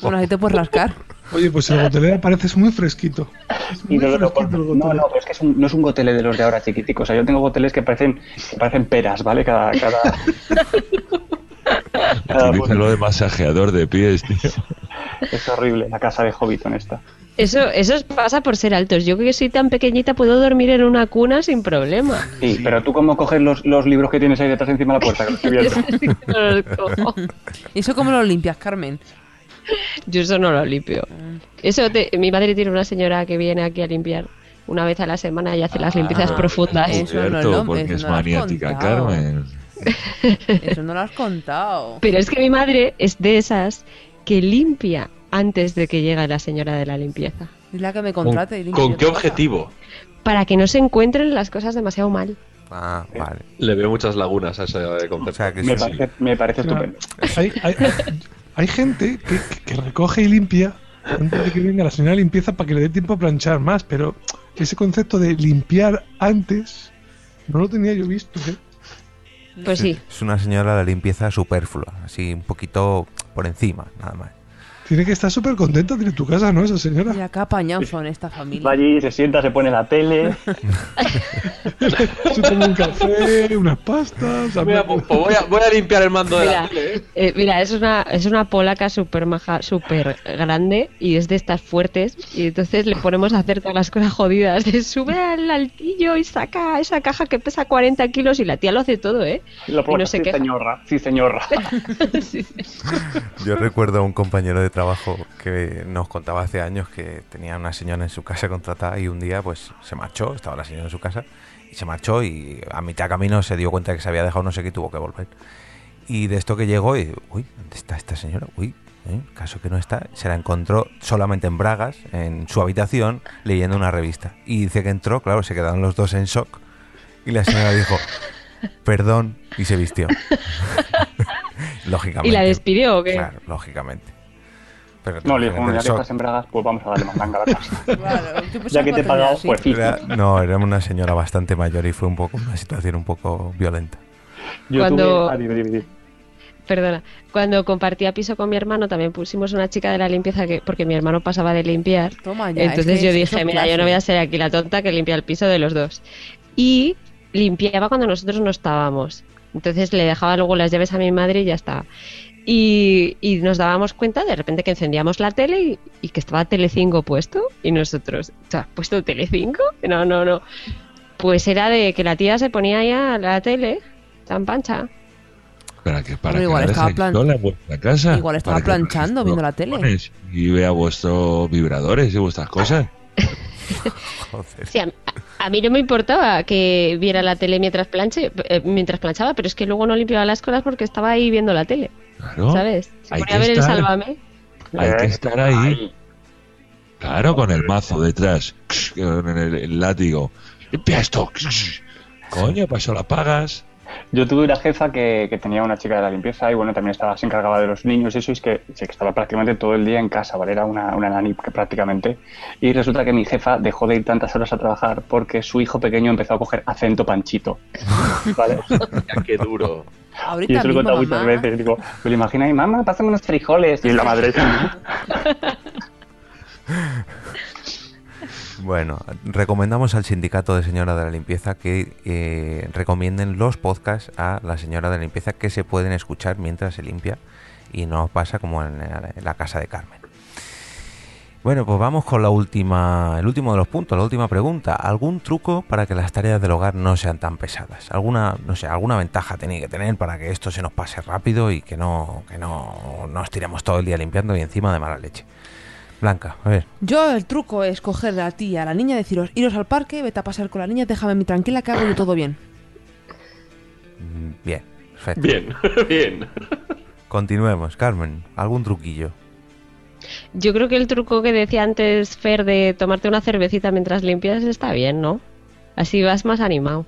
Bueno, ahí te puedes rascar.
Oye, pues el gotelera parece muy fresquito. Es
Y
muy
no, lo
fresquito
soporto.
el
no,
gotelera.
no, pero es que es un- no es un gotelé de los de ahora chiquiticos. O sea, yo tengo gotelés que parecen, que parecen peras, ¿vale? Cada, cada, cada-
Utilízalo de masajeador de pies, tío.
Ah, pues, es horrible la casa de Hobbiton esta.
Eso, eso os pasa por ser altos. Yo que soy tan pequeñita puedo dormir en una cuna sin problema.
Sí, pero tú cómo coges los, los libros que tienes ahí detrás encima de la puerta, que los estoy viendo.
No los cojo.
¿Y eso cómo lo limpias, Carmen?
Yo eso no lo limpio. Eso te- mi madre tiene una señora que viene aquí a limpiar una vez a la semana y hace las limpiezas
Ah,
profundas.
es
Eso no
cierto,
lo-
porque
eso
es
no lo has
maniática,
contado.
Carmen.
Eso no lo has contado.
Pero es que mi madre es de esas que limpia antes de que llegue la señora de la limpieza.
Es la que me
¿Con,
contrata y limpia.
con qué objetivo?
Para que no se encuentren las cosas demasiado mal.
Ah, vale.
Le veo muchas lagunas a ese eh,
O
concepto.
sea, que
Me
sí.
parece, me parece estupendo.
Hay, hay- hay- hay gente que, que recoge y limpia antes de que venga la señora de limpieza para que le dé tiempo a planchar más, pero ese concepto de limpiar antes no lo tenía yo visto. ¿eh?
Pues sí.
Es una señora de la limpieza superflua, así un poquito por encima, nada más.
Tiene que estar súper contenta de tu casa, ¿no? Esa señora.
Y acá pañazo en esta familia.
Va allí, se sienta, se pone la tele.
Se toma un café, unas pastas. a-
Mira, pues, pues voy, a, voy a limpiar el mando de
Mira,
la tele, ¿eh?
eh, mira, es una, es una polaca súper maja, súper grande y es de estas fuertes. Y entonces le ponemos a hacer todas las cosas jodidas. De sube al altillo y saca esa caja que pesa 40 kilos y la tía lo hace todo, ¿eh?
Lo
Y no se
sí,
queja.
señorra, sí, señorra.
Sí, sí.
Yo recuerdo a un compañero de trabajo que nos contaba hace años que tenía una señora en su casa contratada y un día pues se marchó, estaba la señora en su casa y se marchó y a mitad de camino se dio cuenta que se había dejado no sé qué y tuvo que volver. Y de esto que llegó y, uy, ¿dónde está esta señora? Uy, ¿eh? caso que no está, se la encontró solamente en Bragas, en su habitación, leyendo una revista. Y dice que entró, claro, se quedaron los dos en shock y la señora dijo, perdón, y se vistió. Lógicamente.
¿Y la despidió o qué?
Claro, lógicamente. Pero
No, le
imagínate
dijo, bueno,
el
ya que
shock.
estás en Bragas, pues vamos a darle más manga a la casa.
Claro, yo pensaba
Ya que te he
lo
pagado,
tenía así.
pues sí.
Era- no, era una señora bastante mayor y fue un poco una situación un poco violenta.
Yo
Cuando-
tuve- ah, di, di, di.
Perdona, cuando compartía piso con mi hermano también pusimos una chica de la limpieza que porque mi hermano pasaba de limpiar.
Toma Ah, ya,
Entonces
es que
yo
es-
dije,
eso
mira, yo no
clase".
voy a ser aquí la tonta que limpia el piso de los dos. Y limpiaba cuando nosotros no estábamos. Entonces le dejaba luego las llaves a mi madre y ya estaba. Y, y nos dábamos cuenta de repente que encendíamos la tele y, y que estaba Telecinco puesto y nosotros, ¿te has puesto Telecinco? No, no, no. Pues era de que la tía se ponía ya a la tele, tan pancha.
Para que para
Hombre,
que
igual
la
estaba
dejéis
plan-
sola en vuestra casa.
Igual estaba
Para que veáis
planchando, viendo la tele.
botones Y vea vuestros vibradores y vuestras cosas.
Joder.
Sí, a, a mí no me importaba que viera la tele mientras planche, eh, mientras planchaba, pero es que luego no limpiaba las cosas porque estaba ahí viendo la tele,
Claro.
¿sabes? Se
Hay
ponía
que
a ver el
estar.
Sálvame.
Hay que estar ahí.
Eh, Ay,
Claro, con el mazo detrás. Con el, el látigo. Limpia esto. Coño, pasó la pagas.
Yo tuve una jefa que, que tenía una chica de la limpieza y bueno, también estaba, se encargaba de los niños y eso, y es que, sí, que estaba prácticamente todo el día en casa, ¿vale? Era una, una nani que prácticamente. Y resulta que mi jefa dejó de ir tantas horas a trabajar porque su hijo pequeño empezó a coger acento panchito. ¿Vale?
Mira, qué duro.
Y
Ahorita
eso lo he
mismo,
contado muchas
mamá.
veces. Digo, me lo imagino ahí, mamá, pásame unos frijoles. Y la madre.
Bueno, recomendamos al sindicato de señora de la limpieza que eh, recomienden los podcasts a la señora de la limpieza que se pueden eh, escuchar mientras se limpia y no pasa como en la, en la casa de Carmen. Bueno, pues vamos con la última, el último de los puntos, la última pregunta. ¿Algún truco para que las tareas del hogar no sean tan pesadas? ¿Alguna, no sé, alguna ventaja tiene que tener para que esto se nos pase rápido y que no, que no nos tiremos todo el día limpiando y encima de mala leche? Blanca, a ver.
Yo el truco es coger a ti, a la niña, deciros, iros al parque, vete a pasar con la niña, déjame a mí tranquila, que hago yo todo bien.
Mm, Bien, perfecto.
Bien, bien.
Continuemos, Carmen. ¿Algún truquillo?
Yo creo que el truco que decía antes Fer de tomarte una cervecita mientras limpias está bien, ¿no? Así vas más animado.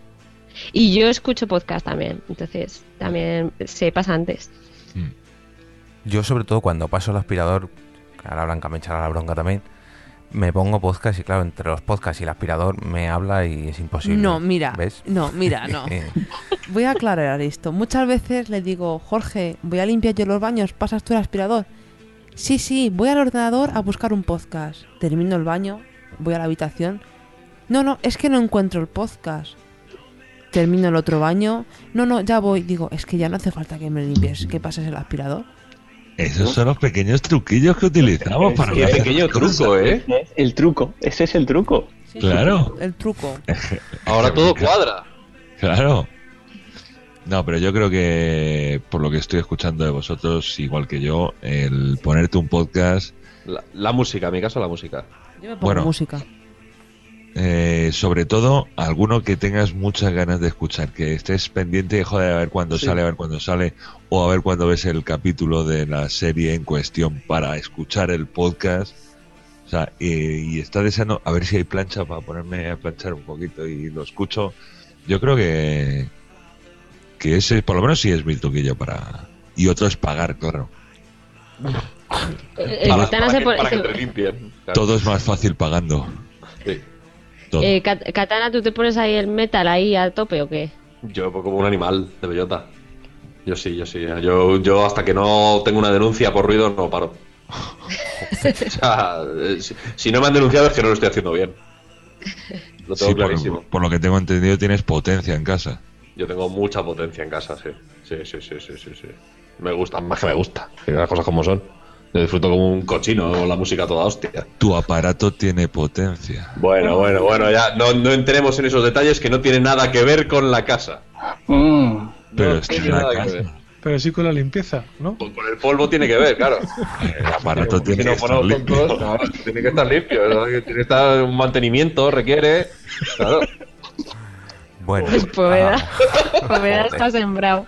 Y yo escucho podcast también, entonces también se pasa antes.
Yo, sobre todo, cuando paso el aspirador, ahora Blanca me echará la bronca también, me pongo podcast y, claro, entre los podcasts y el aspirador me habla y es imposible.
No, mira,
¿Ves? Eh,
no, mira, no. Voy a aclarar esto. Muchas veces le digo, Jorge, voy a limpiar yo los baños, pasas tú el aspirador. Sí, sí, voy al ordenador a buscar un podcast. Termino el baño, voy a la habitación. No, no, es que no encuentro el podcast. Termino el otro baño. No, no, ya voy. Digo, es que ya no hace falta que me limpies, que pases el aspirador.
Esos son los pequeños truquillos que utilizamos para
Qué
hacer
pequeño
cosas.
truco, ¿eh?
Es el truco, ese es el truco.
Claro,
El truco.
Ahora todo cuadra.
claro. No, pero yo creo que por lo que estoy escuchando de vosotros, igual que yo, el ponerte un podcast,
La, la música, en mi caso la música.
Yo me pongo
Bueno.
música.
eh, sobre todo alguno que tengas muchas ganas de escuchar, que estés pendiente, joder, a ver cuándo
Sí.
sale, a ver cuándo sale, o a ver cuándo ves el capítulo de la serie en cuestión para escuchar el podcast. O sea, eh, y está deseando a ver si hay plancha para ponerme a planchar un poquito y lo escucho. Yo creo que que ese, por lo menos, sí es mi truquillo para. Y otro es pagar, claro.
Eh, eh,
para,
Catana
para
se
que,
pone-
para que
se-
te limpien. Claro.
Todo es más fácil pagando.
Sí.
Todo.
eh, Cat- Katana, ¿tú te pones ahí el metal ahí a tope o qué?
Yo como un animal de bellota. Yo sí, yo sí. Yo, yo hasta que no tengo una denuncia por ruido no paro. o sea, eh, si, si no me han denunciado es que no lo estoy haciendo bien. Lo tengo
Sí,
clarísimo.
por, por lo que tengo entendido, tienes potencia en casa.
Yo tengo mucha potencia en casa, sí. Sí, sí, sí, sí, sí, sí. Me gusta, más que me gusta. Que Las cosas como son. Yo disfruto como un cochino con la música toda hostia.
Tu aparato tiene potencia.
Bueno, bueno, bueno, ya no, no entremos en esos detalles que no tienen nada que ver con la casa.
Mm.
No
Pero está
tiene
en la
nada que
casa.
ver.
Pero sí con la limpieza, ¿no?
Con con el polvo tiene que ver, claro.
El aparato
Porque
tiene
si
que
nos
estar
ponemos
limpio.
tontos, claro, tiene que estar limpio. ¿no? Tiene que estar un mantenimiento, requiere. Claro.
Bueno.
Pues Poveda. Poveda
joder.
está sembrado.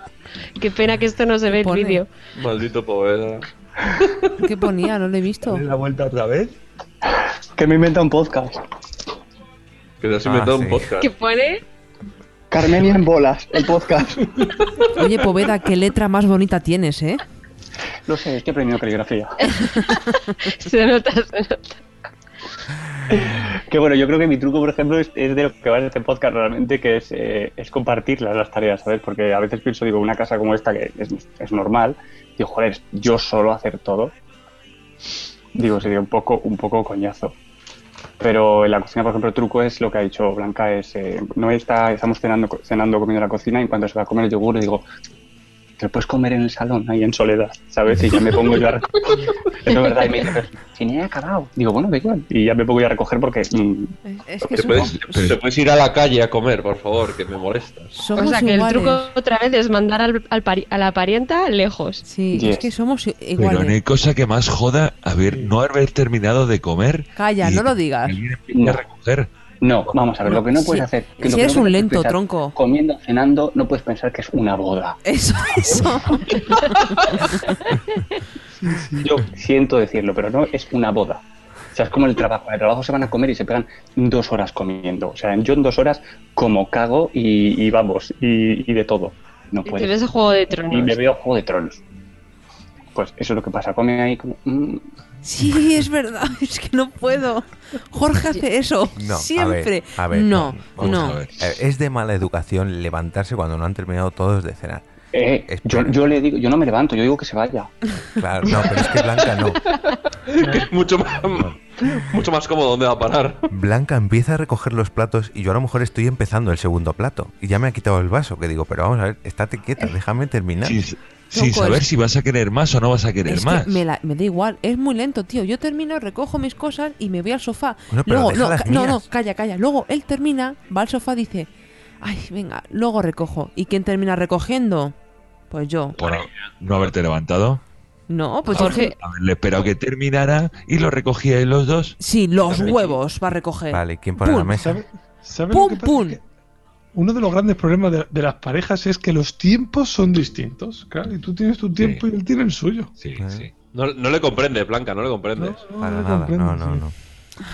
Qué pena que esto no se ve en
Pone.
vídeo.
Maldito Poveda.
¿Qué ponía? No lo he visto.
la vuelta otra vez?
Que me inventa un podcast.
Que te has
Ah,
inventado
sí.
un podcast.
¿Qué pone?
Carmenia en bolas, el podcast.
Oye, Poveda, qué letra más bonita tienes, ¿eh?
No sé, es que he aprendido caligrafía.
Se nota, se nota.
Que bueno, yo creo que mi truco, por ejemplo, es, es de lo que va en este podcast realmente, que es, eh, es compartirlas las tareas, ¿sabes? Porque a veces pienso, digo, una casa como esta que es, es normal, digo, joder, yo solo hacer todo. Digo, sería un poco, un poco coñazo. Pero en la cocina, por ejemplo, el truco es lo que ha dicho Blanca, es, eh, no está, estamos cenando, co- cenando, comiendo en la cocina y en cuanto se va a comer el yogur, le digo, te lo puedes comer en el salón, ahí en soledad, ¿sabes? Y ya me pongo yo a recoger. Eso es verdad, y me dice, "Pero si ni he acabado. Digo, bueno, da igual. Y ya me pongo yo a recoger porque mm,
Es- Es que
¿Te
somos,
puedes, te puedes ir a la calle a comer, por favor, que me molestas.
O
somos
sea que el
iguales.
truco otra vez es mandar al, al pari- a la parienta lejos.
Sí,
Yes.
es que somos i-
Pero no hay
iguales.
cosa que más joda a ver, no haber terminado de comer.
Calla,
y
no lo digas.
alguien empiece a
No.
recoger.
No, vamos a ver,
No,
lo que no puedes
si-
hacer.
si
lo que
eres
no
un
puedes
lento,
pensar
tronco.
Comiendo, cenando, no puedes pensar que es una boda.
Eso, eso.
Yo siento decirlo, pero no es una boda. O sea, es como el trabajo. En el trabajo se van a comer y se pegan dos horas comiendo. O sea, yo en dos horas como cago y, y vamos, y, y de todo. No
Y te ves
puedes.
el juego de
Y me
tronos.
veo Juego de Tronos. Pues eso es lo que pasa. Comen ahí como... mm,
Sí, es verdad. Es que no puedo. Jorge hace eso.
No, a
siempre.
ver, a ver,
no,
no,
no.
vamos
a ver.
Eh, Es de mala educación levantarse cuando no han terminado todos de cenar.
eh,
Es-
yo, yo le digo, yo no me levanto, yo digo que se vaya.
Claro, no, pero es que Blanca no.
Es mucho más, mucho más cómodo dónde va a parar.
Blanca empieza a recoger los platos y yo a lo mejor estoy empezando el segundo plato. Y ya me ha quitado el vaso, que digo, pero vamos a ver, estate quieta, déjame terminar.
Sin- sin
Tronco,
saber
es-
si vas a querer más o no vas a querer
Es que
más.
me, la- me da igual, es muy lento, tío. Yo termino, recojo mis cosas y me voy al sofá.
Bueno, pero
Luego,
deja
no,
las
ca- no,
mías.
no, calla, calla. Luego él termina, va al sofá, dice, ay, venga, luego recojo. ¿Y quién termina recogiendo? Pues yo.
Por no haberte levantado.
No, pues
Jorge.
Jorge,
Haberle esperado que terminara y lo recogíais los dos.
sí, los huevos eh. va a recoger.
Vale, ¿quién pone la
Pum.
mesa?
¿Sabes sabe
Pum,
lo que pasa?
pum.
Que uno de los grandes problemas de, de las parejas es que los tiempos son distintos. Claro, y tú tienes tu tiempo y él tiene el suyo.
Sí,
Ah.
sí.
No, no le comprendes, Blanca, no le comprendes.
Para
lo
nada,
comprendo,
no, no,
sí.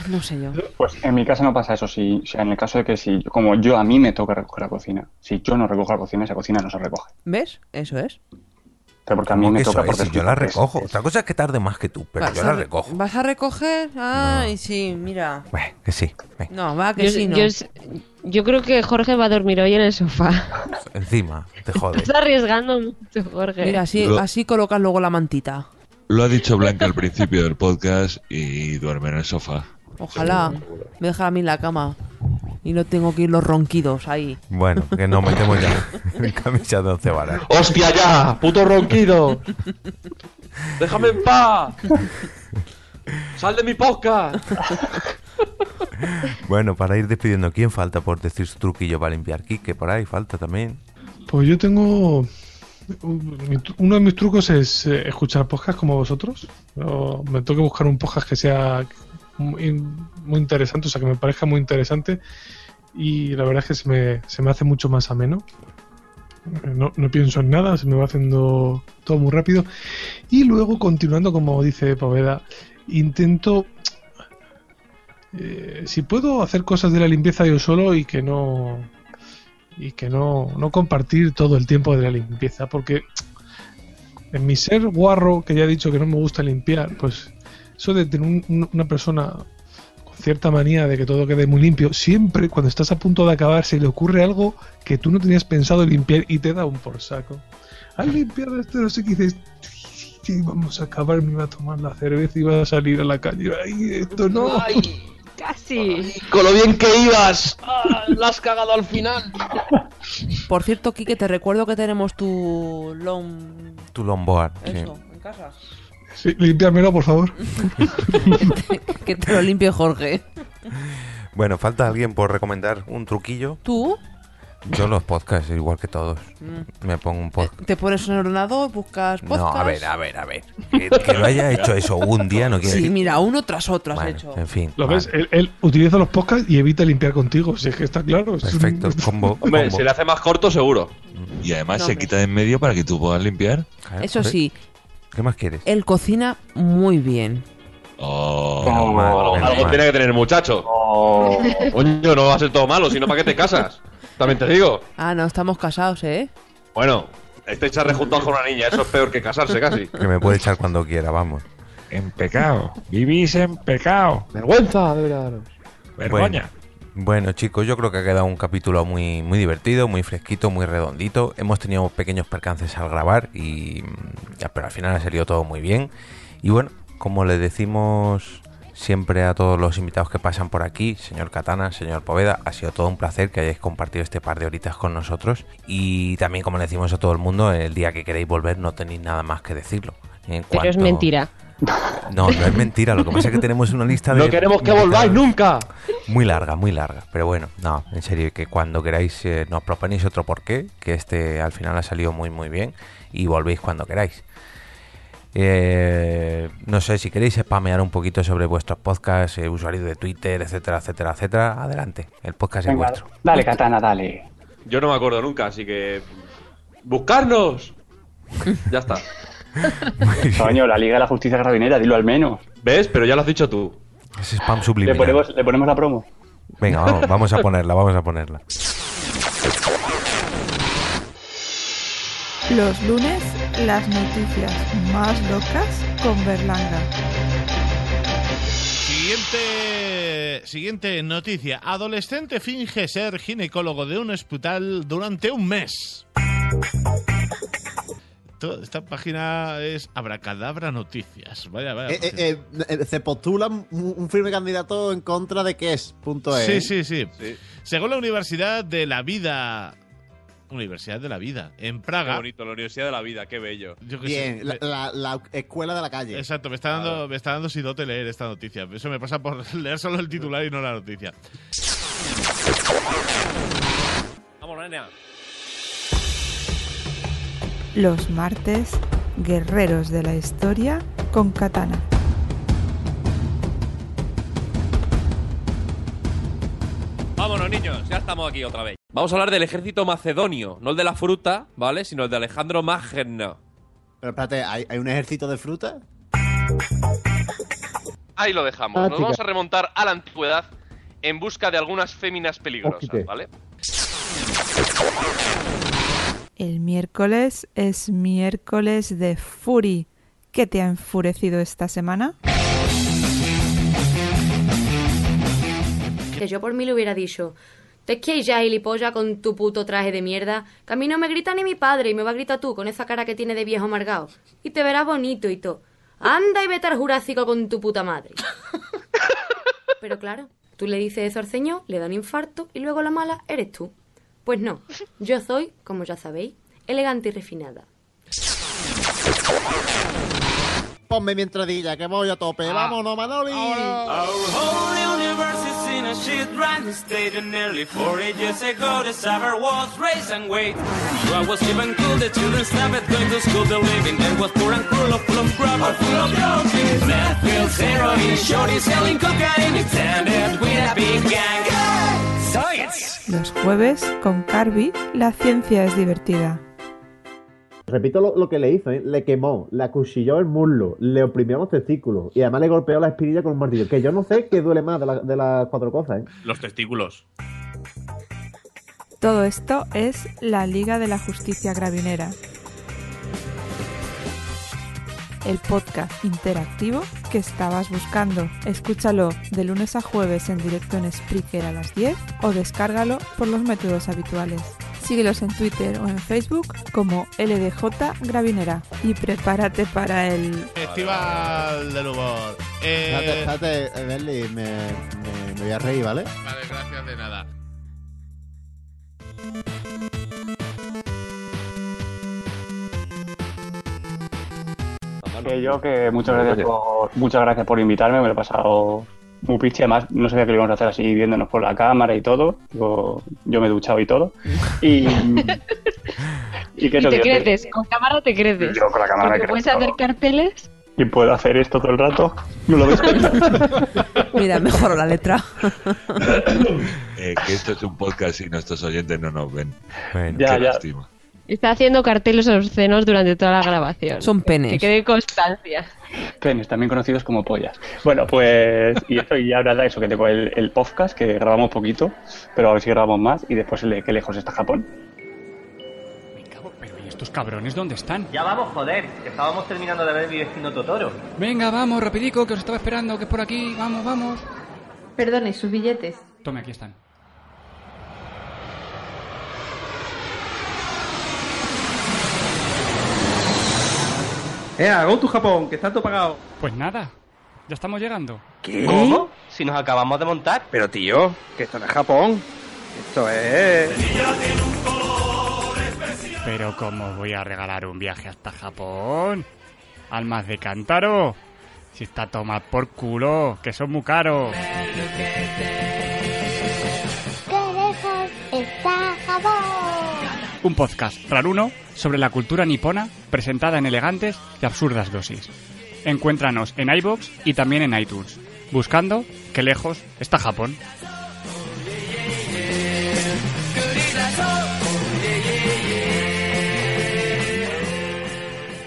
no.
No sé yo.
Pues en mi casa no pasa eso. Si, o sea, en el caso de que si, como yo a mí me toca recoger la cocina, si yo no recojo la cocina, esa cocina no se recoge.
¿Ves? Eso es.
Pero porque a mí me
Eso
toca
es,
por
si yo
desgracia,
la
es-
recojo.
es-
Otra cosa es que tarde más que tú, pero
Vas
yo
a
la
re-
recojo.
¿Vas a recoger? Ay, sí, mira.
Bueno, que sí. venga.
No, va que
Yo,
sí, no.
yo s- yo creo que Jorge va a dormir hoy en el sofá.
Encima, te jode.
Estás arriesgando mucho, Jorge.
Mira, así,
Lo-
así colocas luego la mantita.
Lo ha dicho Blanca al principio del podcast y duerme en el sofá.
Ojalá me deja a mí en la cama y no tengo que ir los ronquidos ahí.
Bueno, que nos metemos ya en camisa de once varas.
¡Hostia ya! ¡Puto ronquido! ¡Déjame en paz! ¡Sal de mi podcast!
Bueno, para ir despidiendo, ¿quién falta por decir su truquillo para limpiar? Quique, por ahí falta también.
Pues yo tengo. Uno de mis trucos es eh, escuchar podcasts como vosotros. Yo me tengo que buscar un podcast que sea muy, muy interesante, o sea, que me parezca muy interesante. Y la verdad es que se me, se me hace mucho más ameno. Eh, No, no pienso en nada, se me va haciendo todo muy rápido. Y luego, continuando, como dice Poveda, intento. eh, si puedo hacer cosas de la limpieza yo solo y que no y que no, no compartir todo el tiempo de la limpieza, porque en mi ser guarro, que ya he dicho que no me gusta limpiar, pues eso de tener un- un- una persona con cierta manía de que todo quede muy limpio, siempre cuando estás a punto de acabar se le ocurre algo que tú no tenías pensado limpiar y te da un por saco. Al limpiar esto no sé qué dices, "Sí, vamos a acabar, me iba a tomar la cerveza y iba a salir a la calle. Ay, esto no.
Casi.
¡Con lo bien que ibas! Ah, ¡La has cagado al final!
Por cierto, Quique, te recuerdo que tenemos tu long...
Tu lomboard. sí.
Eso, en casa.
Sí, limpiármelo, por favor.
Que te lo limpie Jorge.
Bueno, falta alguien por recomendar un truquillo.
Tú
Yo los podcasts, igual que todos.
Mm.
Me pongo un podcast.
te pones en el ordenador, buscas
No,
podcast.
a ver, a ver, a ver. Que, que lo haya hecho eso un día no quiere
Sí,
decir-
mira, uno tras otro has
Bueno,
hecho.
en fin.
Lo
vale.
ves, él, él utiliza los podcasts y evita limpiar contigo, si es que está claro. es un-
Perfecto, combo.
Hombre,
combo.
se le hace más corto seguro.
Y además
No,
se
hombre.
quita de en medio para que tú puedas limpiar.
Claro,
Eso
joder.
sí,
¿Qué más quieres?
él cocina muy bien.
Oh,
Menos
Oh,
mal,
Algo,
menos
algo
mal.
tiene que tener el muchacho.
Oh,
Coño, no va a ser todo malo, sino para qué te casas. También te digo.
Ah, no, estamos casados, ¿eh?
Bueno, este estáis juntados con una niña, eso es peor que casarse casi.
Que me puede echar cuando quiera, vamos.
en pecado. Vivís en pecado.
Vergüenza, de verdad.
Vergüenza.
Bueno, chicos, yo creo que ha quedado un capítulo muy, muy divertido, muy fresquito, muy redondito. Hemos tenido pequeños percances al grabar, y, mm, ya, pero al final ha salido todo muy bien. Y bueno, como le decimos siempre a todos los invitados que pasan por aquí, señor Catana, señor Poveda, ha sido todo un placer que hayáis compartido este par de horitas con nosotros. Y también, como le decimos a todo el mundo, el día que queréis volver no tenéis nada más que decirlo. En
Pero es
cuanto-
mentira.
No, no es mentira. Lo que pasa es que tenemos una lista de.
No queremos que volváis nunca.
Muy larga, muy larga. Pero bueno, no, en serio, que cuando queráis eh, nos proponéis otro porqué, que este al final ha salido muy, muy bien, y volvéis cuando queráis. Eh, no sé, si queréis spamear un poquito sobre vuestros podcasts, eh, usuarios de Twitter, etcétera, etcétera, etcétera, adelante. El podcast
venga,
es vuestro.
dale, Katana, dale.
Yo no me acuerdo nunca, así que. ¡Buscarnos! Ya está.
Coño, la Liga de la Justicia Carabinera, dilo al menos.
¿Ves? Pero ya lo has dicho tú.
Es spam
Le
subliminal.
ponemos, le ponemos la promo.
Venga, vamos, vamos a ponerla, vamos a ponerla.
Los lunes, las noticias más locas con Berlanga.
Siguiente, siguiente noticia. Adolescente finge ser ginecólogo de un hospital durante un mes. To- Esta página es Abracadabra Noticias. Vaya, vaya. pues
Eh, eh,
página.
eh, eh, se postula un, un firme candidato en eh. contra de qué es, punto es.
sí, sí, sí. Según la Universidad de la Vida Universidad de la Vida, en Praga.
Qué bonito, la Universidad de la Vida, qué bello.
Yo qué sé,
Bien, la,
me-
la- la escuela de la calle.
Exacto, me está dando, me está dando sidote leer esta noticia. Eso me pasa por leer solo el titular y no la noticia.
Vamos, nena.
Los martes, guerreros de la historia con katana.
Vámonos, niños, ya estamos aquí otra vez. Vamos a hablar del ejército macedonio, no el de la fruta, ¿vale? Sino el de Alejandro Magno.
Pero espérate, ¿hay, hay un ejército de fruta?
Ahí lo dejamos.
Ah,
Nos
chica.
vamos a remontar a la antigüedad en busca de algunas féminas peligrosas,
Ojite.
¿vale?
El miércoles es miércoles de Fury. ¿Qué te ha enfurecido esta semana?
Que yo por mí le hubiera dicho, te que ya, gilipollas, con tu puto traje de mierda, que a mí no me grita ni mi padre y me va a gritar tú con esa cara que tiene de viejo amargado. Y te verás bonito y todo. Anda y vete al Jurásico con tu puta madre. Pero claro, tú le dices eso al señor, le da un infarto y luego la mala eres tú. Pues no, yo soy, como ya sabéis, elegante y refinada.
Ponme mi entradilla, que voy a tope. Ah.
Ah.
¡Vámonos, Manoli!
Los jueves con Carby, la ciencia es divertida.
Repito lo, lo que le hizo, ¿eh? le quemó, le acuchilló el muslo, le oprimió los testículos y además le golpeó la espinilla con un martillo. Que yo no sé qué duele más de, la- de las cuatro cosas. ¿eh?
Los testículos.
Todo esto es la Liga de la Justicia Gravinera. El podcast interactivo que estabas buscando. Escúchalo de lunes a jueves en directo en Spreaker a las 10 o descárgalo por los métodos habituales. Síguelos en Twitter o en Facebook como LDJ Gravinera y prepárate para el...
Festival del humor.
Espérate,
Eh,
espérate, eh, Berli, me, me- me voy a reír, ¿vale?
Vale, gracias de nada.
Que yo que muchas
Bueno,
gracias, por, muchas gracias por invitarme, me lo he pasado muy piche, además no sabía que lo íbamos a hacer así viéndonos por la cámara y todo, yo, yo me he duchado y todo. Y, y que
Y
eso,
te
que-
creces, con cámara te creces.
Yo con la cámara
Porque
crezco.
puedes hacer carteles.
y puedo hacer esto todo el rato, ¿no lo veis?
Mira, mejoró la letra.
Eh, que esto es un podcast y nuestros oyentes no nos ven.
Ya,
Qué
ya.
lástima.
Está haciendo carteles obscenos durante toda la grabación.
Son penes.
Que quede constancia.
Penes, también conocidos como pollas. Bueno, pues, y eso, y ahora da eso, que tengo el, el podcast, que grabamos poquito, pero a ver si grabamos más, y después el de qué lejos está Japón.
¿Y estos cabrones dónde están?
Ya vamos, joder, que estábamos terminando de este ver mi vecino Totoro.
Venga, vamos, rapidico, que os estaba esperando, que es por aquí, vamos, vamos.
Perdone, sus billetes.
Tome, aquí están.
¡Ea, go to Japón, que está todo pagado!
Pues nada, ya estamos llegando.
¿Qué? ¿Cómo? Si nos acabamos de montar. Pero tío, que esto no es Japón. Esto es...
Pero ¿cómo os voy a regalar un viaje hasta Japón? Almas de cántaro. Si está tomado por culo, que son muy caros.
lejos está Japón!
Un podcast raruno sobre la cultura nipona presentada en elegantes y absurdas dosis. Encuéntranos en iBox y también en iTunes, buscando que lejos está Japón.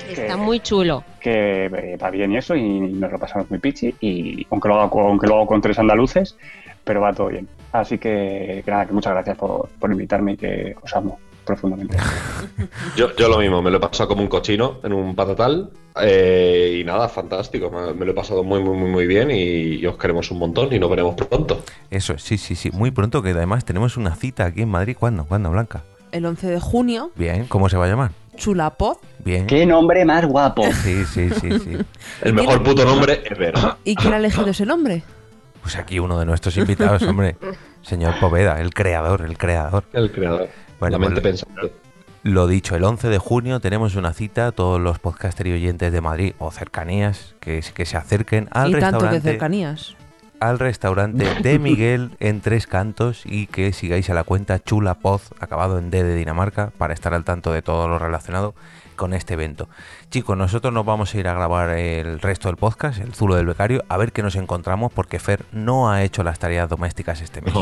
Está muy chulo.
Eh, que eh, va bien y eso, y nos lo pasamos muy pichi, y aunque lo hago, con- aunque lo hago con tres andaluces, pero va todo bien. Así que, que nada, que muchas gracias por, por invitarme y que os amo profundamente.
Yo, yo lo mismo, me lo he pasado como un cochino en un patatal. eh, y nada, fantástico. Me, me lo he pasado muy, muy, muy, muy bien. Y, y os queremos un montón y nos veremos pronto.
Eso, sí, sí, sí. Muy pronto, que además tenemos una cita aquí en Madrid. ¿Cuándo? ¿Cuándo, Blanca?
El 11 de junio,
Bien, ¿cómo se va a llamar?
Chulapod.
Bien.
¡Qué nombre más guapo!
Sí, sí, sí, sí.
El mejor puto nombre ever.
¿Y quién ha elegido ese nombre?
Pues aquí uno de nuestros invitados, hombre. Señor Poveda, el creador, el creador.
El creador.
Bueno,
la mente
pues lo-
pensante.
Lo dicho, el 11 de junio tenemos una cita, todos los podcaster y oyentes de Madrid o cercanías que, que se acerquen al
y tanto que
restaurante
cercanías.
al restaurante de Miguel en Tres Cantos y que sigáis a la cuenta Chula Poz, acabado en D de Dinamarca, para estar al tanto de todo lo relacionado con este evento. Chicos, nosotros nos vamos a ir a grabar el resto del podcast, el Zulo del Becario, a ver qué nos encontramos porque Fer no ha hecho las tareas domésticas este mes.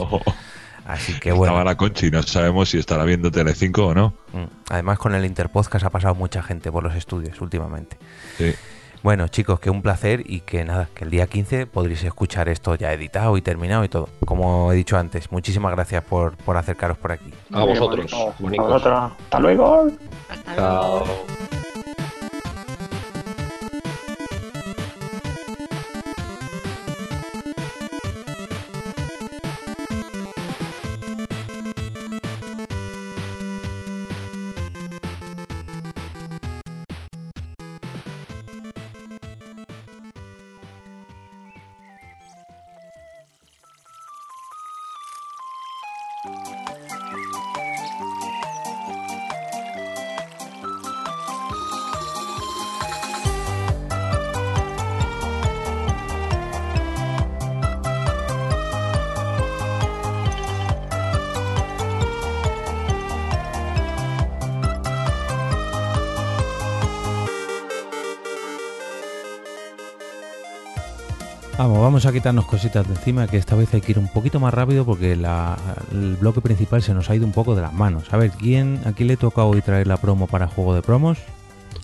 Así que bueno.
Estaba la Conchi, no sabemos si estará viendo Telecinco o no.
Mm. Además, con el Interpodcast ha pasado mucha gente por los estudios últimamente.
Sí.
Bueno, chicos, que un placer y que nada, que el día 15 podréis escuchar esto ya editado y terminado y todo. Como he dicho antes, muchísimas gracias por, por acercaros por aquí.
A vosotros.
A
bonicos.
vosotros. Hasta luego.
Chao.
Vamos, vamos a quitarnos cositas de encima, que esta vez hay que ir un poquito más rápido porque la- el bloque principal se nos ha ido un poco de las manos. A ver, ¿quién, ¿a quién le toca hoy traer la promo para juego de promos?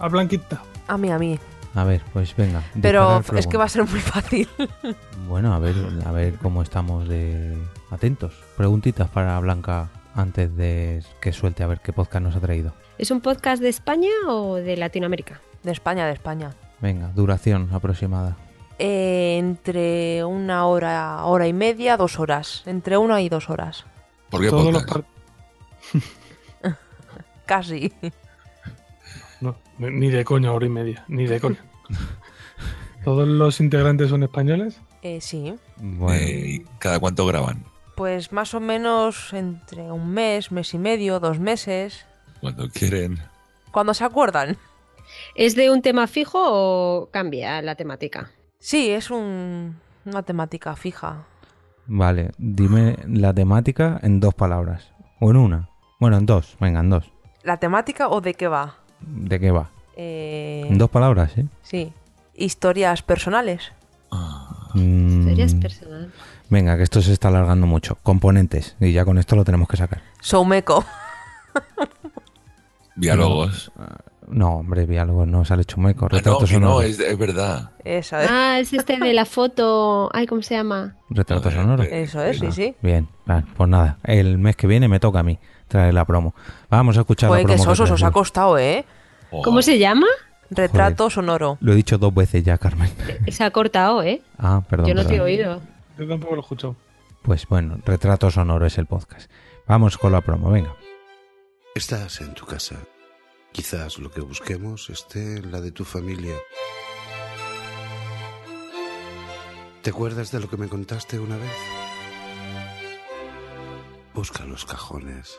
A Blanquita.
A mí, a mí.
A ver, pues venga.
Pero
disparar promo.
es que va a ser muy fácil.
Bueno, a ver, a ver cómo estamos de atentos. Preguntitas para Blanca antes de que suelte a ver qué podcast nos ha traído.
¿Es un podcast de España o de Latinoamérica?
De España, de España.
Venga, duración aproximada.
Eh, entre una hora, hora y media, dos horas. Entre una y dos horas.
¿Por qué
Todos
podcast?
los par-
Casi.
No, ni ni de coña, hora y media. Ni de coña. ¿Todos los integrantes son españoles?
Eh, sí.
Mm,
Eh, ¿y ¿Cada cuánto graban?
Pues más o menos entre un mes, mes y medio, dos meses.
Cuando quieren. Ah,
Cuando se acuerdan.
¿Es de un tema fijo o cambia la temática?
Sí, es un- una temática fija.
Vale, dime la temática en dos palabras. O en una. Bueno, en dos. Venga, en dos.
¿La temática o de qué va?
¿De qué va?
Eh,
En dos palabras, ¿eh?
Sí. Historias personales.
Mm,
personales.
venga, que esto se está alargando mucho. Componentes. Y ya con esto lo tenemos que sacar.
Soumeco.
Diálogos.
No, hombre, diálogos no sale chumeco.
Ah, no,
Retrato
que no,
sonoro.
es, es verdad.
Esa es.
Ah, es este de la foto. Ay, ¿cómo se llama?
eh,
Retrato sonoro.
Eso es, sí, sí.
Bien, vale, pues nada. El mes que viene me toca a mí traer la promo. Vamos a escuchar
Joder,
la
que
promo. que
sosos os
traigo.
ha costado, ¿eh?
¿Cómo se llama?
Retrato sonoro.
Lo he dicho dos veces ya, Carmen.
Se ha cortado, ¿eh?
Ah, perdón.
Yo no te he
perdón.
oído.
Yo tampoco lo he escuchado.
Pues bueno, Retrato Sonoro es el podcast. Vamos con la promo, venga.
Estás en tu casa. Quizás lo que busquemos esté en la de tu familia. ¿Te acuerdas de lo que me contaste una vez? Busca los cajones.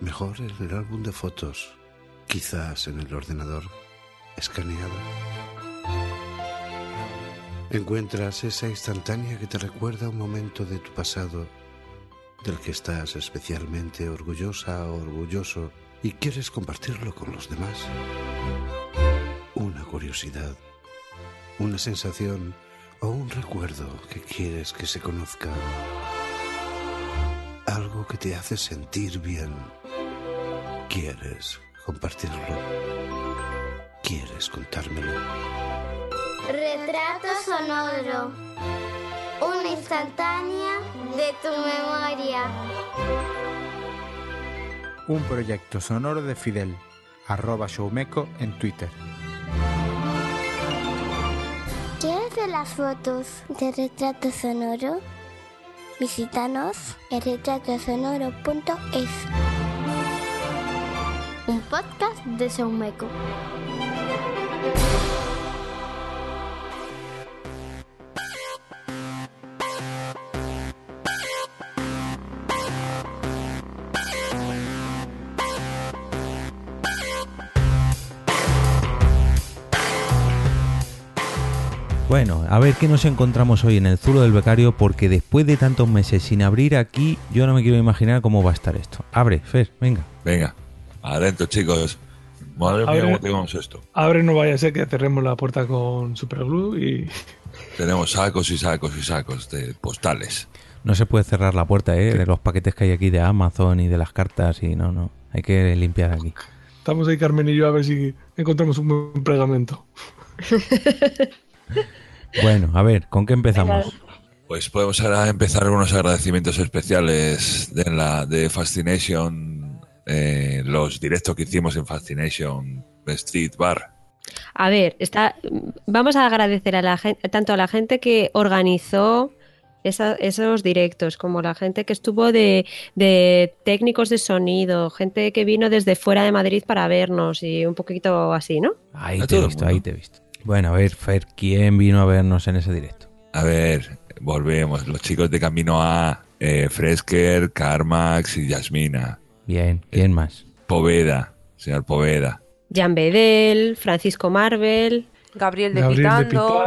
Mejor en el álbum de fotos. Quizás en el ordenador. Escaneado. Encuentras esa instantánea que te recuerda un momento de tu pasado del que estás especialmente orgullosa o orgulloso y quieres compartirlo con los demás. Una curiosidad, una sensación o un recuerdo que quieres que se conozca. Algo que te hace sentir bien. Quieres compartirlo. Quieres contármelo.
Retrato sonoro. Una instantánea de tu memoria.
Un proyecto sonoro de Fidel, arroba showmeco en Twitter.
¿Quieres ver las fotos de retrato sonoro? Visítanos en retratosonoro.es. Un podcast de Saumeco.
Bueno, a ver qué nos encontramos hoy en el Zulo del Becario, porque después de tantos meses sin abrir aquí, yo no me quiero imaginar cómo va a estar esto. Abre, Fer, venga.
Venga, adentro, chicos. Madre mía,
Abre-
¿cómo tenemos esto?
Abre, no vaya a ser que cerremos la puerta con superglue y.
Tenemos sacos y sacos y sacos de postales.
No se puede cerrar la puerta, ¿eh? De los paquetes que hay aquí de Amazon y de las cartas y no, no. Hay que limpiar aquí.
Estamos ahí, Carmen y yo, a ver si encontramos un buen pegamento.
Bueno, a ver, ¿con qué empezamos?
Pues podemos ahora empezar con unos agradecimientos especiales de la de Fascination, eh, los directos que hicimos en Fascination Street Bar.
A ver, está, vamos a agradecer a la gente, tanto a la gente que organizó esa- esos directos, como la gente que estuvo de, de técnicos de sonido, gente que vino desde fuera de Madrid para vernos y un poquito así, ¿no?
Ahí te he visto, ahí te he visto. Bueno, a ver, Fer, ¿quién vino a vernos en ese directo?
A ver, volvemos. Los chicos de Camino A, eh, Fresker, Carmax y Yasmina.
Bien, ¿quién más?
Poveda, señor Poveda.
Jan Bedel, Francisco Marvel.
Gabriel de,
Gabriel de
Pitando,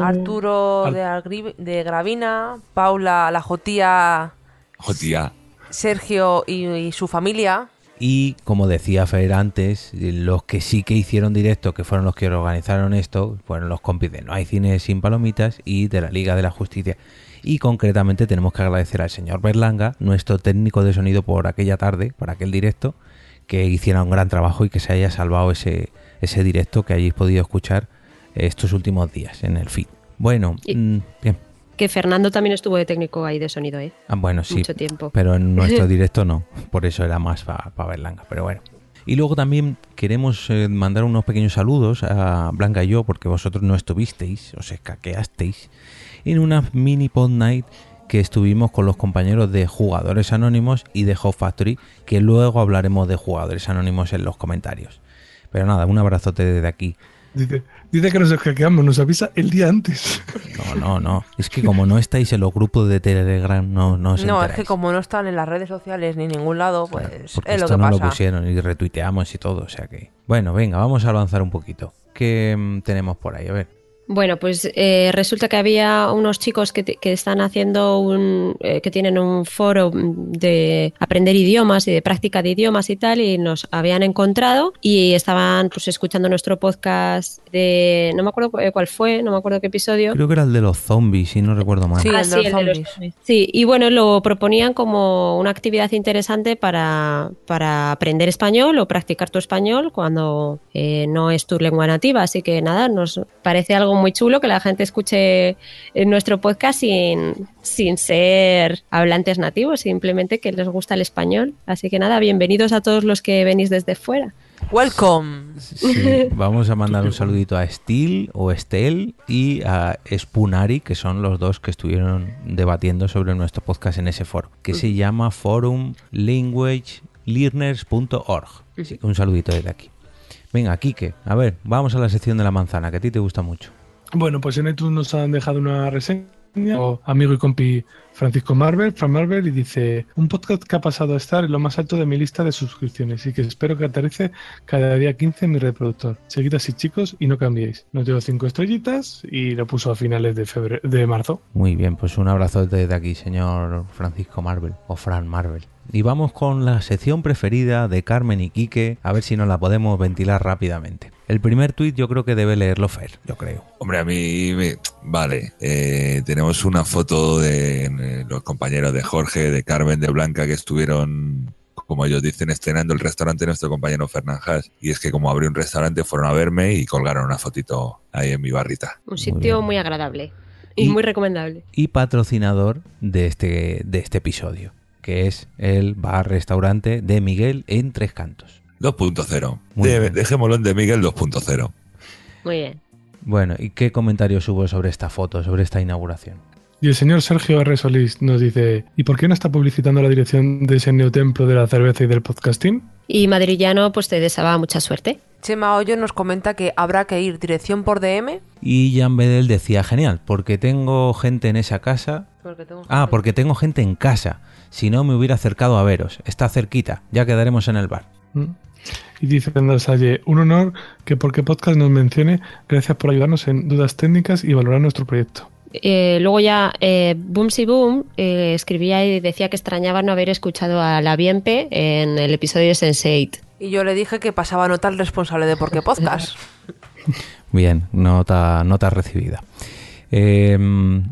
Arturo de, Agri- de Gravina, Paula La Jotía,
Jotía.
Sergio y, y su familia.
Y como decía Fer antes, los que sí que hicieron directo, que fueron los que organizaron esto, fueron los compis de No hay cine sin palomitas y de la Liga de la Justicia. Y concretamente tenemos que agradecer al señor Berlanga, nuestro técnico de sonido por aquella tarde, para aquel directo, que hiciera un gran trabajo y que se haya salvado ese, ese directo que hayáis podido escuchar estos últimos días en el feed. Bueno,
Y-
mm, bien.
Que Fernando también estuvo de técnico ahí de sonido, ¿eh?
Ah, bueno, sí.
Mucho tiempo.
Pero en nuestro directo no. Por eso era más para Berlanga. Pero bueno. Y luego también queremos eh, mandar unos pequeños saludos a Blanca y yo, porque vosotros no estuvisteis, os escaqueasteis, en una mini pod night que estuvimos con los compañeros de Jugadores Anónimos y de Hot Factory, que luego hablaremos de Jugadores Anónimos en los comentarios. Pero nada, un abrazote desde aquí.
Dice, dice que nos escaqueamos, nos avisa el día antes.
No, no, no. Es que como no estáis en los grupos de Telegram, no, no os
no, es
enteráis.
que como no están en las redes sociales ni en ningún lado, pues
Porque
es lo
esto
que
no
pasa.
lo pusieron y retuiteamos y todo, o sea que... Bueno, venga, vamos a avanzar un poquito. ¿Qué mm, tenemos por ahí? A ver.
Bueno, pues eh, resulta que había unos chicos que, te- que están haciendo un, eh, que tienen un foro mm, de aprender idiomas y de práctica de idiomas y tal, y nos habían encontrado y estaban pues escuchando nuestro podcast de, no me acuerdo cu- eh, cuál fue, no me acuerdo qué episodio.
Creo que era el de los zombies, si no recuerdo mal.
Ah, sí, el de los zombies. Sí, y bueno, lo proponían como una actividad interesante para, para aprender español o practicar tu español cuando eh, no es tu lengua nativa. Así que nada, nos parece algo muy chulo que la gente escuche en nuestro podcast sin, sin ser hablantes nativos, simplemente que les gusta el español. Así que nada, bienvenidos a todos los que venís desde fuera.
Welcome.
Sí, vamos a mandar un saludito a Steel o Estel y a Spunari, que son los dos que estuvieron debatiendo sobre nuestro podcast en ese foro, que se llama forumlanguagelearners.org. Así que un saludito desde aquí. Venga, Quique, a ver, vamos a la sección de la manzana, que a ti te gusta mucho.
Bueno, pues en iTunes nos han dejado una reseña. O amigo y compi Francisco Marvel, Fran Marvel, y dice: Un podcast que ha pasado a estar en lo más alto de mi lista de suscripciones y que espero que aterrice cada día 15 en mi reproductor. Seguid así, chicos, y no cambiéis. Nos dio cinco estrellitas y lo puso a finales de, febrero, de marzo.
Muy bien, pues un abrazo desde aquí, señor Francisco Marvel o Fran Marvel. Y vamos con la sección preferida de Carmen y Quique, a ver si nos la podemos ventilar rápidamente. El primer tuit yo creo que debe leerlo Fer, yo creo.
Hombre, a mí me... Vale, eh, tenemos una foto de eh, los compañeros de Jorge, de Carmen, de Blanca, que estuvieron, como ellos dicen, estrenando el restaurante de nuestro compañero Fernández. Y es que como abrí un restaurante, fueron a verme y colgaron una fotito ahí en mi barrita.
Un sitio muy, agradable y,
Y-
muy recomendable.
Y patrocinador de este, de este episodio, que es el bar-restaurante de Miguel en Tres Cantos.
2.0.
Muy
De-
bien.
Dejémoslo en de Miguel 2.0.
Muy bien.
Bueno, ¿y qué comentarios hubo sobre esta foto, sobre esta inauguración?
Y el señor Sergio R. Solís nos dice: ¿Y por qué no está publicitando la dirección de ese neotemplo de la cerveza y del podcasting?
Y Madrillano, pues te deseaba mucha suerte.
Chema Hoyo nos comenta que habrá que ir dirección por DM.
Y Jan Bedel decía, genial, porque tengo gente en esa casa.
Porque tengo
Ah, porque tengo gente en casa. Si no, me hubiera acercado a veros. Está cerquita, ya quedaremos en el bar.
Mm. Y dice Andrés Salle, un honor que porque podcast nos mencione, gracias por ayudarnos en dudas técnicas y valorar nuestro proyecto.
Eh, luego ya eh, Boomsy Boom eh, escribía y decía que extrañaba no haber escuchado a la Bienpe en el episodio de Sense8.
Y yo le dije que pasaba nota al responsable de Porque Podcast.
Bien, nota, nota recibida. Eh,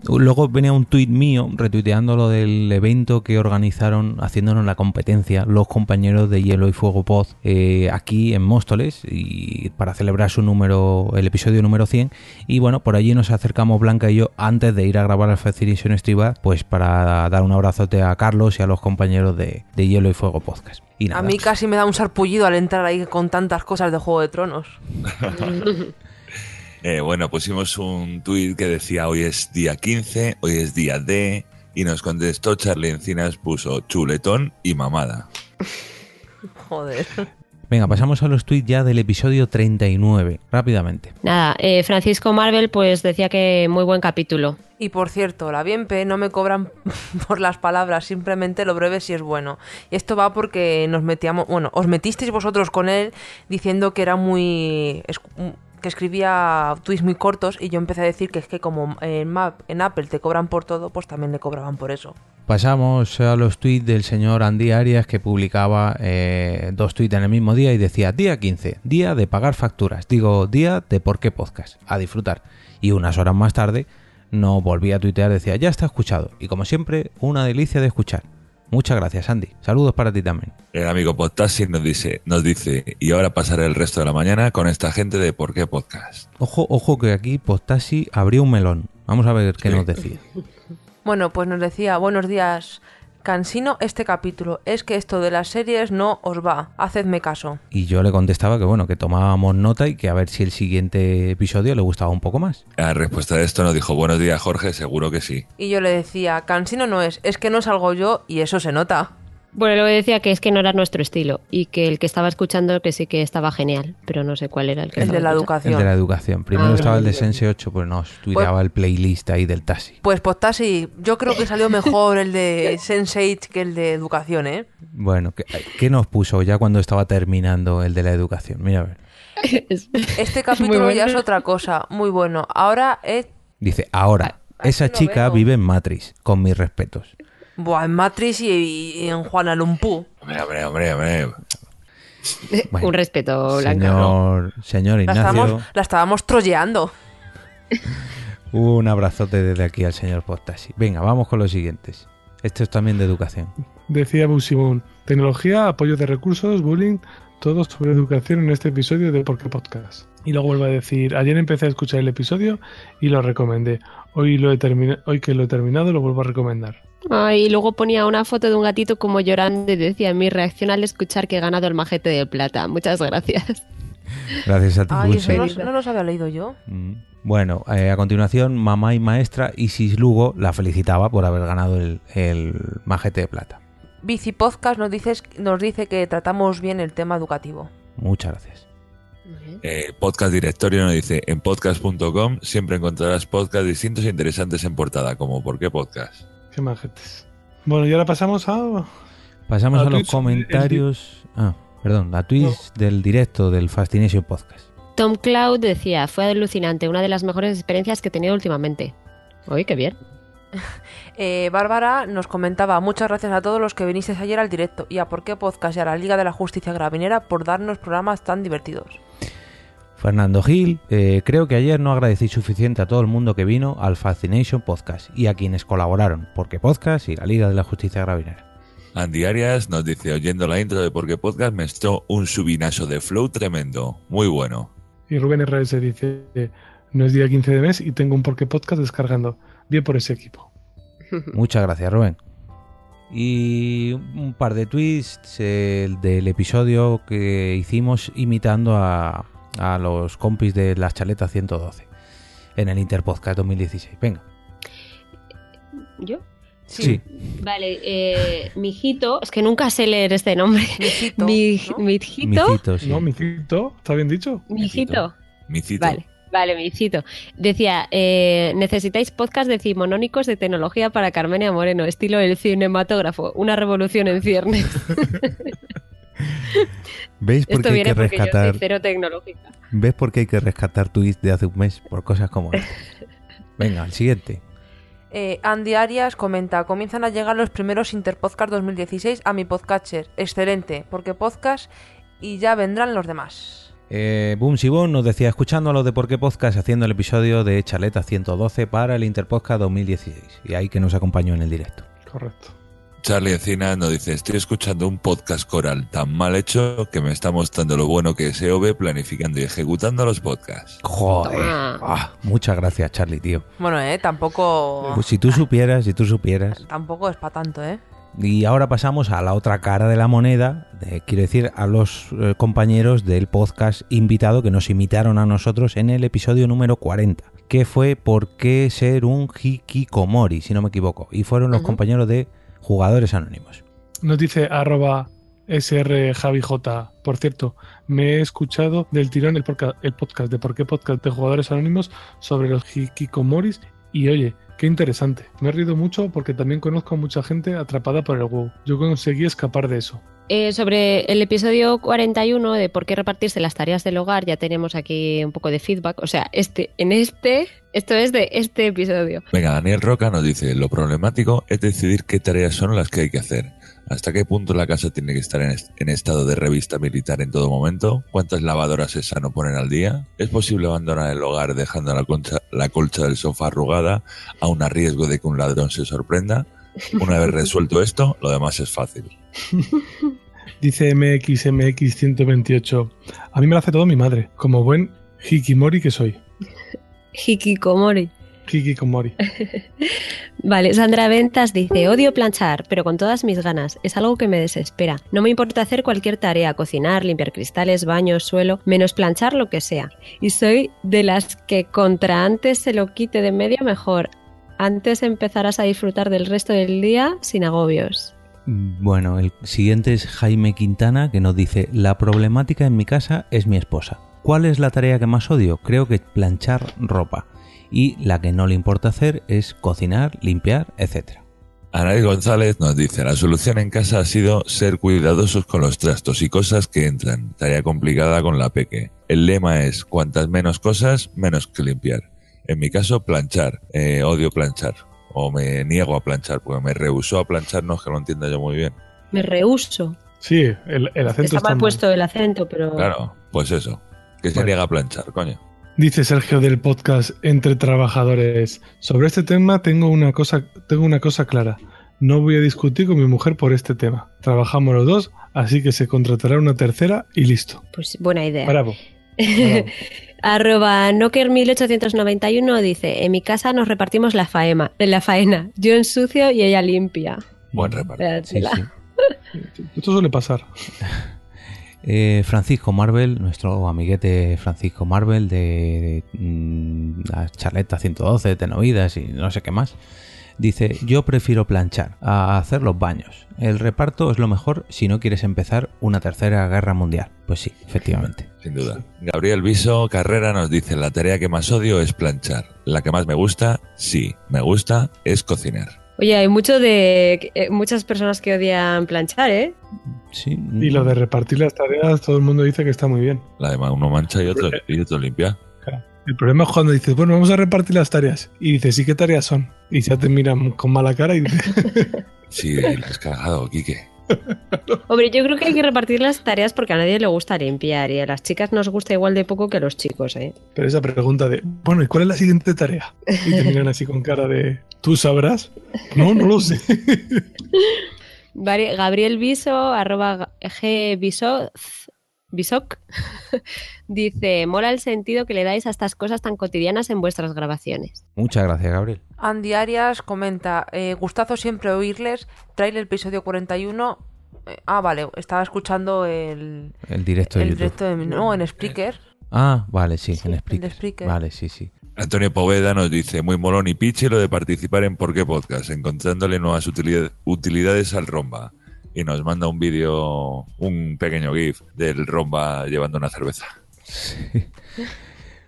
luego venía un tuit mío retuiteando lo del evento que organizaron haciéndonos la competencia los compañeros de Hielo y Fuego Pod eh, aquí en Móstoles y para celebrar su número, el episodio número 100 y bueno, por allí nos acercamos Blanca y yo antes de ir a grabar al Facilitation Estival pues para dar un abrazote a Carlos y a los compañeros de, de Hielo y Fuego Podcast. Y nada,
a mí casi me da un sarpullido al entrar ahí con tantas cosas de Juego de Tronos.
Eh, bueno, pusimos un tuit que decía hoy es día 15, hoy es día D, y nos contestó Charlie Encinas, puso chuletón y mamada.
Joder.
Venga, pasamos a los tweets ya del episodio 39, rápidamente.
Nada, eh, Francisco Marvel pues decía que muy buen capítulo.
Y por cierto, la Bienpe no me cobran por las palabras, simplemente lo breve si es bueno. Y esto va porque nos metíamos, bueno, os metisteis vosotros con él diciendo que era muy que escribía tweets muy cortos y yo empecé a decir que es que como en, Map, en Apple te cobran por todo, pues también le cobraban por eso.
Pasamos a los tweets del señor Andy Arias que publicaba eh, dos tweets en el mismo día y decía día 15, día de pagar facturas, digo día de por qué podcast, a disfrutar. Y unas horas más tarde no volví a tuitear, decía ya está escuchado. Y como siempre, una delicia de escuchar. Muchas gracias, Andy. Saludos para ti también.
El amigo Podtassi nos dice, nos dice, y ahora pasaré el resto de la mañana con esta gente de Por qué Podcast.
Ojo, ojo que aquí Podtassi abrió un melón. Vamos a ver qué sí. nos decía.
Bueno, pues nos decía, buenos días. Cansino este capítulo, es que esto de las series no os va, hacedme caso.
Y yo le contestaba que bueno, que tomábamos nota y que a ver si el siguiente episodio le gustaba un poco más.
A respuesta de esto nos dijo, buenos días Jorge, seguro que sí.
Y yo le decía, cansino no es, es que no salgo yo y eso se nota.
Bueno, luego decía que es que no era nuestro estilo y que el que estaba escuchando que sí que estaba genial, pero no sé cuál era el que
El de la
escuchando.
educación.
El de la educación.
Ah,
Primero estaba el de Sense 8, pues nos tuiteaba el playlist ahí del taxi.
Pues pues Tasi, yo creo que salió mejor el de Sense 8 que el de educación, ¿eh?
Bueno, ¿qué, qué nos puso ya cuando estaba terminando el de la educación? Mira a ver.
Este capítulo bueno. ya es otra cosa, muy bueno. Ahora es...
Dice, ahora, a, esa chica veo. vive en Matrix, con mis respetos.
Buah, en Matrix y, y en Juana Lumpú.
Hombre, hombre, hombre, hombre.
Bueno, Un respeto, Blanca.
Señor, señor Ignacio.
La estábamos, la estábamos trolleando.
Un abrazote desde aquí al señor Postasi. Venga, vamos con los siguientes. Esto es también de educación.
Decía Busimón, tecnología, apoyo de recursos, bullying, todo sobre educación en este episodio de Porque Podcast. Y luego vuelvo a decir, ayer empecé a escuchar el episodio y lo recomendé. Hoy, lo he hoy que lo he terminado lo vuelvo a recomendar.
Ah, y luego ponía una foto de un gatito como llorando y decía mi reacción al escuchar que he ganado el majete de plata. Muchas gracias.
Gracias a ti.
Ay, eso no, no, los había leído yo.
Mm. Bueno, eh, a continuación, mamá y maestra Isis Lugo la felicitaba por haber ganado el, el majete de plata.
Bici Podcast nos, dices, nos dice que tratamos bien el tema educativo.
Muchas gracias.
Eh, podcast Directorio nos dice, en podcast.com siempre encontrarás podcasts distintos e interesantes en portada, como ¿Por qué podcast?
Qué majetes. Bueno, y ahora pasamos a...
Pasamos a, a los comentarios... El... Ah, perdón, a tweets no. del directo del Fascination Podcast.
Tom Cloud decía, fue alucinante, una de las mejores experiencias que he tenido últimamente. Uy, qué bien.
Eh, Bárbara nos comentaba, muchas gracias a todos los que vinisteis ayer al directo y a por qué podcast y a la Liga de la Justicia Gravinera por darnos programas tan divertidos.
Fernando Gil, eh, creo que ayer no agradecí suficiente a todo el mundo que vino al Fascination Podcast y a quienes colaboraron, porque Podcast y la Liga de la Justicia Gravinera.
Andy Arias nos dice, oyendo la intro de Porque Podcast me estró un subinazo de flow tremendo, muy bueno.
Y Rubén Herrera se dice, no es día 15 de mes y tengo un Porque Podcast descargando. Bien por ese equipo.
Muchas gracias, Rubén. Y un par de tweets eh, del episodio que hicimos imitando a, a los compis de las chaletas 112 en el Interpodcast 2016. Venga.
¿Yo?
Sí. sí.
Vale, eh, mijito, es que nunca sé leer este nombre.
Mijito.
Mi,
¿no?
Mijito.
mijito sí. No, mijito, está bien dicho.
Mijito.
Mijito.
Vale. Vale, me cito. Decía, eh, necesitáis podcast decimonónicos de tecnología para Carmenia Moreno, estilo el cinematógrafo, una revolución en ciernes.
¿Veis por qué
Esto
hay
viene
que
porque yo
rescatar?
soy cero tecnológica.
¿Ves por qué hay que rescatar tweets de hace un mes? Por cosas como esta. Venga, el siguiente.
Eh, Andy Arias comenta, comienzan a llegar los primeros Interpodcast 2016 a mi podcatcher. Excelente, porque podcast y ya vendrán los demás.
Eh, Boom Sibón nos decía, escuchando a los de Por qué Podcast haciendo el episodio de Chaleta 112 para el Interpodcast 2016. Y ahí que nos acompañó en el directo.
Correcto.
Charlie Encina nos dice, estoy escuchando un podcast coral tan mal hecho que me está mostrando lo bueno que es EOB planificando y ejecutando los podcasts.
Joder. Ah, muchas gracias, Charlie, tío.
Bueno, eh, tampoco...
Pues si tú supieras, si tú supieras.
Tampoco es para tanto, ¿eh?
Y ahora pasamos a la otra cara de la moneda, eh, quiero decir, a los eh, compañeros del podcast invitado que nos imitaron a nosotros en el episodio número 40, que fue ¿Por qué ser un hikikomori? Si no me equivoco. Y fueron los compañeros de Jugadores Anónimos.
Nos dice arroba srjavij. Por cierto, me he escuchado del tirón el, porca- el podcast de por qué podcast de jugadores anónimos sobre los hikikomoris y oye, qué interesante. Me he rido mucho porque también conozco a mucha gente atrapada por el WoW. Yo conseguí escapar de eso.
Eh, sobre el episodio 41 de por qué repartirse las tareas del hogar, ya tenemos aquí un poco de feedback. O sea, este, en este, esto es de este episodio.
Venga, Daniel Roca nos dice, lo problemático es decidir qué tareas son las que hay que hacer. ¿Hasta qué punto la casa tiene que estar en, est- en estado de revista militar en todo momento? ¿Cuántas lavadoras es sano poner al día? ¿Es posible abandonar el hogar dejando la, concha- la colcha del sofá arrugada aun a riesgo de que un ladrón se sorprenda? Una vez resuelto esto, lo demás es fácil.
Dice MXMX128. A mí me lo hace todo mi madre, como buen hikimori que soy.
Hikikomori.
Hikikomori.
Vale, Sandra Ventas dice, odio planchar, pero con todas mis ganas, es algo que me desespera. No me importa hacer cualquier tarea, cocinar, limpiar cristales, baños, suelo, menos planchar lo que sea. Y soy de las que contra antes se lo quite de en medio mejor. Antes empezarás a disfrutar del resto del día sin agobios.
Bueno, el siguiente es Jaime Quintana que nos dice, la problemática en mi casa es mi esposa. ¿Cuál es la tarea que más odio? Creo que planchar ropa. Y la que no le importa hacer es cocinar, limpiar, etcétera.
Anaís González nos dice, la solución en casa ha sido ser cuidadosos con los trastos y cosas que entran, tarea complicada con la peque. El lema es, cuantas menos cosas, menos que limpiar. En mi caso, planchar. Eh, odio planchar. O me niego a planchar, porque me rehusó a planchar, no es que lo entienda yo muy bien.
Me rehuso.
Sí, el, el acento
Está
está
mal
mal.
puesto el acento, pero...
Claro, pues eso. Que se niega a planchar, coño.
Dice Sergio del podcast Entre Trabajadores. Sobre este tema tengo una cosa, tengo una cosa clara. No voy a discutir con mi mujer por este tema. Trabajamos los dos, así que se contratará una tercera y listo.
Pues buena idea.
Bravo.
Arroba Nocker1891 dice, en mi casa nos repartimos la faena, la faena. Yo ensucio y ella limpia.
Buen
Espératela.
Esto suele pasar.
Eh, Francisco Marvel, nuestro amiguete Francisco Marvel de, de, mm, la charleta 112, Tenovidas y no sé qué más, dice, yo prefiero planchar a hacer los baños. El reparto es lo mejor si no quieres empezar una tercera guerra mundial. Pues sí, efectivamente.
Sin duda. Gabriel Viso Carrera nos dice, la tarea que más odio es planchar. La que más me gusta, sí, me gusta, es cocinar.
Oye, hay mucho de eh, muchas personas que odian planchar, ¿eh?
Y lo de repartir las tareas, todo el mundo dice que está muy bien.
La de ma- uno mancha y otro, y otro limpia.
El problema es cuando dices, bueno, vamos a repartir las tareas. Y dices, ¿y qué tareas son? Y ya te miran con mala cara y dices,
Sí, lo has cagado, Quique.
Hombre, yo creo que hay que repartir las tareas porque a nadie le gusta limpiar y a las chicas nos gusta igual de poco que a los chicos, ¿eh?
pero esa pregunta de, bueno, ¿y cuál es la siguiente tarea? Y te miran así con cara de, ¿tú sabrás? No, no lo sé.
Vale, Gabriel Viso, arroba gbisoc, bisoc, dice, mola el sentido que le dais a estas cosas tan cotidianas en vuestras grabaciones.
Muchas gracias, Gabriel.
Andy Arias comenta, eh, gustazo siempre oírles, trae el episodio 41. Eh, ah, vale, estaba escuchando el,
El directo de
el
YouTube.
directo de... No, en Spreaker.
Ah, vale, sí, en Spreaker.
el de Spreaker.
Vale, sí, sí.
Antonio Poveda nos dice, muy molón y piche lo de participar en Por qué Podcast, encontrándole nuevas utilidad- utilidades al Romba. Y nos manda un vídeo, un pequeño GIF del Romba llevando una cerveza.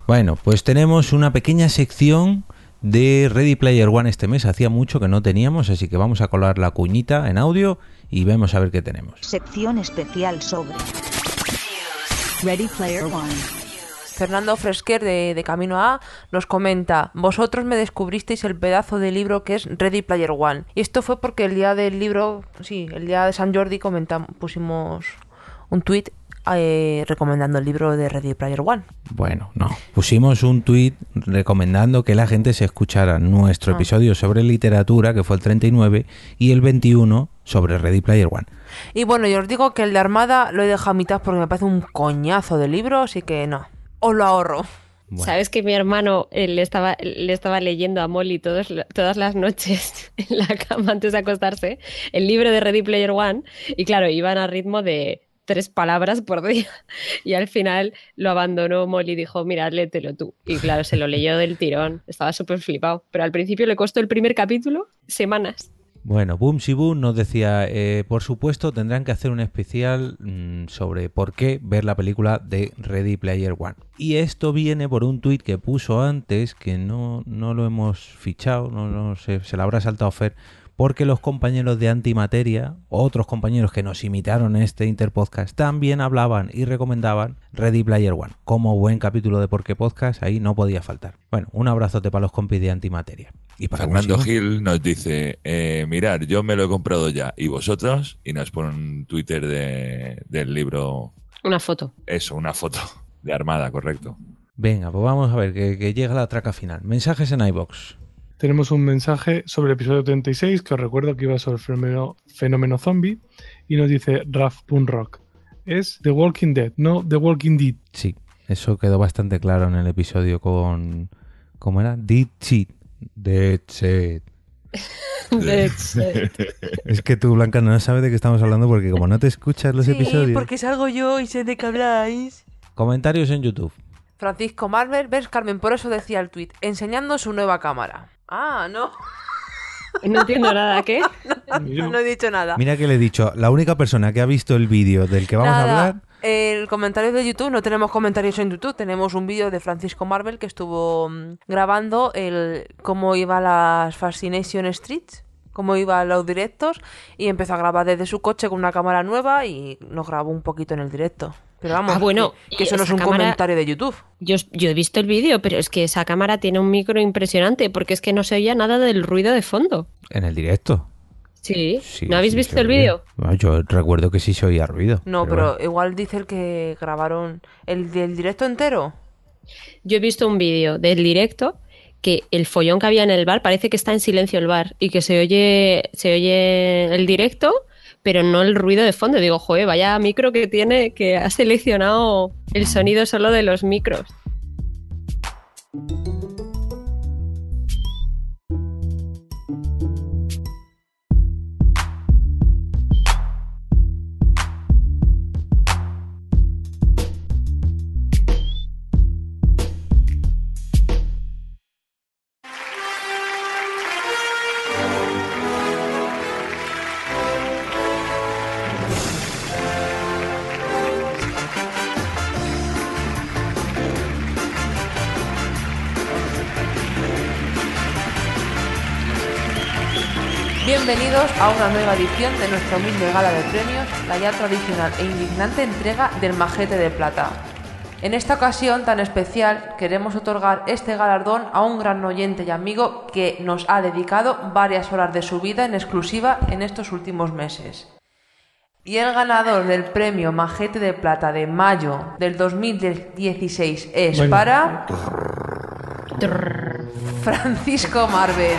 Bueno, pues tenemos una pequeña sección de Ready Player One este mes. Hacía mucho que no teníamos, así que vamos a colar la cuñita en audio y vemos a ver qué tenemos.
Sección especial sobre Ready Player One.
Fernando Fresquer de, de Camino A nos comenta, vosotros me descubristeis el pedazo de libro que es Ready Player One. Y esto fue porque el día del libro, sí, el día de San Jordi comentam- pusimos un tuit eh, recomendando el libro de Ready Player One.
Bueno, no. Pusimos un tuit recomendando que la gente se escuchara nuestro
Ah.
episodio sobre literatura, que fue el 39, y el 21 sobre Ready Player One.
Y bueno, yo os digo que el de Armada lo he dejado a mitad porque me parece un coñazo de libro, así que no. Os lo ahorro.
¿Sabes que mi hermano eh, le estaba, le estaba leyendo a Molly todos, todas las noches en la cama antes de acostarse el libro de Ready Player One? Y claro, iban a ritmo de tres palabras por día. Y al final lo abandonó Molly y dijo, mira, léetelo tú. Y claro, se lo leyó del tirón. Estaba súper flipado. Pero al principio le costó el primer capítulo semanas.
Bueno, Boom Boom nos decía, eh, por supuesto tendrán que hacer un especial mm, sobre por qué ver la película de Ready Player One. Y esto viene por un tuit que puso antes, que no, no lo hemos fichado, no, no sé, se la habrá saltado Fer, porque los compañeros de Antimateria, otros compañeros que nos imitaron en este Interpodcast, también hablaban y recomendaban Ready Player One. Como buen capítulo de Por qué Podcast, ahí no podía faltar. Bueno, un abrazote para los compis de Antimateria. Y para
Fernando
Boom Sibum.
Gil nos dice, eh, mirad, yo me lo he comprado ya, ¿y vosotros? Y nos pone un Twitter de- del libro,
Una foto.
eso, una foto de Armada, correcto.
Venga, pues vamos a ver, que, que llega la traca final. Mensajes en iBox.
Tenemos un mensaje sobre el episodio 36, que os recuerdo que iba sobre el fenómeno, fenómeno zombie, y nos dice Raf Punrock. Es The Walking Dead, no The Walking Dead.
Sí, eso quedó bastante claro en el episodio con. ¿Cómo era? Dead Cheat. Dead Set.
Dead Set.
Es que tú, Blanca, no sabes de qué estamos hablando porque como no te escuchas los episodios.
porque salgo yo y sé de qué habláis.
Comentarios en YouTube.
Francisco Marvel, ves Carmen, por eso decía el tuit, enseñando su nueva cámara. Ah, no.
No entiendo nada, ¿qué?
no he dicho nada.
Mira que le he dicho, la única persona que ha visto el vídeo del que vamos
Nada,
a hablar.
El comentario de YouTube, no tenemos comentarios en YouTube, tenemos un vídeo de Francisco Marvel que estuvo mm, grabando el cómo iba las Fascination Streets, cómo iba los directos y empezó a grabar desde su coche con una cámara nueva y nos grabó un poquito en el directo. Pero vamos,
Ah, bueno,
que, que eso no es
esa
un
cámara-
comentario de YouTube.
Yo, yo he visto el vídeo, pero es que esa cámara tiene un micro impresionante porque es que no se oía nada del ruido de fondo.
En el directo.
Sí.
Sí,
¿No habéis
sí,
visto
se
el
oía.
vídeo?
Bueno, Yo recuerdo que sí se oía ruido.
No,
bueno.
pero, igual dice el que grabaron el del directo entero.
Yo he visto un vídeo del directo que el follón que había en el bar parece que está en silencio el bar y que se oye, se oye el directo, pero no el ruido de fondo. Digo, joder, vaya micro que tiene, que ha seleccionado el sonido solo de los micros.
Bienvenidos a una nueva edición de nuestra humilde gala de premios, la ya tradicional e indignante entrega del Majete de Plata. En esta ocasión tan especial queremos otorgar este galardón a un gran oyente y amigo que nos ha dedicado varias horas de su vida en exclusiva en estos últimos meses. Y el ganador del premio Majete de Plata de mayo del 2016 es
Bueno.
para Francisco Marvel.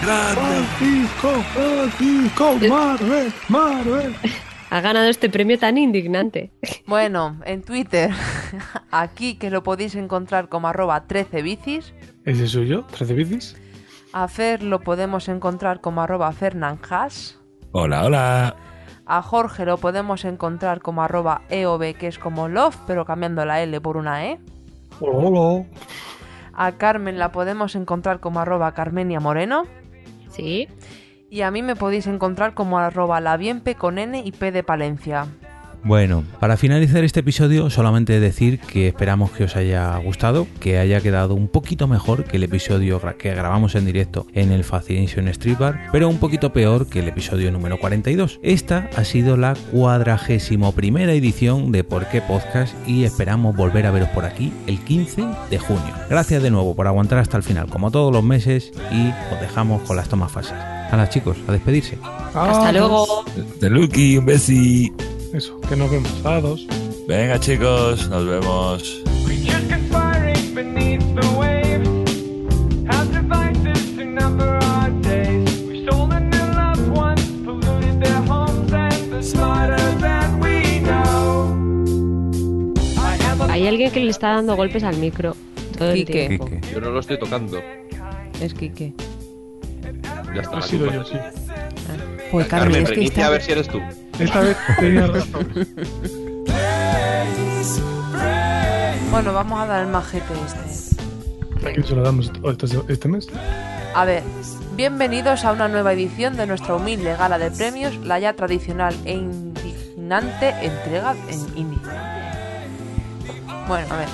Francisco, Francisco, Marvel, Marvel.
Ha ganado este premio tan indignante.
Bueno, en Twitter, aquí que lo podéis encontrar como arroba 13 bicis,
¿Ese soy yo? ¿13 bicis?
a Fer lo podemos encontrar como arroba Fernanjas,
Hola, hola.
a Jorge lo podemos encontrar como arroba EOB, que es como Love, pero cambiando la L por una E,
Hola,
a Carmen la podemos encontrar como arroba Carmenia Moreno,
sí,
y a mí me podéis encontrar como arroba la con N y P de Palencia.
Bueno, para finalizar este episodio solamente decir que esperamos que os haya gustado, que haya quedado un poquito mejor que el episodio gra- que grabamos en directo en el Fascination Street Bar, pero un poquito peor que el episodio número 42. Esta ha sido la cuadragésimo primera edición de Por qué Podcast y esperamos volver a veros por aquí el 15 de junio. Gracias de nuevo por aguantar hasta el final, como todos los meses, y os dejamos con las tomas falsas. A las chicos, a despedirse.
Hasta luego.
De Lucky, un besi.
Eso, que nos vemos. A dos.
Venga, chicos, nos vemos.
Hay alguien que le está dando golpes al micro todo el
Quique.
tiempo.
Yo no lo estoy tocando.
Es Quique.
Ya está.
Ha
la
sido
culpa.
yo, sí.
Pues Carmen,
Carmen,
es que
reinicia
está-
a ver si eres tú.
Esta vez tenía razón.
Bueno, vamos a dar el majete este.
¿A quién se lo damos este, este mes?
A ver, bienvenidos a una nueva edición de nuestra humilde gala de premios, la ya tradicional e indignante entrega en indie. Bueno, a ver.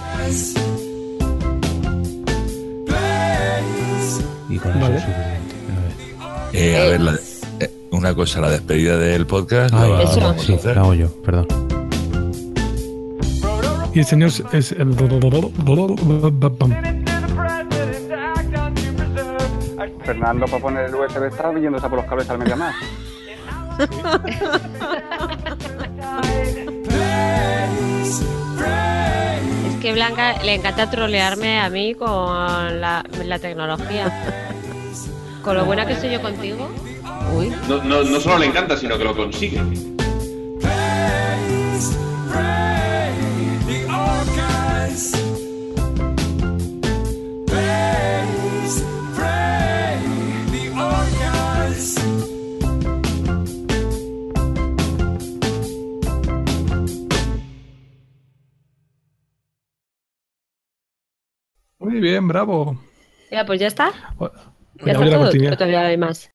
Y con eso es suficiente.
Eh, a ver, la- eh, una cosa, la despedida del podcast.
Ay,
la
eso.
vamos a
Sí,
hacer.
la hago yo, perdón.
Y el señor es el.
Fernando, para poner el USB, estaba yéndose por los cables al media más.
Es que Blanca le encanta trolearme a mí con la, la tecnología. Con lo buena que soy yo contigo.
Uy.
No, no, no solo le encanta, sino que lo consigue.
Muy bien, bravo.
Ya, pues ya está.
Bueno,
Ya
voy a la
está todo.
cortinilla.
pues ¿O todavía hay más.